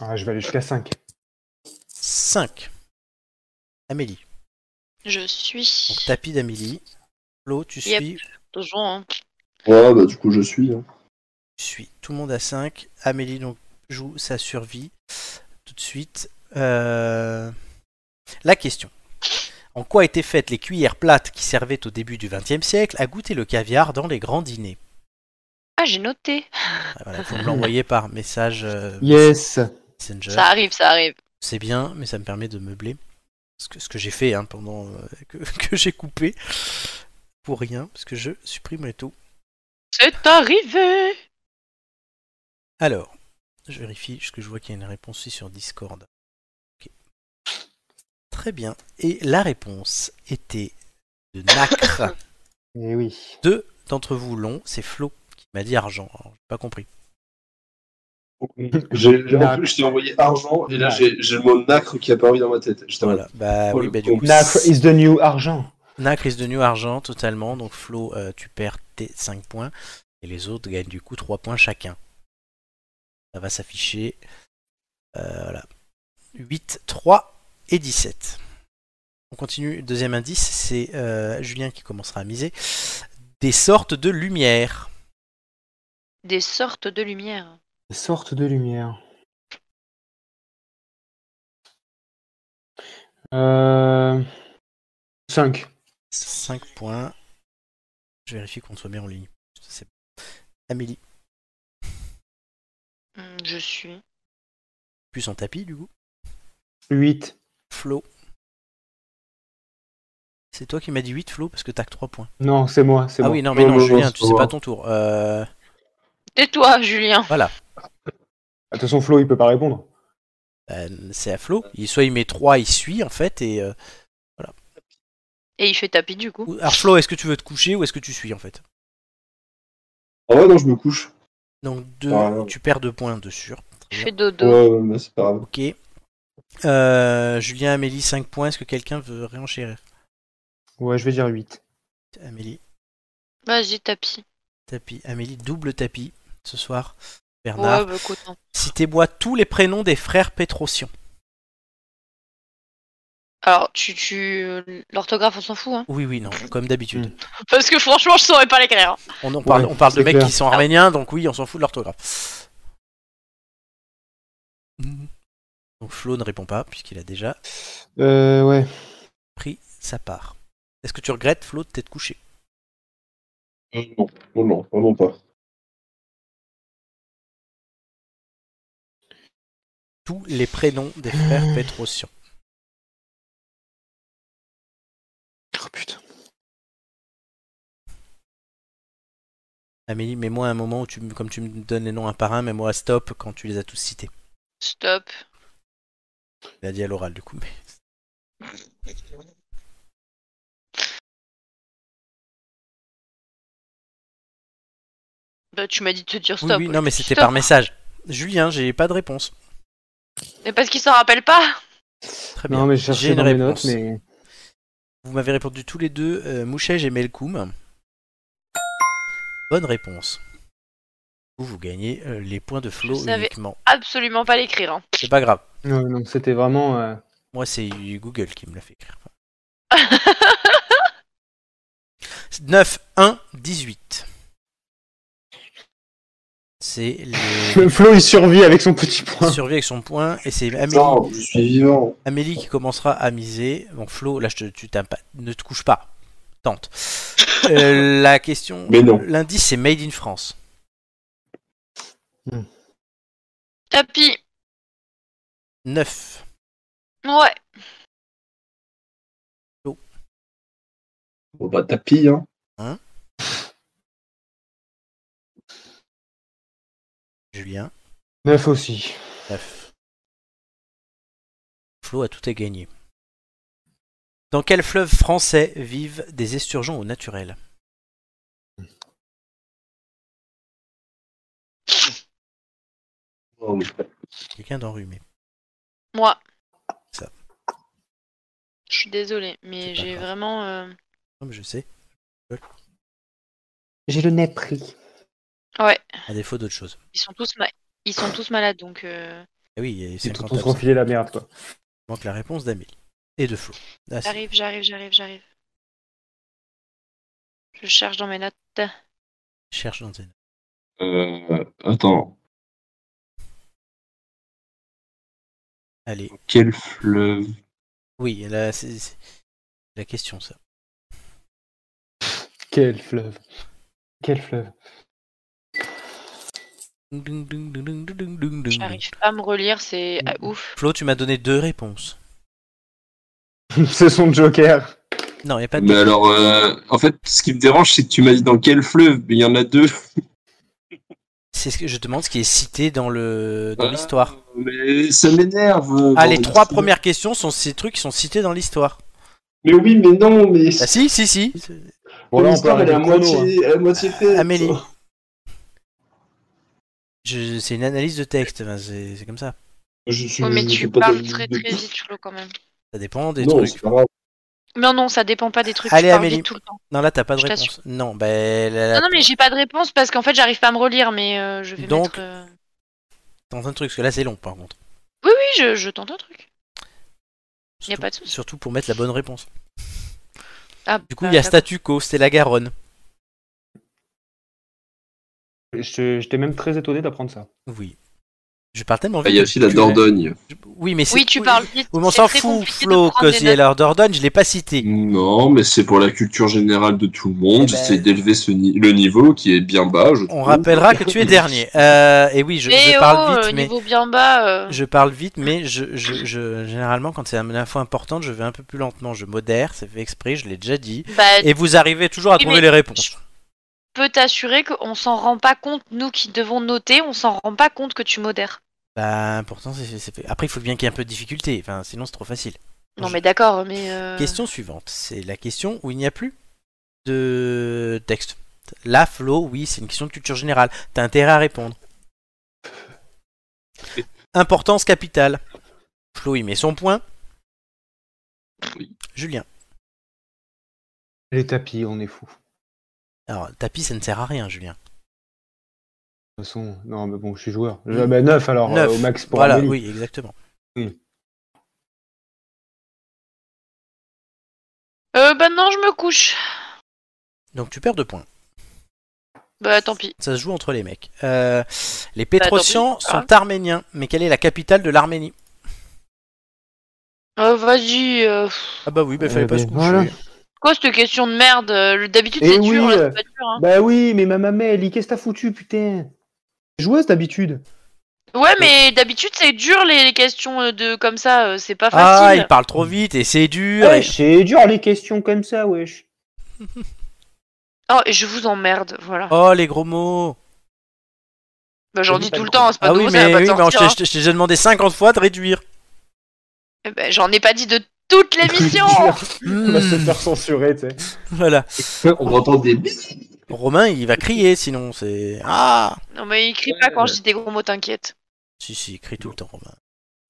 Ah, je vais aller jusqu'à 5. 5. Amélie, Je suis. donc tapis d'Amélie. Flo, tu suis, Yep. Toujours, hein. Ouais, bah du coup, je suis. hein. tu suis. Tout le monde à 5. Amélie donc joue sa survie. Tout de suite. Euh, La question. En quoi étaient faites les cuillères plates qui servaient au début du XXe siècle à goûter le caviar dans les grands dîners Ah, j'ai noté. Ah, Voilà, vous me l'envoyez par message euh, Yes. Messenger. Ça arrive, ça arrive. C'est bien, mais ça me permet de meubler. Ce que, ce que j'ai fait hein, pendant euh, que, que j'ai coupé. Pour rien, parce que je supprime les taux. C'est arrivé. Alors, je vérifie, parce que je vois qu'il y a une réponse aussi sur Discord. Ok. Très bien. Et la réponse était de nacre. Et Eh oui. Deux d'entre vous l'ont, c'est Flo qui m'a dit argent. Alors, J'ai pas compris. J'ai, j'ai- en Nacre. plus, je t'ai envoyé argent, et là, j'ai, j'ai le mot nacre qui est apparu dans ma tête. J'étais en mode, Voilà. Bah Oh, oui, le bah, du coup, pauvre. Nacre c'est- is the new argent. nacre is de new argent totalement. Donc Flo, euh, tu perds tes 5 points. Et les autres gagnent du coup 3 points chacun. Ça va s'afficher. Euh, voilà. 8, 3 et 17. On continue. Deuxième indice, c'est euh, Julien qui commencera à miser. Des sortes de lumière. Des sortes de lumière. Sorte de lumière. Euh... 5. 5 points. Je vérifie qu'on soit bien en ligne. C'est- Amélie, Hmm, Je suis. plus en tapis du coup. 8. Flo. C'est toi qui m'as dit 8 Flo parce que t'as que 3 points. Non, c'est moi, c'est Ah moi. oui, non mais Non, non, non, non, Julien, c'est tu pas sais pas moi. ton tour. Euh, Tais-toi, Julien. voilà. De toute façon, Flo, il peut pas répondre. Euh, c'est à Flo. Il, soit il met 3, il suit en fait. Et, euh, Et il fait tapis du coup. ou- Alors Flo, est-ce que tu veux te coucher ou est-ce que tu suis en fait Ah ouais, non, je me couche. Donc deux, Ah, non. tu perds 2 points de sûr. Je fais dodo. Ouais, ouais, mais c'est pas grave. Ok. Euh, Julien, Amélie, 5 points. Est-ce que quelqu'un veut réenchérir Ouais, je vais dire 8. Amélie, Vas-y, tapis. tapis. Amélie, double tapis ce soir. Bernard, Ouais, bah écoute, non. citez-moi tous les prénoms des frères Pétrosian. Alors, tu, tu... l'orthographe, on s'en fout, hein. Oui, oui, non, comme d'habitude. Parce que franchement, je saurais pas l'écrire. On, on parle, Ouais, on parle de c'est mecs clair. qui sont arméniens, donc oui, on s'en fout de l'orthographe. Mm-hmm. Donc Flo ne répond pas, puisqu'il a déjà Euh, ouais. pris sa part. Est-ce que tu regrettes, Flo, de t'être couché Euh, Non, non, non, vraiment pas. Tous les prénoms des frères Petrosian. Oh putain. Amélie, mets-moi un moment où, tu, me- comme tu me donnes les noms un par un, mets-moi stop quand tu les as tous cités. Stop. Il a dit à l'oral, du coup. mais- Bah, tu m'as dit de te dire Oui, stop. oui, non, mais c'était Stop. par message. Julien, j'ai pas de réponse. Mais parce qu'il s'en rappelle pas. Très bien. Non, mais je j'ai cherchais une dans mes réponse. notes, mais... Vous m'avez répondu tous les deux, euh, Mouchej et Melkoum. Bonne réponse. Vous, vous gagnez euh, les points de Flo savais. uniquement. Absolument pas l'écrire, hein. C'est pas grave. Non, non, c'était vraiment... euh, Moi, c'est Google qui me l'a fait écrire. 9, 1, 18. C'est les... Flo, il survit avec son petit point. survie avec son point et c'est Amélie, Non, je suis vivant. Amélie qui commencera à miser. Donc Flo, là, je te, tu t'as pas- ne te couche pas. Tente. Euh, la question, Mais non. l'indice, c'est Made in France. Happy. 9. Ouais. Bon, bah, tapis, hein. Julien, 9 aussi. 9. Flo a tout à gagner. Dans quel fleuve français vivent des esturgeons au naturel Oh, mais- Quelqu'un d'enrhumé. Moi. Ça. Je suis désolée, mais C'est pas j'ai grave. vraiment. euh, Comme je sais, J'ai le nez pris. à défaut d'autre chose. Ils sont tous ma- Ils sont tous malades, donc. euh, Ah oui, Ils c'est tout se refiler la merde, quoi. manque la réponse d'Amélie. Et de Flo. Ah, c'est- J'arrive, j'arrive, j'arrive, j'arrive. Je cherche dans mes notes. cherche dans tes- Euh, attends, Allez, quel fleuve oui, là, c'est c'est la question, ça. Quel fleuve. Quel fleuve. Ding, ding, ding, ding, ding, ding, ding, ding. J'arrive pas à me relire, c'est ah, ouf. Flo, tu m'as donné deux réponses. C'est son Joker. Non, il n'y a pas de. Mais alors, euh, en fait, ce qui me dérange, c'est que tu m'as dit dans quel fleuve, mais il y en a deux. C'est ce que je demande, ce qui est cité dans le dans Ah, l'histoire. Mais ça m'énerve. euh, Ah, les bordel. trois premières questions sont ces trucs qui sont cités dans l'histoire. Mais oui, mais non, mais. Ah si, si, si. Bon, là, on peut L'histoire, elle arrêter est à le chrono. hein. moitié, à moitié faite. Amélie. Je- C'est une analyse de texte, enfin, c'est c'est comme ça. Je suis- Ouais, Oh, mais je tu fais pas parles de- très de- très vite, Flo, quand même. Ça dépend des Non, trucs. c'est pas grave. Non, non, ça dépend pas des trucs. Allez, je parle Amélie. vite tout le temps. Non, là, t'as pas de Je réponse. Non, ben, là, là, Non, non, mais j'ai pas de réponse parce qu'en fait, j'arrive pas à me relire, mais euh, je vais Donc- mettre. euh, dans un truc, parce que là, c'est long, par contre. Oui, oui, je, je tente un truc. Y a Surtout, pas de souci. surtout pour mettre la bonne réponse. Ah, Du coup, il bah, y a d'accord. statu quo, c'était la Garonne. hein. Je- J'étais même très étonné d'apprendre ça. Oui. Je parle tellement Ah, vite. Il y a que aussi la tu- Dordogne. Oui, mais c'est- bah. Oui, tu parles vite. Oui, mais on c'est s'en très fout, compliqué de Flo, prendre des Cosy et notes. leur Dordogne, je l'ai pas cité. Non, mais c'est pour la culture générale de tout le monde. Eh ben- C'est d'élever ce ni- le niveau qui est bien bas. Je On trouve. rappellera que tu es dernier. Euh, et oui, je, je Eh oh, parle euh, vite, mais niveau bien bas. euh, Ah. je parle vite, mais je, je- je- généralement quand c'est une info importante, je vais un peu plus lentement, je modère, c'est fait exprès, je l'ai déjà dit. Bah, Et vous arrivez toujours à Oui, trouver mais- les réponses. peux t'assurer qu'on s'en rend pas compte, nous qui devons noter, on s'en rend pas compte que tu modères. Bah, pourtant, c'est c'est fait. Après, il faut bien qu'il y ait un peu de difficulté. Enfin, sinon, c'est trop facile. Non Je- mais d'accord, mais... euh, Question suivante, c'est la question où il n'y a plus de texte. Là, Flo, oui, c'est une question de culture générale. T'as intérêt à répondre. Importance capitale. Flo, il met son point. Oui. Julien. Les tapis, on est fou. De Alors, tapis, ça ne sert à rien, Julien. toute façon, non, mais bon, je suis joueur. Je- bah, 9 alors, Neuf. euh, au max pour voilà, Amélie. oui, exactement. Euh, bah non, je me couche. Donc, tu perds deux points. Bah tant pis. Ça se joue entre les mecs. Euh, les tant pis, Pétrosians hein. sont arméniens, mais quelle est la capitale de l'Arménie Euh, Vas-y. euh, Ah, bah oui, bah, fallait Eh pas ben, se coucher. voilà. Quoi cette question de merde euh, D'habitude Eh c'est oui, dur, là euh, c'est pas dur. Hein. Bah oui, mais ma mamelle, qu'est-ce que t'as foutu, putain Joueuse d'habitude. Ouais mais d'habitude c'est dur les, les questions euh, de comme ça, euh, c'est pas Ah, facile. il parle trop vite et c'est dur. et- Wesh, c'est dur les questions comme ça, wesh. Oh et je vous emmerde, voilà. Oh, les gros mots. Bah j'en c'est dis pas tout le le temps, hein, c'est pas Ah oui, nouveau, ça va mais, pas oui, te mais on- je sortir. t'ai- hein. je t'ai déjà demandé 50 fois de réduire. Eh ben, J'en ai pas dit de toute l'émission Hmm. On Bah, va se faire censurer, tu sais. Voilà. On entend des Romain, il va crier, sinon c'est... Ah Non mais il crie pas quand je dis des gros mots, t'inquiète. Si, si, il crie tout le temps, Romain.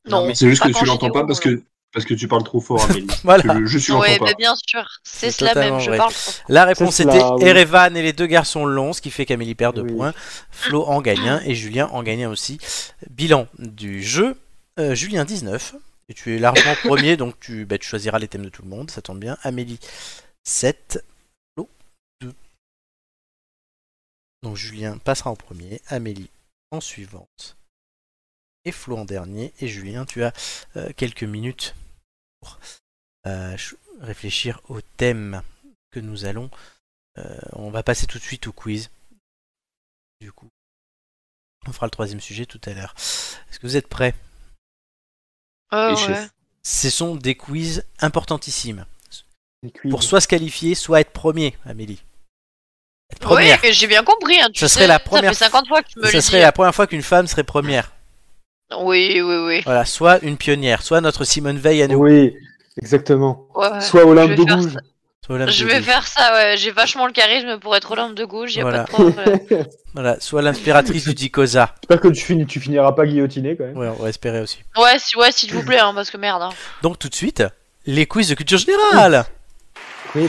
Non, Non, mais C'est juste pas que quand tu je l'entends dis pas au parce boulot. que parce que tu parles trop fort, Amélie. Voilà. Je, je suis Ouais, l'entends bah, pas. bien sûr, c'est C'est cela même, totalement je vrai. parle pas. La réponse C'est était cela, oui. Erevan et les deux garçons longs, ce qui fait qu'Amélie perd 2 Oui. points. Flo en gagne un et Julien en gagne un aussi. Bilan du jeu. euh, Julien 19. Et tu es largement premier, donc tu, bah, tu choisiras les thèmes de tout le monde, ça tombe bien. Amélie 7. Flo 2. Donc Julien passera en premier, Amélie en suivante. Et Flo en dernier. Et Julien, tu as euh, quelques minutes pour euh, ch- réfléchir au thème que nous allons. euh, on va passer tout de suite au quiz. Du coup, On fera le troisième sujet tout à l'heure. Est-ce que vous êtes prêts Ah Et ouais. chef. Ce sont des quiz importantissimes. Les cuivres. Pour soit se qualifier, soit être premier, Amélie. Être Oui, première. mais j'ai bien compris. hein, tu Ce sais, serait la Ça première- fait 50 fois que tu me Ce le serait dis. la première fois qu'une femme serait première. Oui, oui, oui. Voilà, soit une pionnière, soit notre Simone Veil à nous. Oui, exactement. Ouais. Soit Olympe je vais de faire Gouges. Soit Olympe Je de vais Gouges. faire ça, ouais. J'ai vachement le charisme pour être Olympe de gauche, y a Voilà. pas de problème. Voilà, soit l'inspiratrice du Dicosa. J'espère que tu, finis- tu finiras pas guillotiné quand même. Ouais, on va espérer aussi. ouais, si, ouais, s'il vous plaît, hein, parce que merde. hein. Donc tout de suite, les quiz de culture générale. Oui.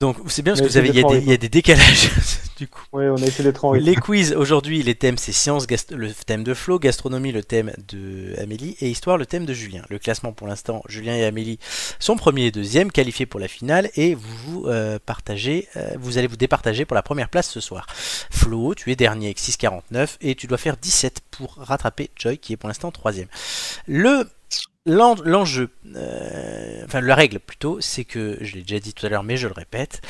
Donc c'est bien parce que vous avez, Mais il y, a c'est des- il y a des décalages du coup. Ouais, on a essayé d'être en rythme. Les quiz aujourd'hui, les thèmes c'est sciences, gast- le thème de Flo, gastronomie, le thème de Amélie et histoire, le thème de Julien. Le classement pour l'instant, Julien et Amélie sont premier et deuxième, qualifiés pour la finale et vous vous euh, partagez, euh, vous allez vous départager pour la première place ce soir. Flo, tu es dernier avec 6,49 et tu dois faire 17 pour rattraper Joy qui est pour l'instant troisième. Le l'en- L'enjeu, euh, enfin la règle plutôt, c'est que, je l'ai déjà dit tout à l'heure mais je le répète,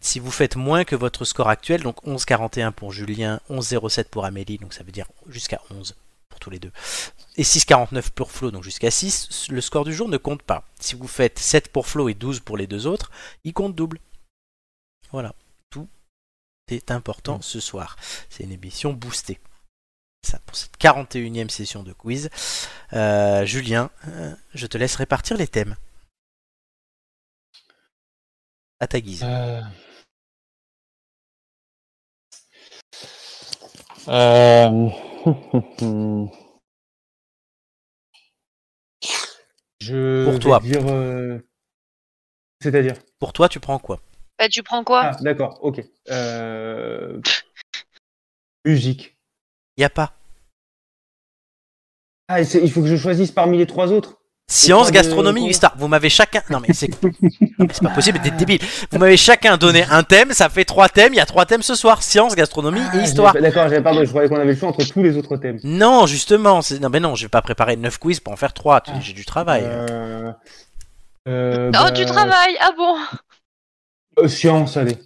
si vous faites moins que votre score actuel, donc 11,41 pour Julien, 11,07 pour Amélie, donc ça veut dire jusqu'à 11 pour tous les deux, et 6,49 pour Flo, donc jusqu'à 6, le score du jour ne compte pas. Si vous faites 7 pour Flo et 12 pour les deux autres, il compte double. Voilà, tout est important ce soir. C'est une émission boostée. Ça pour cette 41e session de quiz. Euh, Julien, euh, je te laisse répartir les thèmes. À ta guise. Euh. Euh, Je Pour vais toi. dire, euh, C'est-à-dire Pour toi, tu prends quoi Bah, tu prends quoi Ah, d'accord, ok. Euh, Musique. Il a pas. Ah, et c'est- il faut que je choisisse parmi les trois autres Science, pas de gastronomie, concours. histoire. Vous m'avez chacun. Non mais c'est non, mais c'est pas possible, t'es débile. Vous m'avez chacun donné un thème, ça fait trois thèmes. Il y a trois thèmes ce soir science, gastronomie Ah, et j'avais histoire. pas- D'accord, j'avais- pardon, je croyais qu'on avait le choix entre tous les autres thèmes. Non, justement. c'est- Non mais non, je vais pas préparer neuf quiz pour en faire trois. Tu- J'ai du travail. Ah. Euh, euh, Oh, bah, tu travailles Ah bon euh, Science, allez.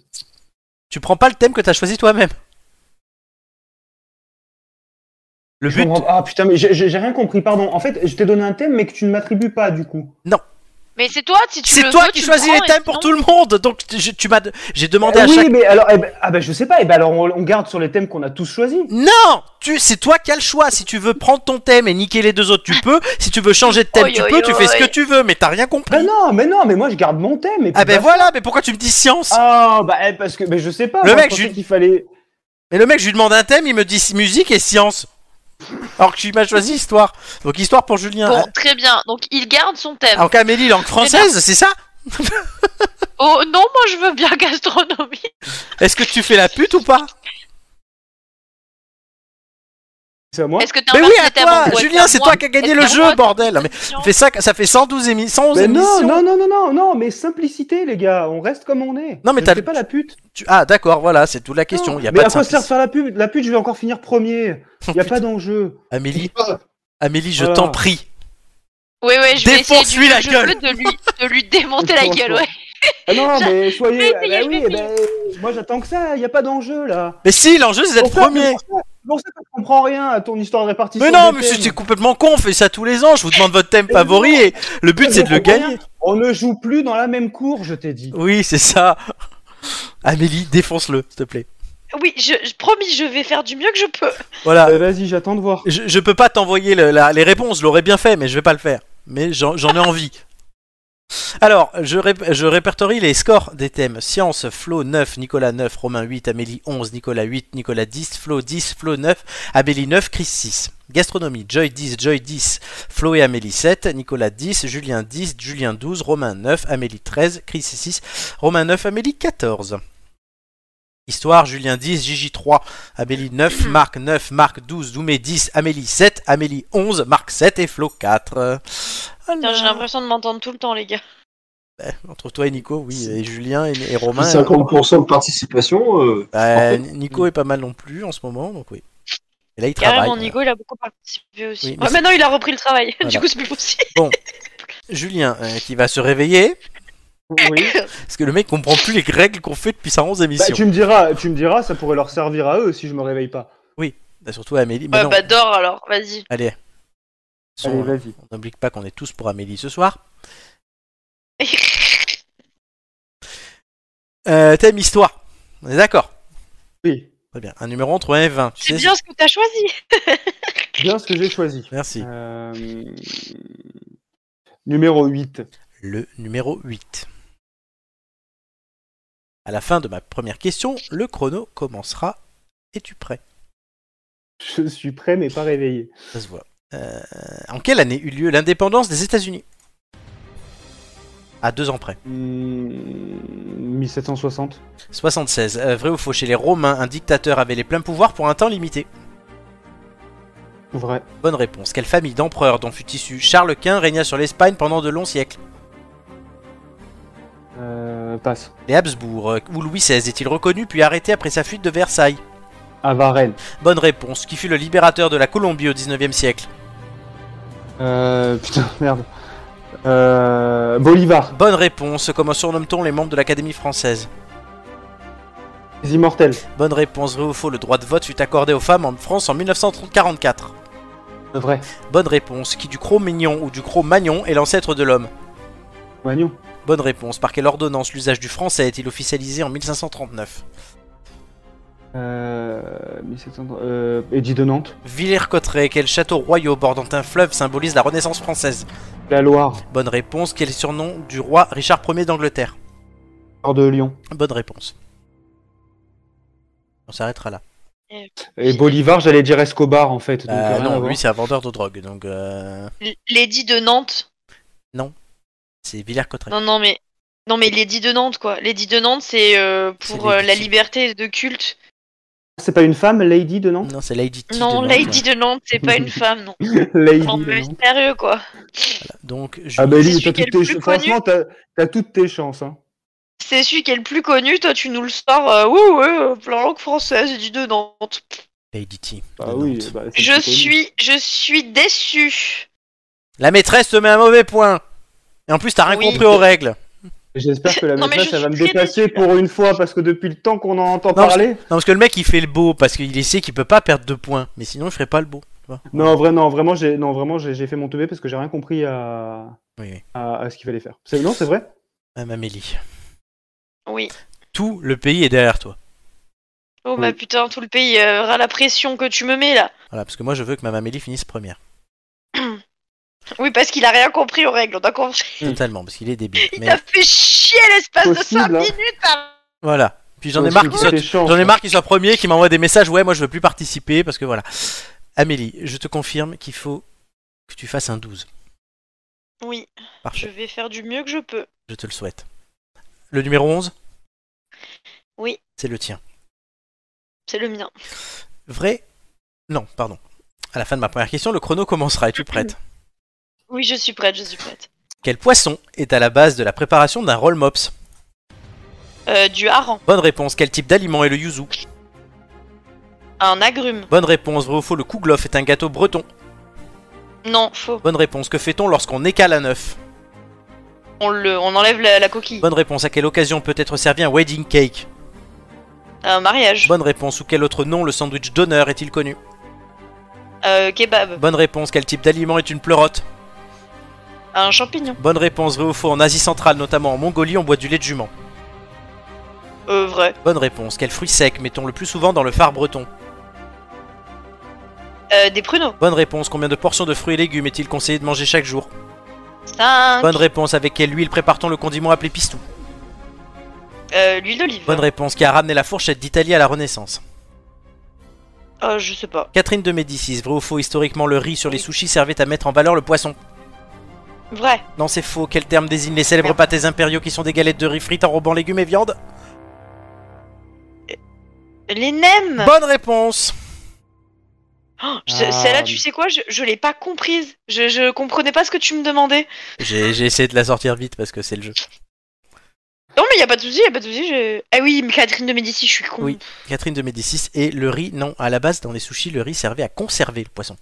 Tu prends pas le thème que t'as choisi toi-même. Le Je but. comprends- Ah putain, mais j'ai- j'ai j'ai rien compris, pardon. En fait, je t'ai donné un thème, mais que tu ne m'attribues pas, du coup. Mais c'est toi, si tu C'est le toi veux, qui tu choisis les prends, et thèmes pour sinon- tout le monde. Donc tu- je- tu m'as. J'ai demandé Euh, à oui, chaque. mais alors, eh ben, ah ben, je sais pas. Et ben alors, on, on garde sur les thèmes qu'on a tous choisis. Non, tu, c'est toi qui as le choix. Si tu veux prendre ton thème et niquer les deux autres, tu peux. Si tu veux changer de thème, Oi, tu oi, peux. Tu fais ce que oi. tu veux, mais t'as rien compris. Ben non, mais non, mais moi je garde mon thème. Et Ah puis ben basta. voilà, mais pourquoi tu me dis science Oh bah eh, parce que mais je sais pas. Le moi, mec, je pensais je- qu'il fallait. Et le mec, je lui demande un thème, il me dit musique et science. Alors que tu m'as choisi histoire. Donc histoire pour Julien. Bon, très bien. Donc, il garde son thème. Alors qu'Amélie, langue française, c'est ça Oh non, moi, je veux bien gastronomie. Est-ce que tu fais la pute ou pas C'est à moi. Est-ce que t'as Mais oui, inversé à les thèmes en toi gros, Julien, c'est toi qui as gagné le Est-ce qu'à jeu, moi, bordel Mais question fais ça, ça fait 112 émi- 111 Mais émissions Ben non, non, non, non, non, non, mais simplicité, les gars, on reste comme on est. Non, mais Je t'as- fais pas la pute. Tu- Ah d'accord, voilà, c'est toute la question. Non. Il y a Ah, mais pas à de quoi sert de simplici- faire la pute La pute, je vais encore finir premier. Il y a pas d'enjeu. Amélie, Amélie, je Voilà. t'en prie. Oui, oui, je vais essayer Défonce-lui de- la je gueule. veux de lui, de lui démonter la gueule, ouais. Ah non, mais soyez. Je vais essayer, ah je bah oui, vais ben, moi j'attends que ça. Il y a pas d'enjeu là. Mais si, l'enjeu, c'est d'être Pour ça- premier. pour ça- Pour ça, que je comprends rien à ton histoire de répartition. Mais non, des mais thèmes. c'est c'est complètement con. On fait ça tous les ans. Je vous demande votre thème Mais favori non. et le but, Je c'est de le comprends gagner. rien. On ne joue plus dans la même cour, je t'ai dit. Oui, c'est ça. Amélie, défonce-le, s'il te plaît. Oui, je, je- promis, je vais faire du mieux que je peux. Voilà. Euh, Vas-y, j'attends de voir. Je, je peux pas t'envoyer le- la- les réponses, je l'aurais bien fait, mais je vais pas le faire. Mais j'en j'en ai envie. Alors, je, rép- je répertorie les scores des thèmes. Science, Flo 9, Nicolas 9, Romain 8, Amélie 11, Nicolas 8, Nicolas 10, Flo 10, Flo 9, Amélie 9, Chris 6. Gastronomie, Joy 10, Joy 10, Flo et Amélie 7, Nicolas 10, Julien 10, Julien 12, Romain 9, Amélie 13, Chris 6, Romain 9, Amélie 14. Histoire, Julien 10, Gigi 3, Amélie 9, Mm-hmm. Marc 9, Marc 12, Doumé 10, Amélie 7, Amélie 11, Marc 7 et Flo 4. Putain, j'ai l'impression de m'entendre tout le temps, les gars. Entre toi et Nico, oui, et Julien et, et Romain. 50% de participation, euh, Euh, Nico est pas mal non plus en ce moment, donc oui. Et là, il travaille. Carrément, Nico, il a beaucoup participé aussi. Oui, mais ouais, c'est- maintenant, il a repris le travail. Voilà. Du coup, c'est plus possible. Julien, euh, qui va se réveiller. Oui. Parce que le mec comprend plus les règles qu'on fait depuis sa 11 Bah, émission. tu me diras, tu me diras, ça pourrait leur servir à eux si je me réveille pas. Surtout Amélie. mais Bah, non. bah, dors alors, vas-y. Allez. Son- Allez, vas-y. on n'oublie pas qu'on est tous pour Amélie ce soir. Euh, thème histoire. On est d'accord Oui, Très bien. Un numéro entre 1 et 20. Tu C'est sais- bien ce que t'as choisi. bien ce que j'ai choisi. Merci. Euh, Numéro 8. le numéro 8. À la fin de ma première question, le chrono commencera. Es-tu prêt Je suis prêt mais pas réveillé. Ça se voit. Euh, en quelle année eut lieu l'indépendance des États-Unis À deux ans près. Hmm, 1760. 76. Euh, vrai ou faux Chez les Romains, un dictateur avait les pleins pouvoirs pour un temps limité. Vrai. Bonne réponse. Quelle famille d'empereurs dont fut issu Charles Quint régna sur l'Espagne pendant de longs siècles Euh, passe. Les Habsbourg. Euh, Où Louis XVI est-il reconnu puis arrêté après sa fuite de Versailles À Varennes. Bonne réponse. Qui fut le libérateur de la Colombie au 19e siècle Euh, putain, merde. Euh, Bolivar. Bonne réponse. Comment surnomme-t-on les membres de l'Académie française Les immortels. Bonne réponse. Vrai ou faux Le droit de vote fut accordé aux femmes en France en 1944. Vrai. Bonne réponse. Qui du Cro-Mignon ou du Cro-Magnon est l'ancêtre de l'homme Magnon. Bonne réponse. Par quelle ordonnance l'usage du français est-il officialisé en 1539 Euh, 1700, euh, Eddie de Nantes. Villers-Cotterêts. Quel château royal bordant un fleuve symbolise la Renaissance française La Loire. Bonne réponse. Quel est le surnom du roi Richard Ier d'Angleterre Port de Lyon. Bonne réponse. On s'arrêtera là. Et Bolivar, j'allais dire Escobar en fait. donc Euh, rien à non, voir. lui c'est un vendeur de drogue, donc euh, L- Lady de Nantes. c'est Villers-Cotterêts. Non, non, mais. Non, mais Lady de Nantes, quoi. Lady de Nantes, c'est euh, C'est pour euh, Lady la Di. liberté de culte. C'est pas une femme, Lady de Nantes Non, c'est Lady T de non, Nantes, Lady de Nantes, c'est pas une femme, non. Lady Non, de mais Nantes. sérieux, quoi. Donc, je Ah bah C'est lui, celui t'as qui est toutes le tes plus ch- franchement, t'as t'as toutes tes chances. Hein. C'est celui qui est le plus connu, toi, tu nous le sors. euh, ouais, ouais, euh, la langue française, Lady de Nantes. Lady T. Bah de oui, Nantes. bah, c'est Je plutôt lui. suis. Je suis déçu. La maîtresse te met un mauvais point. Et en plus, t'as rien Oui. compris aux règles. J'espère que la Non, mais maîtresse, je elle va me suis très dépasser déçue, là. pour une fois, parce que depuis le temps qu'on en entend parce parler. Non, parce que le mec, il fait le beau parce qu'il sait qu'il peut pas perdre deux points. Mais sinon, il ferait pas le beau. tu vois. Non, vrai- non, vraiment, j'ai non, vraiment, j'ai j'ai fait mon teubé parce que j'ai rien compris à, Oui, oui. à, à ce qu'il fallait faire. C'est- Non, c'est vrai Même Amélie. Oui. Tout le pays est derrière toi. Oh, bah Oui. putain, tout le pays euh, aura la pression que tu me mets, là. Voilà, parce que moi, je veux que Mme Amélie finisse première. Oui, parce qu'il a rien compris aux règles, on a compris. Mm. Totalement, parce qu'il est débile. Il Mais t'a fait chier l'espace de 5 Possible, hein. minutes hein. voilà. Puis Euh, j'en ai marre qu'il soit, j'en ai marre qu'il soit premier, qu'il m'envoie des messages. Ouais, moi, je veux plus participer parce que voilà. Amélie, je te confirme qu'il faut que tu fasses un 12. Oui, je Parfait. vais faire du mieux que je peux. Je te le souhaite. Le numéro 11 Oui. C'est le tien. C'est le mien. Vrai Non, pardon. À la fin de ma première question, le chrono commencera. Es-tu prête Oui, je suis prête, je suis prête. Quel poisson est à la base de la préparation d'un roll mops Euh, du hareng, Bonne réponse. Quel type d'aliment est le yuzu un agrume. Bonne réponse. Vrai ou faux, le kouglof est un gâteau breton Non, faux. Bonne réponse. Que fait-on lorsqu'on écale un œuf On, le, on enlève la, la coquille. Bonne réponse. À quelle occasion peut être servi un wedding cake Un mariage. Bonne réponse. Sous quel autre nom le sandwich d'honneur est-il connu Euh, kebab. Bonne réponse. Quel type d'aliment est une pleurote Un champignon. Bonne réponse. Vrai ou faux, en Asie centrale, notamment en Mongolie, on boit du lait de jument Euh, vrai. Bonne réponse. Quel fruit sec mettons le plus souvent dans le phare breton Euh, des pruneaux. Bonne réponse. Combien de portions de fruits et légumes est-il conseillé de manger chaque jour 5. Bonne réponse. Avec quelle huile prépare-t-on le condiment appelé pistou Euh, l'huile d'olive. Bonne réponse. Qui a ramené la fourchette d'Italie à la Renaissance Euh, je sais pas. Catherine de Médicis. Vrai ou faux Historiquement, le riz sur les sushis servait à mettre en valeur le poisson. Vrai. Non, c'est faux. Quel terme désigne les célèbres pâtés impériaux qui sont des galettes de riz frites enrobant légumes et viande Les nems. Bonne réponse Oh, je- Celle-là, tu sais quoi Je, je l'ai pas comprise. Je, je comprenais pas ce que tu me demandais. J'ai j'ai essayé de la sortir vite parce que c'est le jeu. Non, mais y a pas de souci, y a pas de souci. je- Ah oui, mais Catherine de Médicis, je suis con. Oui. Catherine de Médicis et le riz, non, à la base, dans les sushis, le riz servait à conserver le poisson.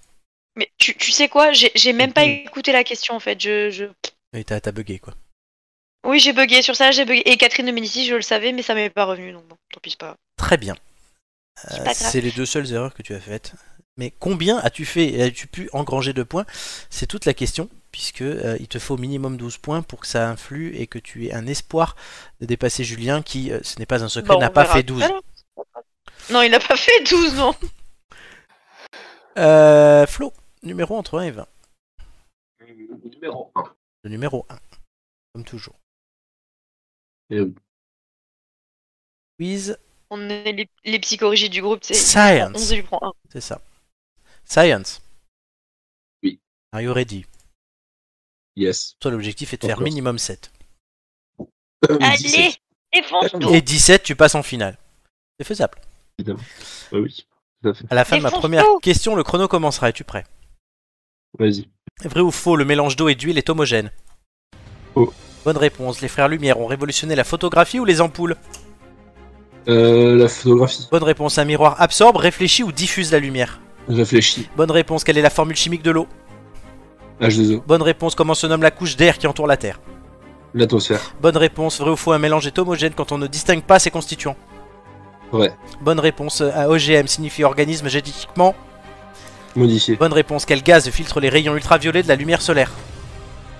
Mais tu, tu sais quoi J'ai j'ai même pas Mhm. écouté la question en fait. Je, je... Et t'as t'as bugué, quoi. Oui, j'ai bugué sur ça, j'ai bugué. Et Catherine de Médicis, je le savais, mais ça m'est pas revenu, donc bon, tant pis, c'est pas. Très bien. C'est Euh, pas grave. C'est les deux seules erreurs que tu as faites. Mais combien as-tu fait et as-tu pu engranger de points C'est toute la question, puisque euh, il te faut au minimum 12 points pour que ça influe et que tu aies un espoir de dépasser Julien qui, euh, ce n'est pas un secret, Bon, n'a on pas verra fait tout 12. à l'heure. Non, il n'a pas fait 12, non. Euh, Flo, numéro entre 1 et 20. Numéro 1. Le numéro 1. Comme toujours. Et- Quiz On est les, les psychorigides du groupe, tu sais. On Science. se lui prend un. C'est ça. Science. Oui. Are you ready Yes. Toi, l'objectif est de faire Encore. minimum 7. Allez, défonce-nous. Et 17, tu passes en finale. C'est faisable. Ouais, Bah oui, tout à fait. À la fin de ma Défonce-nous. première question, le chrono commencera. Es-tu prêt Vas-y. Vrai ou faux, le mélange d'eau et d'huile est homogène Faux. Bonne réponse. Les frères Lumière ont révolutionné la photographie ou les ampoules Euh, la photographie. Bonne réponse. Un miroir absorbe, réfléchit ou diffuse la lumière Réfléchis. Bonne réponse. Quelle est la formule chimique de l'eau H2O. Bonne réponse. Comment se nomme la couche d'air qui entoure la Terre L'atmosphère. Bonne réponse. Vrai ou faux, un mélange est homogène quand on ne distingue pas ses constituants Vrai. Bonne réponse. euh, Un OGM signifie organisme génétiquement Modifié. Bonne réponse. Quel gaz filtre les rayons ultraviolets de la lumière solaire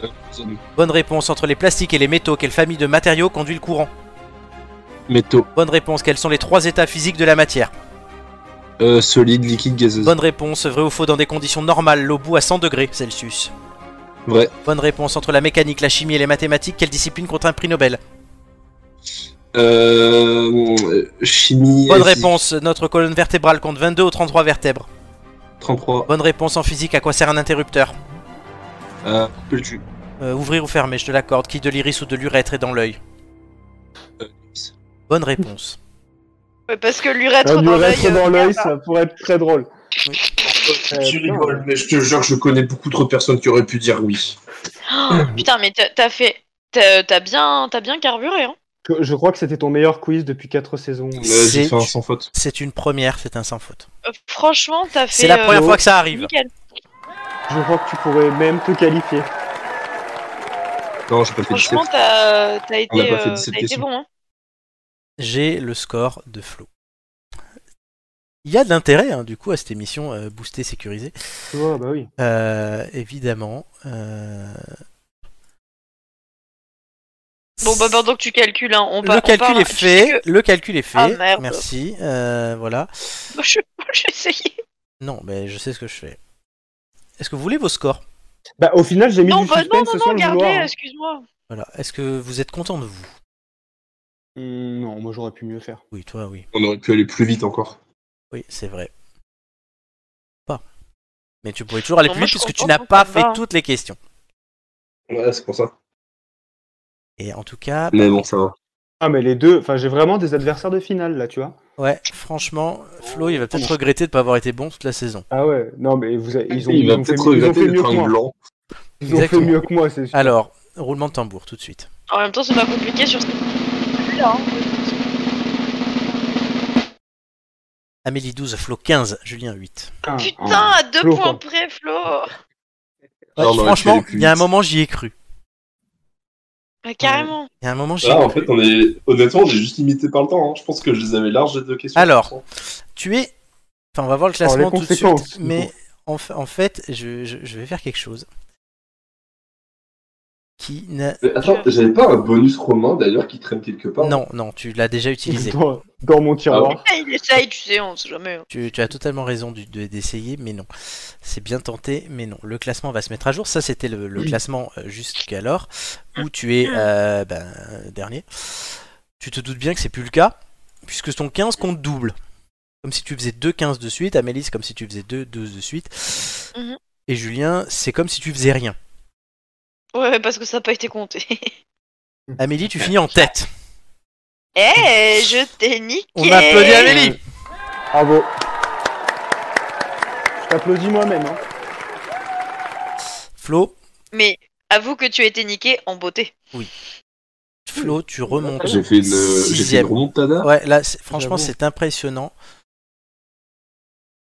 Euh, zone. Bonne réponse. Entre les plastiques et les métaux, quelle famille de matériaux conduit le courant Métaux. Bonne réponse. Quels sont les trois états physiques de la matière Euh, solide, liquide, gazeuse. Bonne réponse. Vrai ou faux, dans des conditions normales, l'eau bout à 100 degrés Celsius Vrai. Bonne réponse. Entre la mécanique, la chimie et les mathématiques, quelle discipline compte un prix Nobel Euh, euh, chimie. Bonne physique. réponse. Notre colonne vertébrale compte 22 ou 33 vertèbres. 33. Bonne réponse en physique. À quoi sert un interrupteur Euh, couper le jus. Euh, Ouvrir ou fermer, je te l'accorde. Qui de l'iris ou de l'urètre est dans l'œil Euh, Bonne réponse. Ouais, parce que l'urètre Un dans l'œil. urètre euh, Ah, dans l'œil, merde. ça pourrait être très drôle. Euh, Tu putain, rigoles, mais je te jure, je connais beaucoup trop de personnes qui auraient pu dire oui. Oh, putain, mais t'as- t'as fait. T'as t'as bien, t'as bien carburé, hein. que- Je crois que c'était ton meilleur quiz depuis 4 saisons. C'est- Vas-y, fais Euh, un sans faute. C'est une première, c'est un sans faute. Euh, Franchement, t'as fait. C'est la première euh, fois que ça arrive. Nickel. Je crois que tu pourrais même te qualifier. Non, j'ai pas fait Franchement, 17. t'as t'as été, On a pas fait euh, 17 t'as été questions. bon. Hein. J'ai le score de Flo. Il y a de l'intérêt, hein, du coup, à cette émission euh, boostée, sécurisée. Tu vois, bah oui. Euh, évidemment. euh, Bon, bah pendant que tu calcules, hein, on, le, pa- on calcul parle- est tu fait, sais le calcul est fait. Ah, merde. Merci. euh, voilà. que- Moi, je- moi, j'ai essayé. Non, mais je sais ce que je fais. Est-ce que vous voulez vos scores Bah, au final, j'ai mis Non, du bah, non, suspense non, sans non, le gardez, vouloir. hein. excuse-moi. Voilà. Est-ce que vous êtes content de vous Hum, non, moi j'aurais pu mieux faire. Oui, toi, oui. On aurait pu aller plus vite encore. Oui, c'est vrai. Pas. Mais tu pourrais toujours aller Non, plus moi, vite je puisque tu comprends n'as ton pas combat, fait hein. toutes les questions. Ouais, c'est pour ça. Et en tout cas, Mais bon, ça va. Ah, mais les deux, enfin, j'ai vraiment des adversaires de finale là, tu vois. ouais, franchement, Flo, il va peut-être regretter de ne pas avoir été bon toute la saison. Ah ouais, non, mais vous avez- ils ont, Il ils va ont fait, peut-être mieux- ils ont regretter fait mieux d'être que un moi. blanc. Ils ont fait Exactement. mieux que moi, c'est sûr. Alors, roulement de tambour tout de suite. En même temps, c'est pas compliqué sur ce là. Hein. Amélie 12, Flo 15, Julien 8. Ah, Putain, à deux Flo, points quoi. près, Flo. Ah, on aurait pu franchement, aller plus il y a un vite. moment, j'y ai cru. Bah, carrément. Il y a un moment, j'y ai Ah, en cru. fait, on est honnêtement, on est juste limité par le temps. hein. Je pense que je les avais larges les deux questions. Alors. Tu es. Enfin, on va voir le Alors, les classement tout de conséquences, suite. du Mais coup. en, fa- en fait, je, je- je vais faire quelque chose. Qui n'a. Mais attends, j'avais pas un bonus romain d'ailleurs qui traîne quelque part. Non, non, tu l'as déjà utilisé. Dans, dans mon tiroir. Ah, Il essaye, tu sais, on sait jamais. hein. Tu, tu as totalement raison du- de- d'essayer, mais non. C'est bien tenté, mais non. Le classement va se mettre à jour. Ça, c'était le, le classement euh, jusqu'alors, où tu es euh, ben, dernier. Tu te doutes bien que c'est plus le cas, puisque ton 15 compte double. Comme si tu faisais deux 15 de suite. Amélie, c'est comme si tu faisais deux 12 de suite. Mhm. Et Julien, c'est comme si tu faisais rien. Ouais, parce que ça n'a pas été compté. Amélie, tu finis en tête. Eh, je t'ai niqué. On applaudit Amélie Ah Bravo. Je t'applaudis moi-même. Hein. Flo, Mais avoue que tu as été niqué en beauté. Flo, tu remontes. J'ai fait une, j'ai fait une sixième. remontada. Ouais, là, c'est- franchement, J'avoue. c'est impressionnant.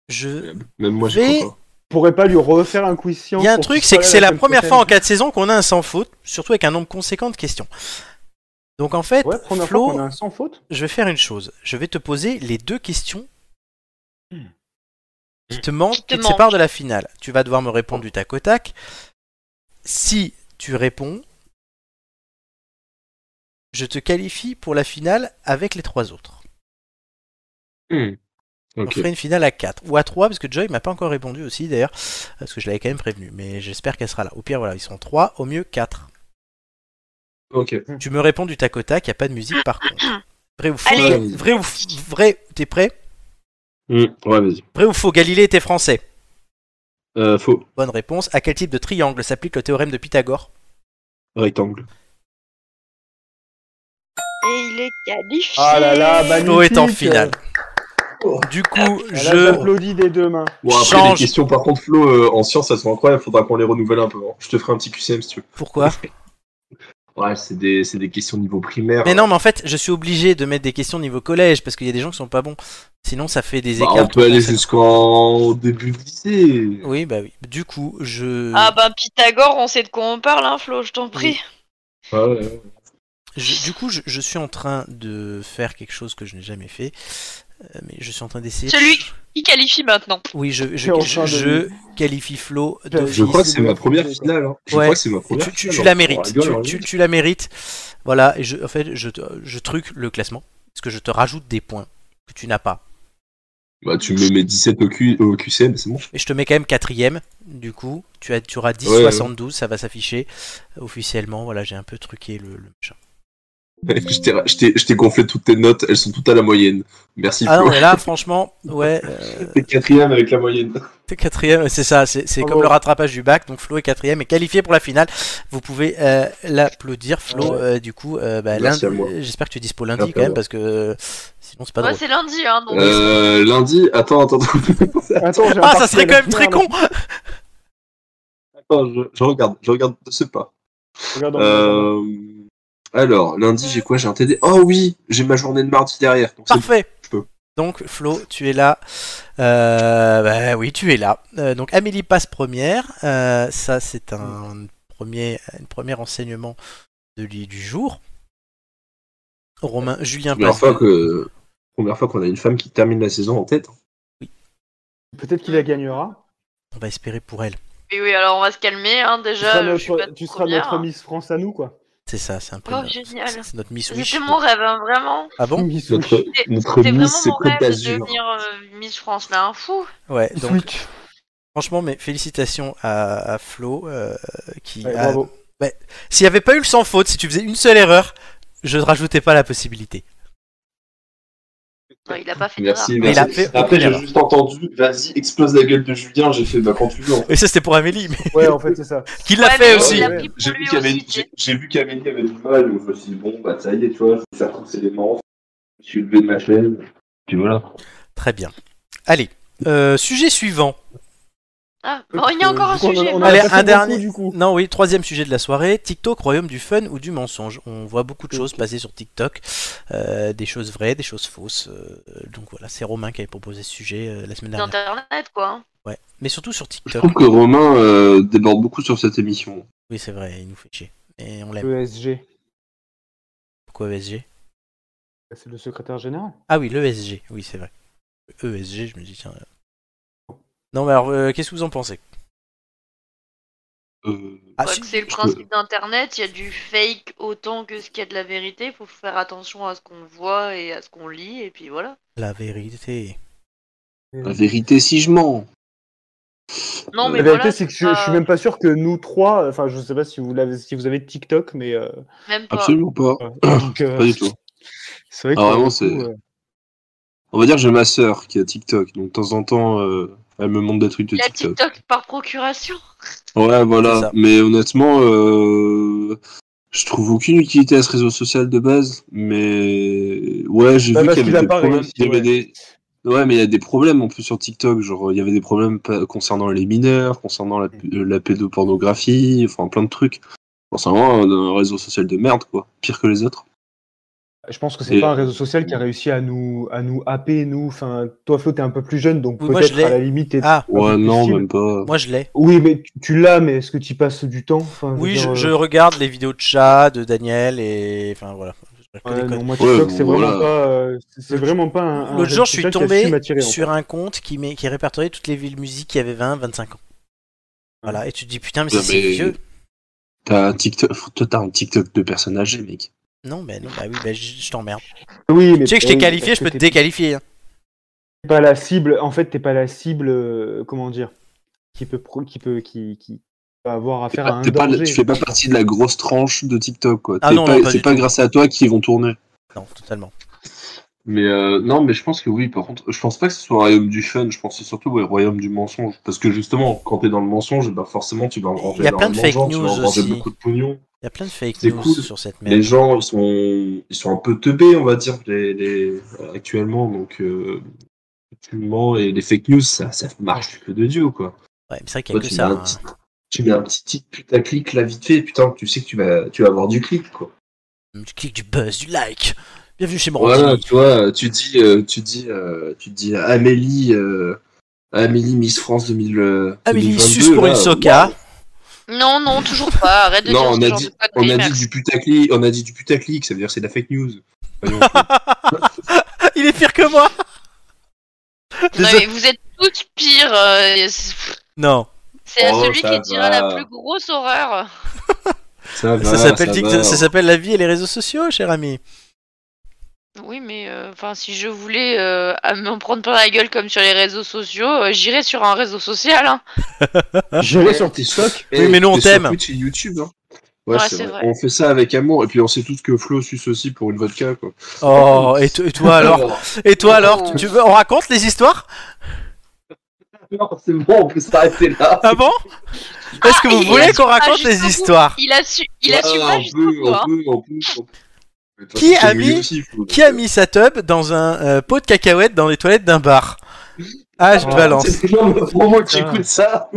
Je Même moi, j'ai Mais- pas. pourrais pas lui refaire un quiz science Il y a un pour truc, qu'il c'est soit que là c'est la semaine première prochaine fois en 4 saisons qu'on a un sans faute, surtout avec un nombre conséquent de questions. Donc en fait, Ouais, première Flo, fois qu'on a un sans faute. je vais faire une chose. Je vais te poser les deux questions Hmm. qui te manquent, Qui qui te te, manquent. séparent de la finale. Tu vas devoir me répondre du tac au tac. Si tu réponds, je te qualifie pour la finale avec les trois autres. Hmm. On Ok. ferait une finale à 4 ou à 3 parce que Joy m'a pas encore répondu aussi d'ailleurs parce que je l'avais quand même prévenu mais j'espère qu'elle sera là. Au pire voilà, ils seront 3, au mieux 4. Ok. Tu me réponds du tac au tac, y a pas de musique par contre. Vrai ou faux Allez. euh, Vrai ou f- vrai T'es prêt Hmm. Ouais, vas-y. Vrai ou faux Galilée était français. Euh, faux. Bonne réponse. À quel type de triangle s'applique le théorème de Pythagore Rectangle. Et il est qualifié. Ah là là, magnifique. Flo est en finale. Oh. Du coup, Elle a- je J'applaudis des deux mains. Bon, après, les Change. questions, par contre, Flo, euh, en science, elles sont incroyables. Faudra qu'on les renouvelle un peu. hein. Je te ferai un petit QCM si tu pourquoi veux. Ouais, c'est des, c'est des questions niveau primaire. Mais non, mais en fait, je suis obligé de mettre des questions niveau collège parce qu'il y a des gens qui sont pas bons. Sinon, ça fait des Bah, écarts. on peut aller jusqu'en début de lycée. Oui, bah oui. Du coup, je Ah bah Pythagore, on sait de quoi on parle, hein, Flo, je t'en prie. Ouais, ouais. Je- du coup, je, je suis en train de faire quelque chose que je n'ai jamais fait, euh, mais je suis en train d'essayer. Celui- Il qualifie maintenant. Oui, je, je, T'es en train de- je qualifie Flo de. Je crois que c'est ma Ouais. première finale. hein. Je Ouais. crois que c'est ma Tu, première tu- tu finale, la hein. mérites. Oh, Tu, la gueule, tu- hein. tu la mérites. Voilà. Et je, en fait, je, te- je truc le classement parce que je te rajoute des points que tu n'as pas. Bah, tu me mets mes 17 au, Q- au QCM, c'est bon. Et je te mets quand même quatrième. Du coup, tu, as, tu auras 10 Ouais, 72. Ça va s'afficher officiellement. Voilà, j'ai un peu truqué le. le machin. je t'ai ra- je t'ai- je t'ai gonflé toutes tes notes, elles sont toutes à la moyenne. Merci Ah Flo. non, mais là, franchement, ouais. euh, T'es quatrième avec la moyenne. T'es quatrième, c'est ça, c'est Oh c'est Bravo. comme le rattrapage du bac, donc Flo est quatrième et qualifié pour la finale. Vous pouvez euh, l'applaudir, Flo, Ouais. euh, du coup, euh, bah, Merci lundi- à moi. euh, j'espère que tu es dispo lundi Merci à quand même, moi. parce que euh, sinon c'est pas Moi drôle. c'est lundi, hein, donc Euh, lundi, attends, attends, Attends, j'ai un ah, ça parti à serait la quand même très finale. con attends, je, je regarde, je regarde de ce pas. Regarde, on- Euh, alors, lundi, j'ai quoi J'ai un TD. Oh oui, j'ai ma journée de mardi derrière. donc c'est Parfait je peux. Donc Flo, tu es là. Euh, bah oui, tu es là. Euh, donc Amélie passe première. Euh, ça, c'est un premier, un premier enseignement de, l'i- du jour. Romain, Julien la première passe. fois que. Première fois qu'on a une femme qui termine la saison en tête. hein. Peut-être qu'il la gagnera. On va espérer pour elle. oui, oui, alors on va se calmer, hein, Tu déjà. seras euh, je suis pas notre, tu seras première. notre Miss France à nous, quoi. C'est ça, c'est un peu. Oh, notre- génial. C'est notre Miss Wish. C'était mon rêve, hein, vraiment. Ah bon Miss Notre, C'est- notre C'était Miss, vraiment c'est mon rêve Côte de d'Azur. devenir euh, Miss France, là, un fou. Ouais, Wish. donc Switch. franchement, mes félicitations à, à Flo euh, qui. Ouais, a- bravo. S'il n'y avait pas eu le sans faute, si tu faisais une seule erreur, je ne rajoutais pas la possibilité. Non, il a pas fait Merci, Mais il merci. a fait Après, aucune j'ai erreur. juste entendu, vas-y, explose la gueule de Julien, j'ai fait, bah, quand tu veux. en fait. Et ça c'était pour Amélie, mais Ouais, en fait, c'est ça. qui l'a Ouais, fait mais aussi. il a Ouais. pris pour J'ai lui vu qu'Amélie aussi, tu sais. j'ai- j'ai vu qu'Amélie avait du mal, donc je me suis dit, bon, bah, ça y est, tu vois, je vais faire tous les manches, je suis levé de ma chaise, puis voilà. Très bien. Allez, euh, sujet suivant. Ah, bon, il y a Euh, encore un du coup, on a- sujet. on a bah, Allez, pas fait un beaucoup, dernier. Du coup. Non, oui, troisième sujet de la soirée TikTok, royaume du fun ou du mensonge. On voit beaucoup de choses passer sur TikTok, euh, des choses vraies, des choses fausses. euh, donc voilà, c'est Romain qui avait proposé ce sujet euh, la semaine dernière. D'internet, quoi. hein. Ouais, mais surtout sur Je TikTok. trouve que Romain euh, déborde beaucoup sur cette émission. Oui, c'est vrai, il nous fait chier. Et on l'aime. ESG. Pourquoi ESG Bah, C'est le secrétaire général. Ah oui, l'ESG, oui, c'est vrai. ESG, je me dis, tiens. euh. Non, mais alors, euh, qu'est-ce que vous en pensez Euh, Ah, Quoi si- que c'est le je principe d'Internet, il y a du fake autant que ce qu'il y a de la vérité. Il faut faire attention à ce qu'on voit et à ce qu'on lit, et puis voilà. La vérité. La vérité, si je mens. Non, Euh, mais la vérité, voilà, c'est que c'est je, je suis pas- même pas sûr que nous trois, euh, enfin, je sais pas si vous, l'avez- si vous avez TikTok, mais. euh, même pas. Absolument pas. euh, donc, euh, Pas du tout. C'est vrai que. Ah, pour vraiment, le coup, c'est- euh, On va dire j'ai ma sœur qui a TikTok, donc de temps en temps euh, elle me montre des trucs de Il y a TikTok. TikTok par procuration. Ouais, C'est voilà. ça. Mais honnêtement, euh, je trouve aucune utilité à ce réseau social de base. Mais ouais, j'ai Bah, vu parce qu'il y qu'il a avait des pas problèmes. réussi, il y avait ouais. des- Ouais, mais il y a des problèmes en plus sur TikTok. Genre, il y avait des problèmes pa- concernant les mineurs, concernant la, Mm. euh, la pédopornographie, enfin plein de trucs. Bon, c'est vraiment un, un réseau social de merde, quoi. Pire que les autres. Je pense que c'est Et- pas un réseau social qui a réussi à nous, à nous happer, nous. Enfin, toi, Flo, t'es un peu plus jeune, donc Oui, moi, peut-être je l'ai. à la limite. t'es- Ah, Ouais, Impossible. non, même pas. moi je l'ai. Oui, mais tu, tu l'as, mais est-ce que tu passes du temps Enfin, Oui, veux je, dire, je euh, regarde les vidéos de chat, de Daniel et. Enfin voilà. Je connais ouais, que- non, moi, Ouais, TikTok, c'est voilà. vraiment pas, euh, c'est- c'est vraiment pas un. un L'autre réseau jour, je suis social qui a su tombé m'attirer, en sur un compte qui, met, qui répertoriait toutes les villes musique qui avaient 20, 25 ans. Voilà, et tu te dis putain, mais Ouais, c'est mais- vieux. T'as un TikTok, toi t'as un TikTok de personnes âgées, mec. Non, bah non, bah oui, bah je, je t'emmerde. fait. Oui, mais Tu sais que je t'ai oui, qualifié, parce je peux que te t'es déqualifier. hein. pas la cible. En fait, t'es pas la cible. euh, comment dire Qui peut, pro- qui peut, qui, qui va avoir affaire à un T'es pas- danger. tu fais pas partie de la grosse tranche de TikTok, quoi. Ah T'es non, pas- non, pas c'est du pas tout. grâce à toi qu'ils vont tourner. Non, totalement. Mais euh, non, mais je pense que oui, par contre, je pense pas que ce soit le royaume du fun, je pense que c'est surtout ouais, le royaume du mensonge. Parce que justement, quand t'es dans le mensonge, bah forcément tu vas engranger Il y a plein de énormément fake gens, tu vas news engranger aussi. beaucoup de pognon. Il y a plein de fake C'est news cool. sur cette Les merde. gens, ils sont, ils sont un peu teubés, on va dire, les, les- actuellement. Donc, euh, tu mens et les fake news, ça, ça marche que de Dieu, quoi. Ouais, mais c'est vrai qu'il y a Toi, que tu, ça. mets hein. un petit, tu mets un petit titre putaclic là vite fait, putain, tu sais que tu vas, tu vas avoir du clic, quoi. Du clic, du buzz, du like. Bienvenue chez Morandini. Voilà, tu vois, tu dis, euh, tu dis, euh, tu dis Amélie, euh, Amélie Miss France 2000, euh, Amélie 2022, sus pour là, une euh, soca. Non, non, toujours pas. Arrête de Non, dire on ce a genre dit- de conneries, On a dit merci. du putaclic, on a dit du putaclic, ça veut dire que c'est de la fake news. Voyons. Il est pire que moi. Non, Désolé. mais vous êtes tous pires. euh, c'est- Non, C'est à Oh, celui ça qui dira la va. plus grosse horreur. ça va, ça s'appelle Ah, ça tic- va. ça s'appelle la vie et les réseaux sociaux, cher ami. Oui, mais euh, enfin, si je voulais euh, à m'en prendre plein la gueule comme sur les réseaux sociaux, euh, j'irais sur un réseau social. hein. Ah, Je l'ai sur TikTok. Oui, mais nous, on t'es sur t'aime. Twitch et YouTube, hein. Ouais, Ouais, c'est c'est vrai. vrai. On fait ça avec amour, et puis on sait tous que Flo suce aussi pour une vodka, quoi. Oh, et, to- et toi alors Et toi alors Tu veux on raconte les histoires Non, c'est bon, on peut s'arrêter là. Ah bon Est-ce que Ah, vous il voulez assume qu'on pas raconte jusqu'au les bout. histoires Il a su, il a su Ouais, pas Ah, on jusqu'au peut, bout. hein. on peut, on peut, on peut. Mais de toute Qui façon, a c'est mis- négatif, donc, Qui a mis sa tub dans un euh, pot de cacahuètes dans les toilettes d'un bar Ah, je te Ah, balance. C'est les gens de promo qui Putain. écoutent ça.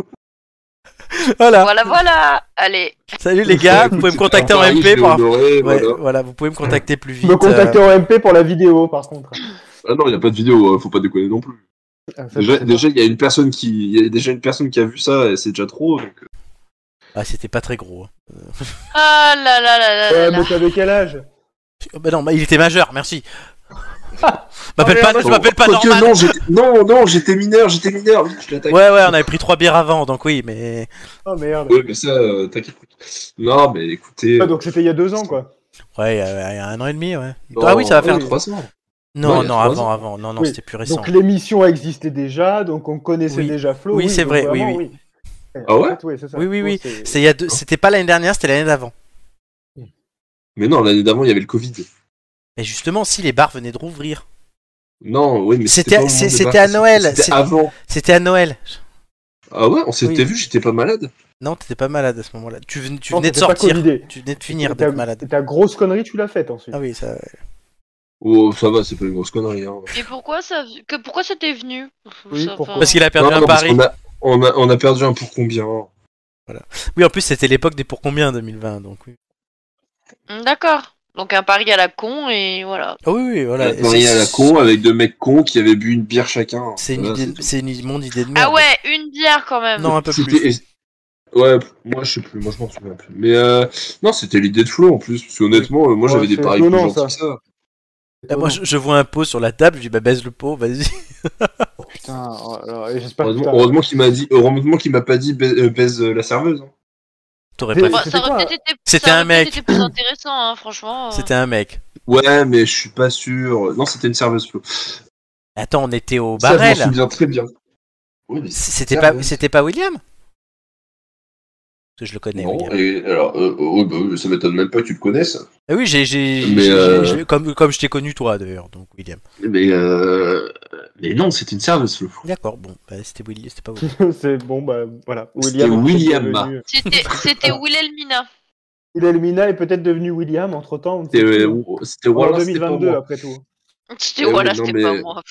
Voilà. Voilà, voilà. Allez, Salut les gars, vous pouvez me contacter en Paris, Bah je l'ai MP pour... honoré, Ouais, voilà. voilà, vous pouvez me contacter plus vite. euh. Me contacter en MP pour la vidéo, par contre. Ah non, il n'y a pas de vidéo, euh, faut pas déconner non plus. Ah, ça, Déjà, c'est- déjà, il y a une personne qui, il y a déjà une personne qui a vu ça, et c'est déjà trop. donc, euh, euh, Ah, c'était pas très gros. hein. ah là là là là là. Ouais, là. mais t'avais quel âge Oh, Bah non, bah, il était majeur, merci. M'appelle Oh, pas, merde. je m'appelle pas Quoique, normal. non, j'étais- non, non, j'étais mineur, j'étais mineur. Je l'attaque. Ouais, ouais, on avait pris trois bières avant, donc oui, mais Oh merde. Ouais, mais ça, euh, t'inquiète. Non, mais écoutez. Ah, donc c'était il y a deux ans, quoi. ouais, il y a il y a un an et demi, ouais. non, ah oui, ça va faire. oui. Oh, trois ans. Non, non, Non, il y a trois avant, ans. avant, non, non, Oui. c'était plus récent. Donc l'émission existait déjà, donc on connaissait Oui. déjà Flo. Oui, c'est donc vrai, oui, vraiment, oui. Ouais, Ah en ouais fait, c'est ça. Oui, oui, Flo, oui. c'est- C'est il y a deux- C'était pas l'année dernière, c'était l'année d'avant. Mais non, l'année d'avant, il y avait le Covid. Mais justement, si les bars venaient de rouvrir, Non, oui, mais C'était- c'était pas au moment c'est- des c'était bars, à Noël, c'est- C'était avant. c'était à Noël. Ah ouais, on s'était Oui. vu, j'étais pas malade. Non, t'étais pas malade à ce moment-là. Tu venais, tu Non, venais de t'étais pas sortir. covidé. Tu venais de finir Et ta- d'être malade. Ta grosse connerie, tu l'as faite ensuite. Ah oui, ça. Oh, ça va, c'est pas une grosse connerie. Hein. Et pourquoi ça, que pourquoi ça t'est venu Oui, Ça, pourquoi enfin, Parce qu'il a perdu Non, un non, parce pari. qu'on a- On a, on a perdu un pour combien hein. Oui, en plus, c'était l'époque des pour combien 2020, donc oui. hmm, D'accord. Donc un pari à la con et voilà. Ah oui, oui, voilà. Un pari à la con avec deux mecs cons qui avaient bu une bière chacun. C'est une Voilà, idée, c'est tout. c'est une mon idée de merde. Ah ouais, une bière quand même. Non, un peu C'était- plus. et- Ouais, moi je sais plus, moi je m'en souviens plus. Mais euh, non, c'était l'idée de Flo en plus, parce qu'honnêtement, euh, moi Ouais, j'avais des c'est paris plus étonnant, gentils ça. que ça. Ah, Oh, moi, je, je vois un pot sur la table, je dis bah baise le pot, vas-y. Putain, oh, alors, et j'espère que Heureusement, t'as- heureusement qu'il m'a dit, heureusement qu'il m'a pas dit baise, euh, baise, euh, la serveuse. hein. T'aurais pas. Mais- fait. Bon, c'était ça aurait quoi peut-être été, C'était ça un aurait peut-être mec. été plus intéressant, hein, franchement. euh. C'était un mec. Ouais, mais je suis pas sûr. Non, c'était une serveuse Flo. Attends, on était au Ça, je m'en barrel. souviens très bien. Oui, mais c'est C'était ça, pas, oui. c'était pas William. Parce que je le connais. bon. William. Et alors, euh, oh, bah, oui, ça m'étonne même pas que tu le connaisses. Ah oui, j'ai, j'ai, Mais, j'ai- euh, j'ai- comme, comme je t'ai connu toi d'ailleurs, donc William. Mais, euh... mais non, c'est une serveuse Flo. D'accord, bon, bah, c'était William, c'était pas William. c'est bon, bah voilà. C'était William. est devenu- C'était c'était Wilhelmina. Wilhelmina est peut-être devenu William entre temps. C'était euh, c'était hein. en Wallace, c'était pas 2022 moi. après tout. hein. C'était Eh oui, voilà, non, c'était mais- pas moi.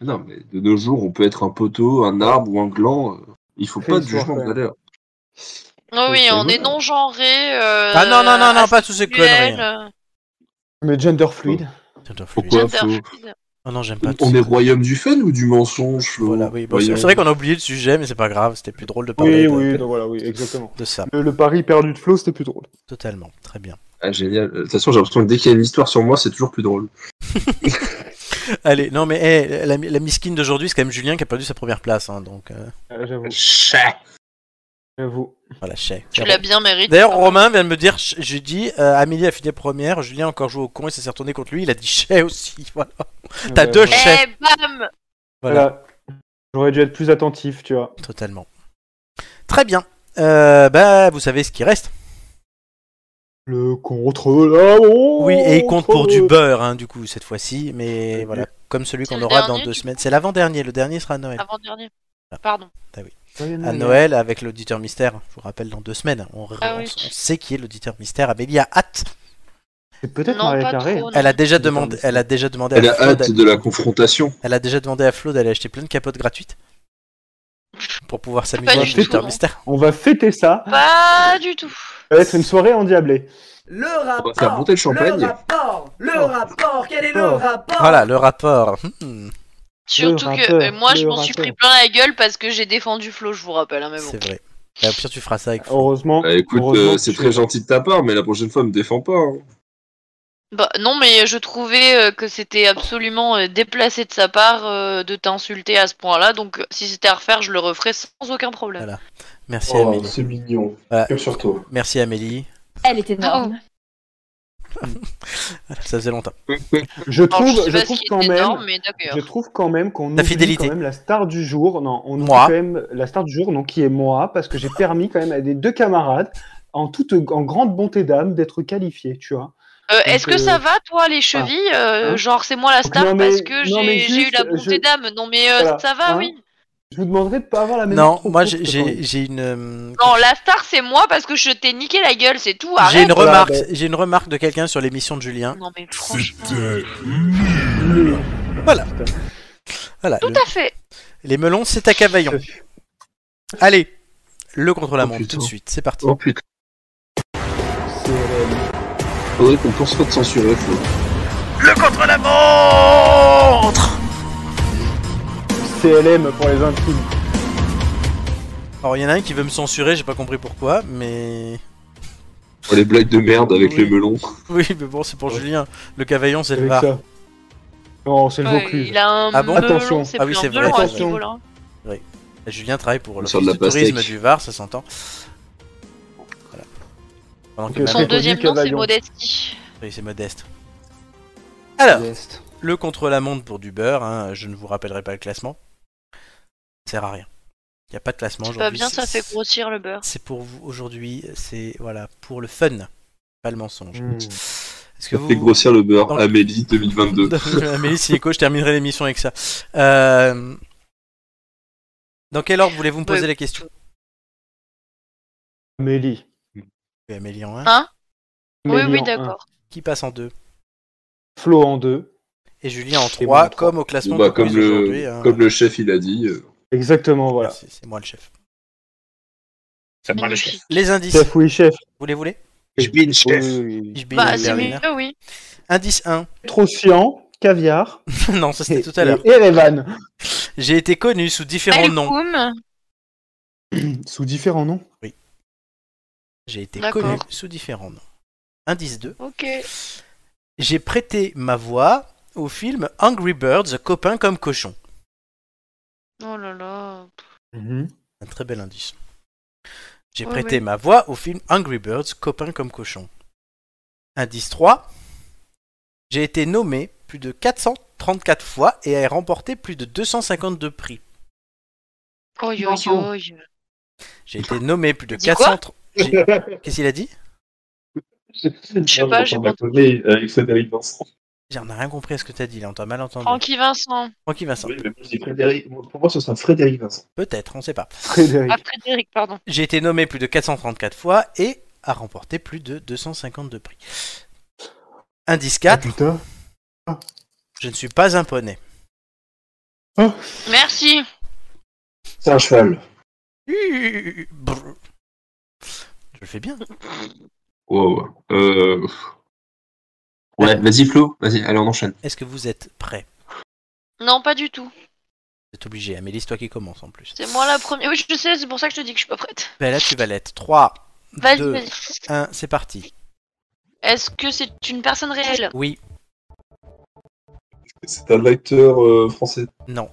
Non, mais de nos jours, on peut être un poteau, un arbre ou un gland. euh, Il faut Fais pas une de jugement soirée. de valeur. Oui, oui, Ok, on voilà. est euh, non genré. euh, Ah non non non non, pas tous ces conneries. hein. Mais gender fluid. Gender fluid. Pourquoi Gender faut- fluid. Oh non, j'aime pas tout On ça. est royaume du fun ou du mensonge Flo Voilà, oui, bah, bon, c'est Royaume- c'est vrai qu'on a oublié le sujet, mais c'est pas grave, c'était plus drôle de Oui, parler de, oui, donc voilà, oui, exactement. de ça. Le, le pari perdu de Flo, c'était plus drôle. Totalement, très bien. Ah, génial. De toute façon, j'ai l'impression que dès qu'il y a une histoire sur moi, c'est toujours plus drôle. Allez, non mais eh, la, la miskine d'aujourd'hui, c'est quand même Julien qui a perdu sa première place, hein, donc euh, Euh, j'avoue, Chat. j'avoue. voilà, chais. Tu l'as bien mérité. D'ailleurs, Romain vient de me dire, ch- j'ai dit, euh, Amélie a fini première, Julien a encore joué au con, il s'est retourné contre lui, il a dit chais aussi, voilà. T'as Euh, deux Eh, chats. chef. bam Voilà, Voilà. J'aurais dû être plus attentif, tu vois. totalement. Très bien. Euh, bah, vous savez ce qui reste. Le contre la montre. Oui, et il compte pour du Oh. beurre, hein, du coup, cette fois-ci, mais voilà, comme celui C'est qu'on le aura dans dernier, deux du semaines. C'est l'avant-dernier, le dernier sera à Noël. Avant-dernier. Pardon. à Noël avec l'auditeur mystère. Je vous rappelle, dans deux semaines, on, Ah on- oui. on sait qui est l'auditeur mystère. Amélie a hâte. C'est peut-être Non, Maria pas Carré. trop, non. Elle a déjà L'auditeur demandé. mystère. Elle a déjà demandé. Elle à a Flo hâte d'aller- de la confrontation. Elle a déjà demandé à Flo d'aller acheter plein de capotes gratuites pour pouvoir s'amuser Pas à du tout, l'auditeur non. mystère. On va fêter ça. Pas du tout. Ça va être une soirée endiablée. Le va faire rapport. monter le champagne. rapport. Le Oh. rapport. Quel est le Oh. hein. rapport Voilà le rapport. Hmm, Surtout que rappeur, euh, moi, le je m'en suis rappeur. pris plein la gueule parce que j'ai défendu Flo, je vous rappelle, hein, mais bon. c'est vrai. Bah, au pire, tu feras ça avec Flo. Heureusement. Bah, écoute, heureusement euh, que c'est tu- très gentil de ta part, mais la prochaine fois, me défends pas. hein. Bah, non, mais je trouvais euh, que c'était absolument euh, déplacé de sa part euh, de t'insulter à ce point-là, donc euh, si c'était à refaire, je le referais sans aucun problème. Voilà. Merci Oh, Amélie. c'est mignon. Voilà. Cœur sur toi. Merci Amélie. Elle Ah, est énorme. Ça faisait longtemps. Je trouve, Alors, je sais je pas trouve ce qui quand est même. énorme, mais d'accord. Je Euh, trouve quand même qu'on Ta oublie fidélité. quand même la star du jour. Non, on oublie Moi. quand même la star du jour, donc qui est moi, parce que j'ai permis quand même à des deux camarades, en toute en grande bonté d'âme, d'être qualifiés, tu vois. Euh, Est-ce que euh, ça va, toi, les chevilles euh, hein. Genre, c'est moi la Donc, star non, mais- parce que non, mais j'ai j'ai eu juste, la bonté je- d'âme. Non, mais euh, Voilà, ça va, hein. oui. Je vous demanderai de pas avoir la même. Non, intro moi courte j'ai- que j'ai quand- j'ai une euh, Non, la star, c'est moi parce que je t'ai niqué la gueule, c'est tout. j'ai Arrête. une remarque. Voilà, J'ai une remarque de quelqu'un sur l'émission de Julien. Non, mais franchement. Voilà. Tout le- à fait. les melons, c'est à Cavaillon. Allez, le contre la montre Oh, tout de putain. suite, c'est parti. Oh putain. Faudrait qu'on pense pas de censurer, Flo. CLM pour les intimes. Alors il y en a un qui veut me censurer, j'ai pas compris pourquoi, mais Oh, les blagues de merde avec Oui. les melons. oui, mais bon, c'est pour Julien. Le Cavaillon, c'est le Avec var. ça. Non, c'est le Ouais, Vaucluse. il a un Ah bon melon, Attention. c'est Ah plus oui, un c'est vrai, melon à ce attention. niveau-là. Julien travaille pour l'office Sur de de, la tourisme pastèque. du Var, ça s'entend. Voilà. Pendant que Ok, ma Son Cavalier, mère- deuxième nom, c'est Cavaillon. Modestie. Oui, c'est modeste. Alors, Est. le contre la montre pour du beurre, hein, je ne vous rappellerai pas le classement. Ça sert à rien. Il n'y a pas de classement C'est pas aujourd'hui. bien, ça c'est- fait grossir le beurre. C'est pour vous aujourd'hui, c'est voilà, pour le fun, pas le mensonge. Hmm. Est-ce que Ça fait vous grossir le beurre. Dans- Amélie 2022. Amélie Sinico, je terminerai l'émission avec ça. Euh, Dans quel ordre voulez-vous me poser Ouais. la question Amélie. Oui, Amélie en 1. Ah. Oui, Amélie oui, en un. d'accord. Qui passe en 2 Flo en deux. Et Julien en moi en 3, trois. comme au classement Bon, bah, du quiz comme le- aujourd'hui. hein. Comme le chef, il a dit. euh, Exactement, voilà. C'est c'est moi le chef. Magnifique. Les indices, Chef, oui, chef. vous les voulez Je bin chef. Oui, oui, oui. Je bille Bah, le c'est Berliner. mieux, oui. Indice 1. Trop chiant, caviar. non, ça c'était Et- tout à l'heure. Et Erevan. J'ai été connu sous différents noms. Malcolm, Sous différents noms. J'ai été D'accord. connu sous différents noms. Indice 2. Ok. J'ai prêté ma voix au film Angry Birds, copain comme cochon. Oh là là. Mhm. Un très bel indice. J'ai Ouais, prêté ouais. ma voix au film Angry Birds, copain comme cochon. Indice 3. J'ai été nommé plus de 434 fois et ai remporté plus de 252 prix. Oh yo yo yo. J'ai été nommé plus de Dis quoi 400. J'ai- Qu'est-ce qu'il a dit Je sais pas, j'ai pas connu avec Frédéric Vincent. J'en ai rien compris à ce que t'as dit là, on t'a mal entendu. Francky Vincent. Francky Vincent, Oui, mais moi, je dis Frédéric. Pour moi, ce sera Frédéric Vincent. peut-être, on sait pas. Frédéric. Ah, Frédéric, pardon. J'ai été nommé plus de 434 fois et a remporté plus de 252 prix. Indice 4. Ah, Putain. Je ne suis pas un poney. Merci. C'est un cheval. Brr. Je le fais bien. Wow. Euh, Ouais, vas-y Flo, vas-y, allez on enchaîne. Est-ce que vous êtes prêts Non, pas du tout. Vous êtes obligé. Amélie, c'est toi qui commence en plus. C'est moi la première. Oui, je sais, c'est pour ça que je te dis que je suis pas prête. Ben là, tu vas l'être. 3, Vas-y, 2, vas-y. 1, c'est parti. Est-ce que c'est une personne réelle Oui, C'est un acteur euh, français. non,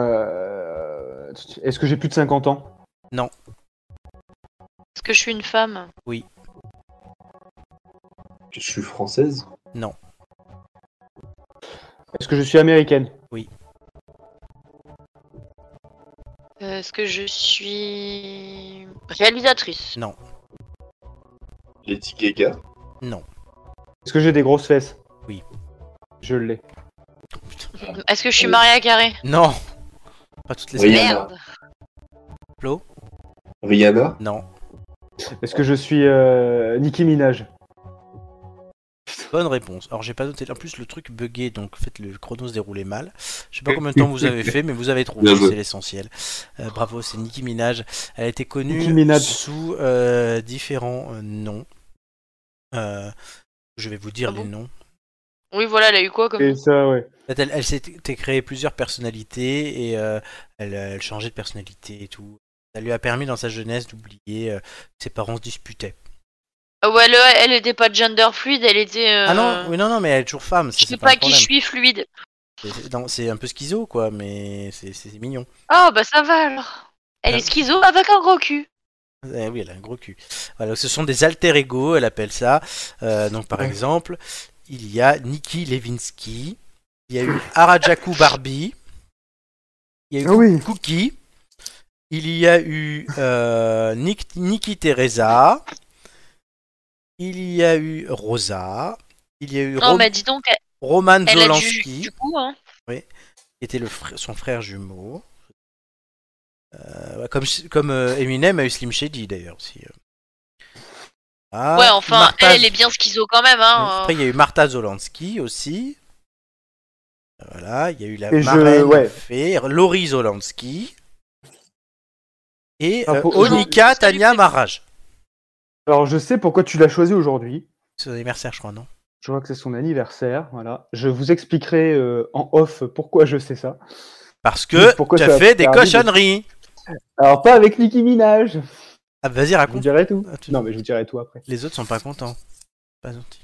Euh, Est-ce que j'ai plus de 50 ans Est-ce que je suis une femme Je suis française. Est-ce que je suis américaine Euh, Est-ce que je suis réalisatrice non, Lady Gaga. non. Est-ce que j'ai des grosses fesses Oui. Je l'ai. Est-ce que je suis Euh, Maria Carré Non Pas toutes les Oui. semaines. Merde Rihanna. Non. Est-ce que je suis euh, Nicki Minaj Bonne réponse. Alors, j'ai pas noté. En plus, le truc bugué, donc faites le chrono se déroulait mal. Je sais pas combien de temps vous avez fait, mais vous avez trouvé, Bien joué. c'est l'essentiel. Euh, bravo, c'est Nicki Minaj. Elle a été Nicki connue Minaj. sous euh, différents euh, noms. Euh, je vais vous dire Ah les bon noms. Oui, voilà, elle a eu quoi comme. C'est ça, ouais. En fait, elle elle s'était créée plusieurs personnalités et euh, elle, elle changeait de personnalité et tout. Ça lui a permis dans sa jeunesse d'oublier euh, que ses parents se disputaient. Ah ouais, elle, elle était pas gender fluide, elle était. euh, Ah non, oui, non, non, mais elle est toujours femme. ça, Je c'est sais pas un qui je problème. suis fluide. C'est- c'est- non, C'est un peu schizo, quoi, mais c'est c'est mignon. Ah bah ça va alors. Elle Ah. est schizo avec un gros cul. Eh oui, elle a un gros cul. Voilà, ce sont des alter ego, elle appelle ça. Euh, donc, par Ouais. exemple, il y a Nikki Levinsky, il y a eu Harajaku Barbie, il y a eu Ah oui. Cookie, il y a eu euh, Nick, Nikki Teresa, il y a eu Rosa, il y a eu Non, Ro- Oh, mais dis donc, elle, Roman elle a du, Polanski, du coup, hein. qui était le fr- son frère jumeau. Euh, ouais, comme comme euh, Eminem a eu Slim Shady d'ailleurs aussi. euh. Ah, ouais, enfin, Martha- elle, elle est bien schizo quand même, hein. Après, il y a eu Martha Zolansky aussi. Euh, Voilà, il y a eu la Et je- marraine ouais. fée, Laurie Zolansky. Et Ah, euh, pour- Onika Salut, Tania Fred. Maraj. Alors, je sais pourquoi tu l'as choisi aujourd'hui. C'est son anniversaire, je crois, non Je vois que c'est son anniversaire, voilà. Je vous expliquerai euh, en off pourquoi je sais ça. Parce que Pourquoi tu ça as a fait des permis de- cochonneries. Alors, pas avec Nicki Minaj Ah, vas-y, Je vous raconte. dirai tout. Ah, tu- Non, mais je vous dirai tout après. Les autres sont pas contents. Pas gentils.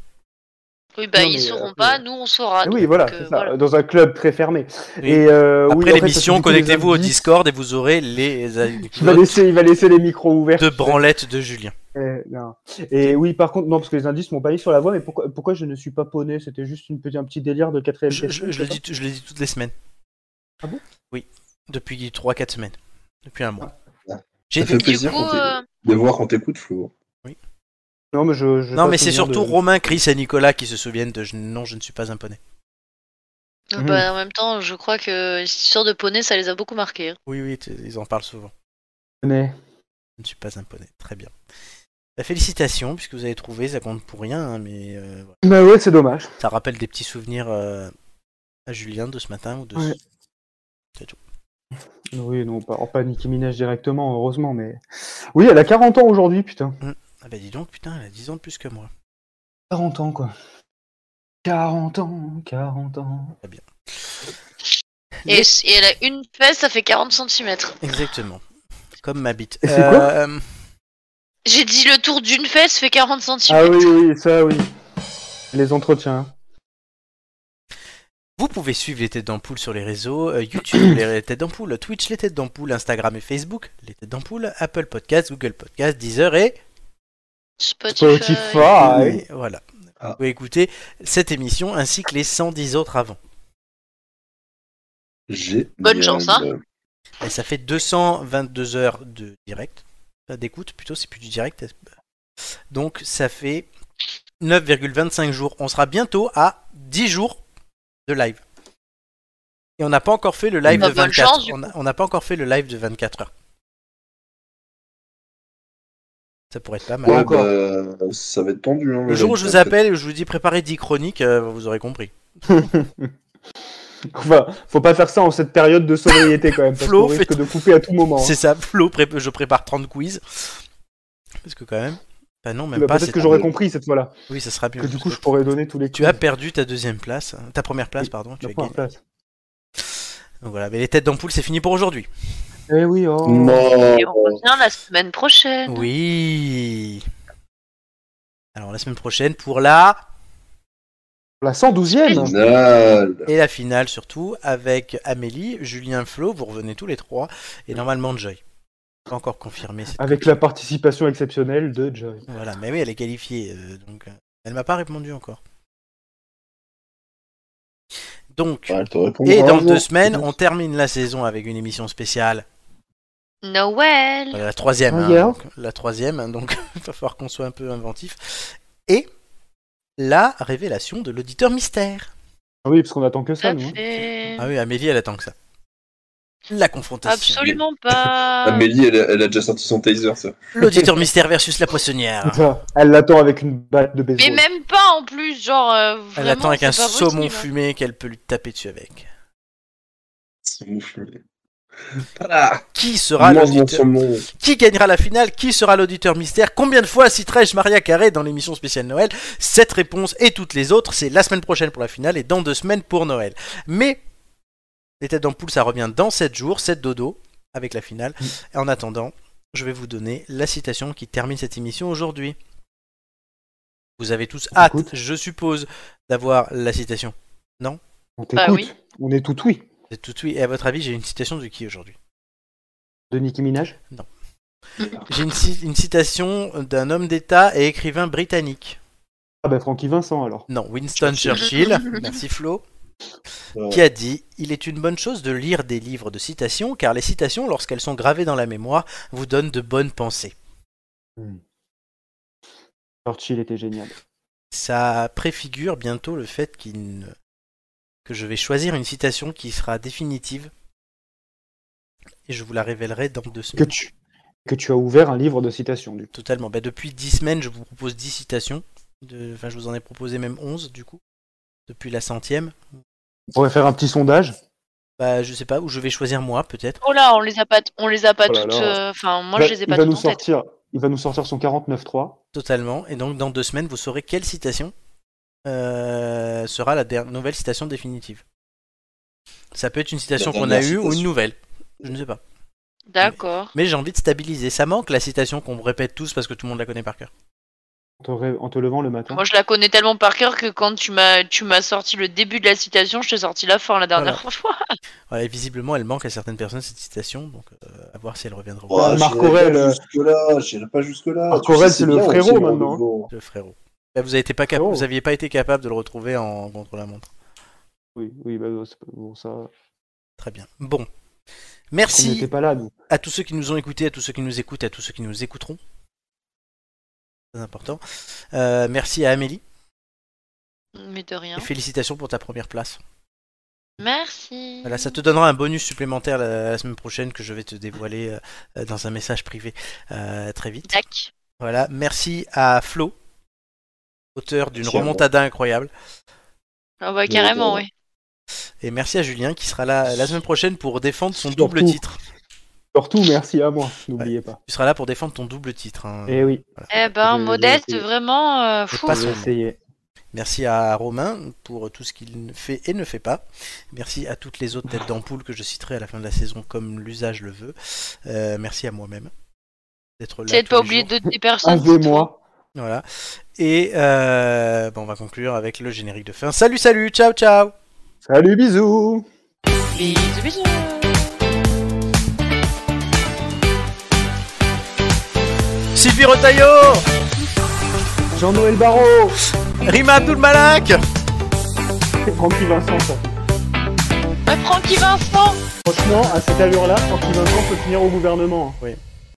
Oui, bah Non, mais, ils sauront euh, pas, nous on Ah, saura. Eh oui, donc, voilà, euh, c'est ça, voilà. dans un club très fermé. Oui. Et, euh, oui, Après en fait, l'émission, parce que du coup, les connectez-vous au indices- Discord et vous aurez les Il va, anecdotes laisser, il va laisser les micros ouverts. de branlette de Julien. Eh, non. Et oui, par contre, non, parce que les indices m'ont pas mis sur la voie, mais pourquoi, pourquoi je ne suis pas poney C'était juste une petit, un petit délire de quatrième Je, question, je- je c'est le ça dis, je le dis toutes les semaines. Ah bon Ah, Oui, depuis 3-4 semaines. Depuis un mois. J'ai Ça fait été- Du plaisir qu'on coup, t'ait- euh, de voir qu'on t'écoute, Flo. Non, mais, je, je Non, pas mais c'est souvenir de- surtout Romain, Chris et Nicolas qui se souviennent de je- non, je ne suis pas un poney. euh, Mhm. bah, en même temps, je crois que cette histoire de poney, ça les a beaucoup marqués. hein. Oui, oui, t- ils en parlent souvent. Mais- Je ne suis pas un poney. Très bien. Bah, félicitations, puisque vous avez trouvé, ça compte pour rien, hein, mais euh, voilà. Bah ouais, c'est dommage. ça rappelle des petits souvenirs euh, à Julien de ce matin ou de. Ouais. Oui, non, pas, pas Nicki Minaj directement, heureusement, mais. Oui, elle a 40 ans aujourd'hui, putain. Ah bah dis donc, putain, elle a 10 ans de plus que moi. 40 ans, quoi. 40 ans, 40 ans. Et, et elle a une fesse, ça fait 40 cm. Exactement. Comme ma bite. Et c'est quoi Euh, J'ai dit le tour d'une fesse fait 40 cm. Ah oui, oui, ça, oui. Les entretiens. Vous pouvez suivre les têtes d'ampoule sur les réseaux euh, YouTube, les têtes d'ampoule, Twitch, les têtes d'ampoule, Instagram et Facebook, les têtes d'ampoule, Apple Podcast, Google Podcast, Deezer et, Spotify. Spotify. et voilà. Ah. Vous pouvez écouter cette émission ainsi que les 110 autres avant. J'ai. Bonne chance, hein. Et ça fait 222 heures de direct, Enfin, d'écoute plutôt, c'est plus du direct. Donc ça fait 9,25 jours. On sera bientôt à 10 jours de live. Et on n'a pas encore fait le live Bah, de bonne 24. chance, du on a- on n'a pas encore fait le live de 24 heures. Ça pourrait être pas mal. Ouais, encore. bah, ça va être tendu. Hein, Le jour où je vous appelle et où je vous dis préparez 10 chroniques, euh, vous aurez compris. Enfin, faut pas faire ça en cette période de sobriété quand même, parce Flo, qu'on risque faites- de couper à tout moment. hein. C'est ça, Flo, pré- je prépare 30 quiz. Parce que quand même. Enfin, non, même Bah, pas. Peut-être c'est- que j'aurais compris cette fois-là. Oui, ça sera mieux. Que du parce coup, que je pourrais donner tous les Tu as perdu ta deuxième place, hein, ta première place, Oui, pardon. Tu as la gagné. première place. Donc voilà, mais les têtes d'ampoule, c'est fini pour aujourd'hui. Eh oui, oh. Non. Et on revient la semaine prochaine. Oui. Alors la semaine prochaine pour la La 112e. Final. et la finale surtout avec Amélie, Julien, Flo, vous revenez tous les trois et normalement Joy. Pas encore confirmé. c'est- Avec la participation exceptionnelle de Joy. Voilà, mais oui, elle est qualifiée, euh, donc euh, elle m'a pas répondu encore. Donc Ouais, Bah, elle te répondra et dans un deux jour. semaines, on termine la saison avec une émission spéciale. Noël. Voilà, la troisième, hein, Ailleurs. donc, la troisième, hein, donc il va falloir qu'on soit un peu inventif. Et la révélation de l'auditeur mystère. Ah Oui, parce qu'on attend que Tout à ça, nous. hein. fait. Ah oui, Amélie, elle attend que ça. La confrontation. Absolument pas. Ah, Amélie, elle, a- elle a déjà sorti son taser, ça. L'auditeur mystère versus la poissonnière. Ça, Elle l'attend avec une batte de Mais baseball. même pas en plus, genre. euh, Elle vraiment, attend avec c'est un pas saumon possible. hein. fumé qu'elle peut lui taper dessus avec. Ah, C'est mon fumé. Voilà. Qui sera Mange mon l'auditeur saumon. Qui gagnera la finale Qui sera l'auditeur mystère Combien de fois citerai-je Maria Carré dans l'émission spéciale Noël Cette réponse et toutes les autres, c'est la semaine prochaine pour la finale et dans deux semaines pour Noël. Mais les têtes d'ampoule, ça revient dans 7 jours, 7 dodo avec la finale. Et en attendant, je vais vous donner la citation qui termine cette émission aujourd'hui. Vous avez tous On hâte, t'écoute. je suppose, d'avoir la citation. On Bah t'écoute. oui. On est tout oui. Vous êtes tout de suite. Et à votre avis, j'ai une citation de qui aujourd'hui De Nicki Minaj. J'ai une, ci- une citation d'un homme d'État et écrivain britannique. Ah bah Francky Vincent alors. Non, Winston Churchill, merci Flo, qui a dit Il est une bonne chose de lire des livres de citations, car les citations, lorsqu'elles sont gravées dans la mémoire, vous donnent de bonnes pensées. Churchill était génial. Ça préfigure bientôt le fait qu'il ne- que je vais choisir une citation qui sera définitive, et je vous la révélerai dans deux Que semaines. tu, que tu as ouvert un livre de citations du coup. Totalement. Bah, depuis dix semaines, je vous propose dix citations. De... Enfin, je vous en ai proposé même onze, du coup, depuis la centième. On pourrait faire un petit sondage. Bah, je sais pas, ou je vais choisir moi, peut-être. Oh là, on les a pas, on les a pas Oh là toutes. là. euh, Enfin, moi, Il va- je les ai il pas va toutes nous en tête. sortir, Il va nous sortir son 49.3. Totalement. Et donc, dans deux semaines, vous saurez quelle citation euh, sera la der- nouvelle citation définitive. Ça peut être une citation La qu'on a dernière eue ou une citation. nouvelle. Je ne sais pas. D'accord. Mais j'ai envie de stabiliser. Ça manque la citation qu'on répète tous parce que tout le monde la connaît par cœur. En te, ré- en te levant le matin. Moi, je la connais tellement par cœur que quand tu m'as, tu m'as sorti le début de la citation, je t'ai sorti la fin la dernière fois. Voilà, et visiblement, elle manque à certaines personnes cette citation. Donc, euh, à voir si elle reviendra ou Oh, pas. Marc j'irai Aurèle, pas euh, jusque-là, j'irai pas jusque-là. Marc Tu sais, Aurèle, c'est le bien, on frérot, s'est mis en maintenant. hein. nouveau. Le frérot. Bah, vous n'aviez pas, cap- Oh. Frérot. vous aviez pas été capable de le retrouver en contre la montre. Oui, oui, bah, c'est pas- bon, ça. Très bien. Bon. On Merci n'était pas là, nous. à tous ceux qui nous ont écoutés, à tous ceux qui nous écoutent, à tous ceux qui nous écouteront. C'est important. Euh, merci à Amélie Mais de rien. et félicitations pour ta première place. Merci. Voilà, ça te donnera un bonus supplémentaire la, la semaine prochaine que je vais te dévoiler euh, euh, dans un message privé euh, très vite. Tac. Voilà, merci à Flo, auteur d'une Merci à moi. remontada incroyable. Ah bah carrément, Mais oui. Et merci à Julien qui sera là la semaine prochaine pour défendre son Surtout. double titre. Surtout, merci à moi. N'oubliez pas. Tu seras là pour défendre ton double titre. hein. Eh oui, Eh ben, Je- je- modeste, je- vraiment. euh, C'est fou. pas j'ai son nom. essayé. Merci à Romain pour tout ce qu'il fait et ne fait pas. Merci à toutes les autres têtes d'ampoule que je citerai à la fin de la saison comme l'usage le veut. Euh, merci à moi-même d'être là. Essayez de tous pas les oublier jours. d'autres des personnes. Avez-moi. Voilà. Et euh, bon, on va conclure avec le générique de fin. Salut, salut, ciao, ciao. Salut, bisous Bisous, bisous. Sylvie Retailleau, Jean-Noël Barrault Rima Abdulmalak. Francky Vincent, ça. Ouais, Bah, Francky Vincent Franchement, à cette allure-là, Francky Vincent peut finir au gouvernement. hein.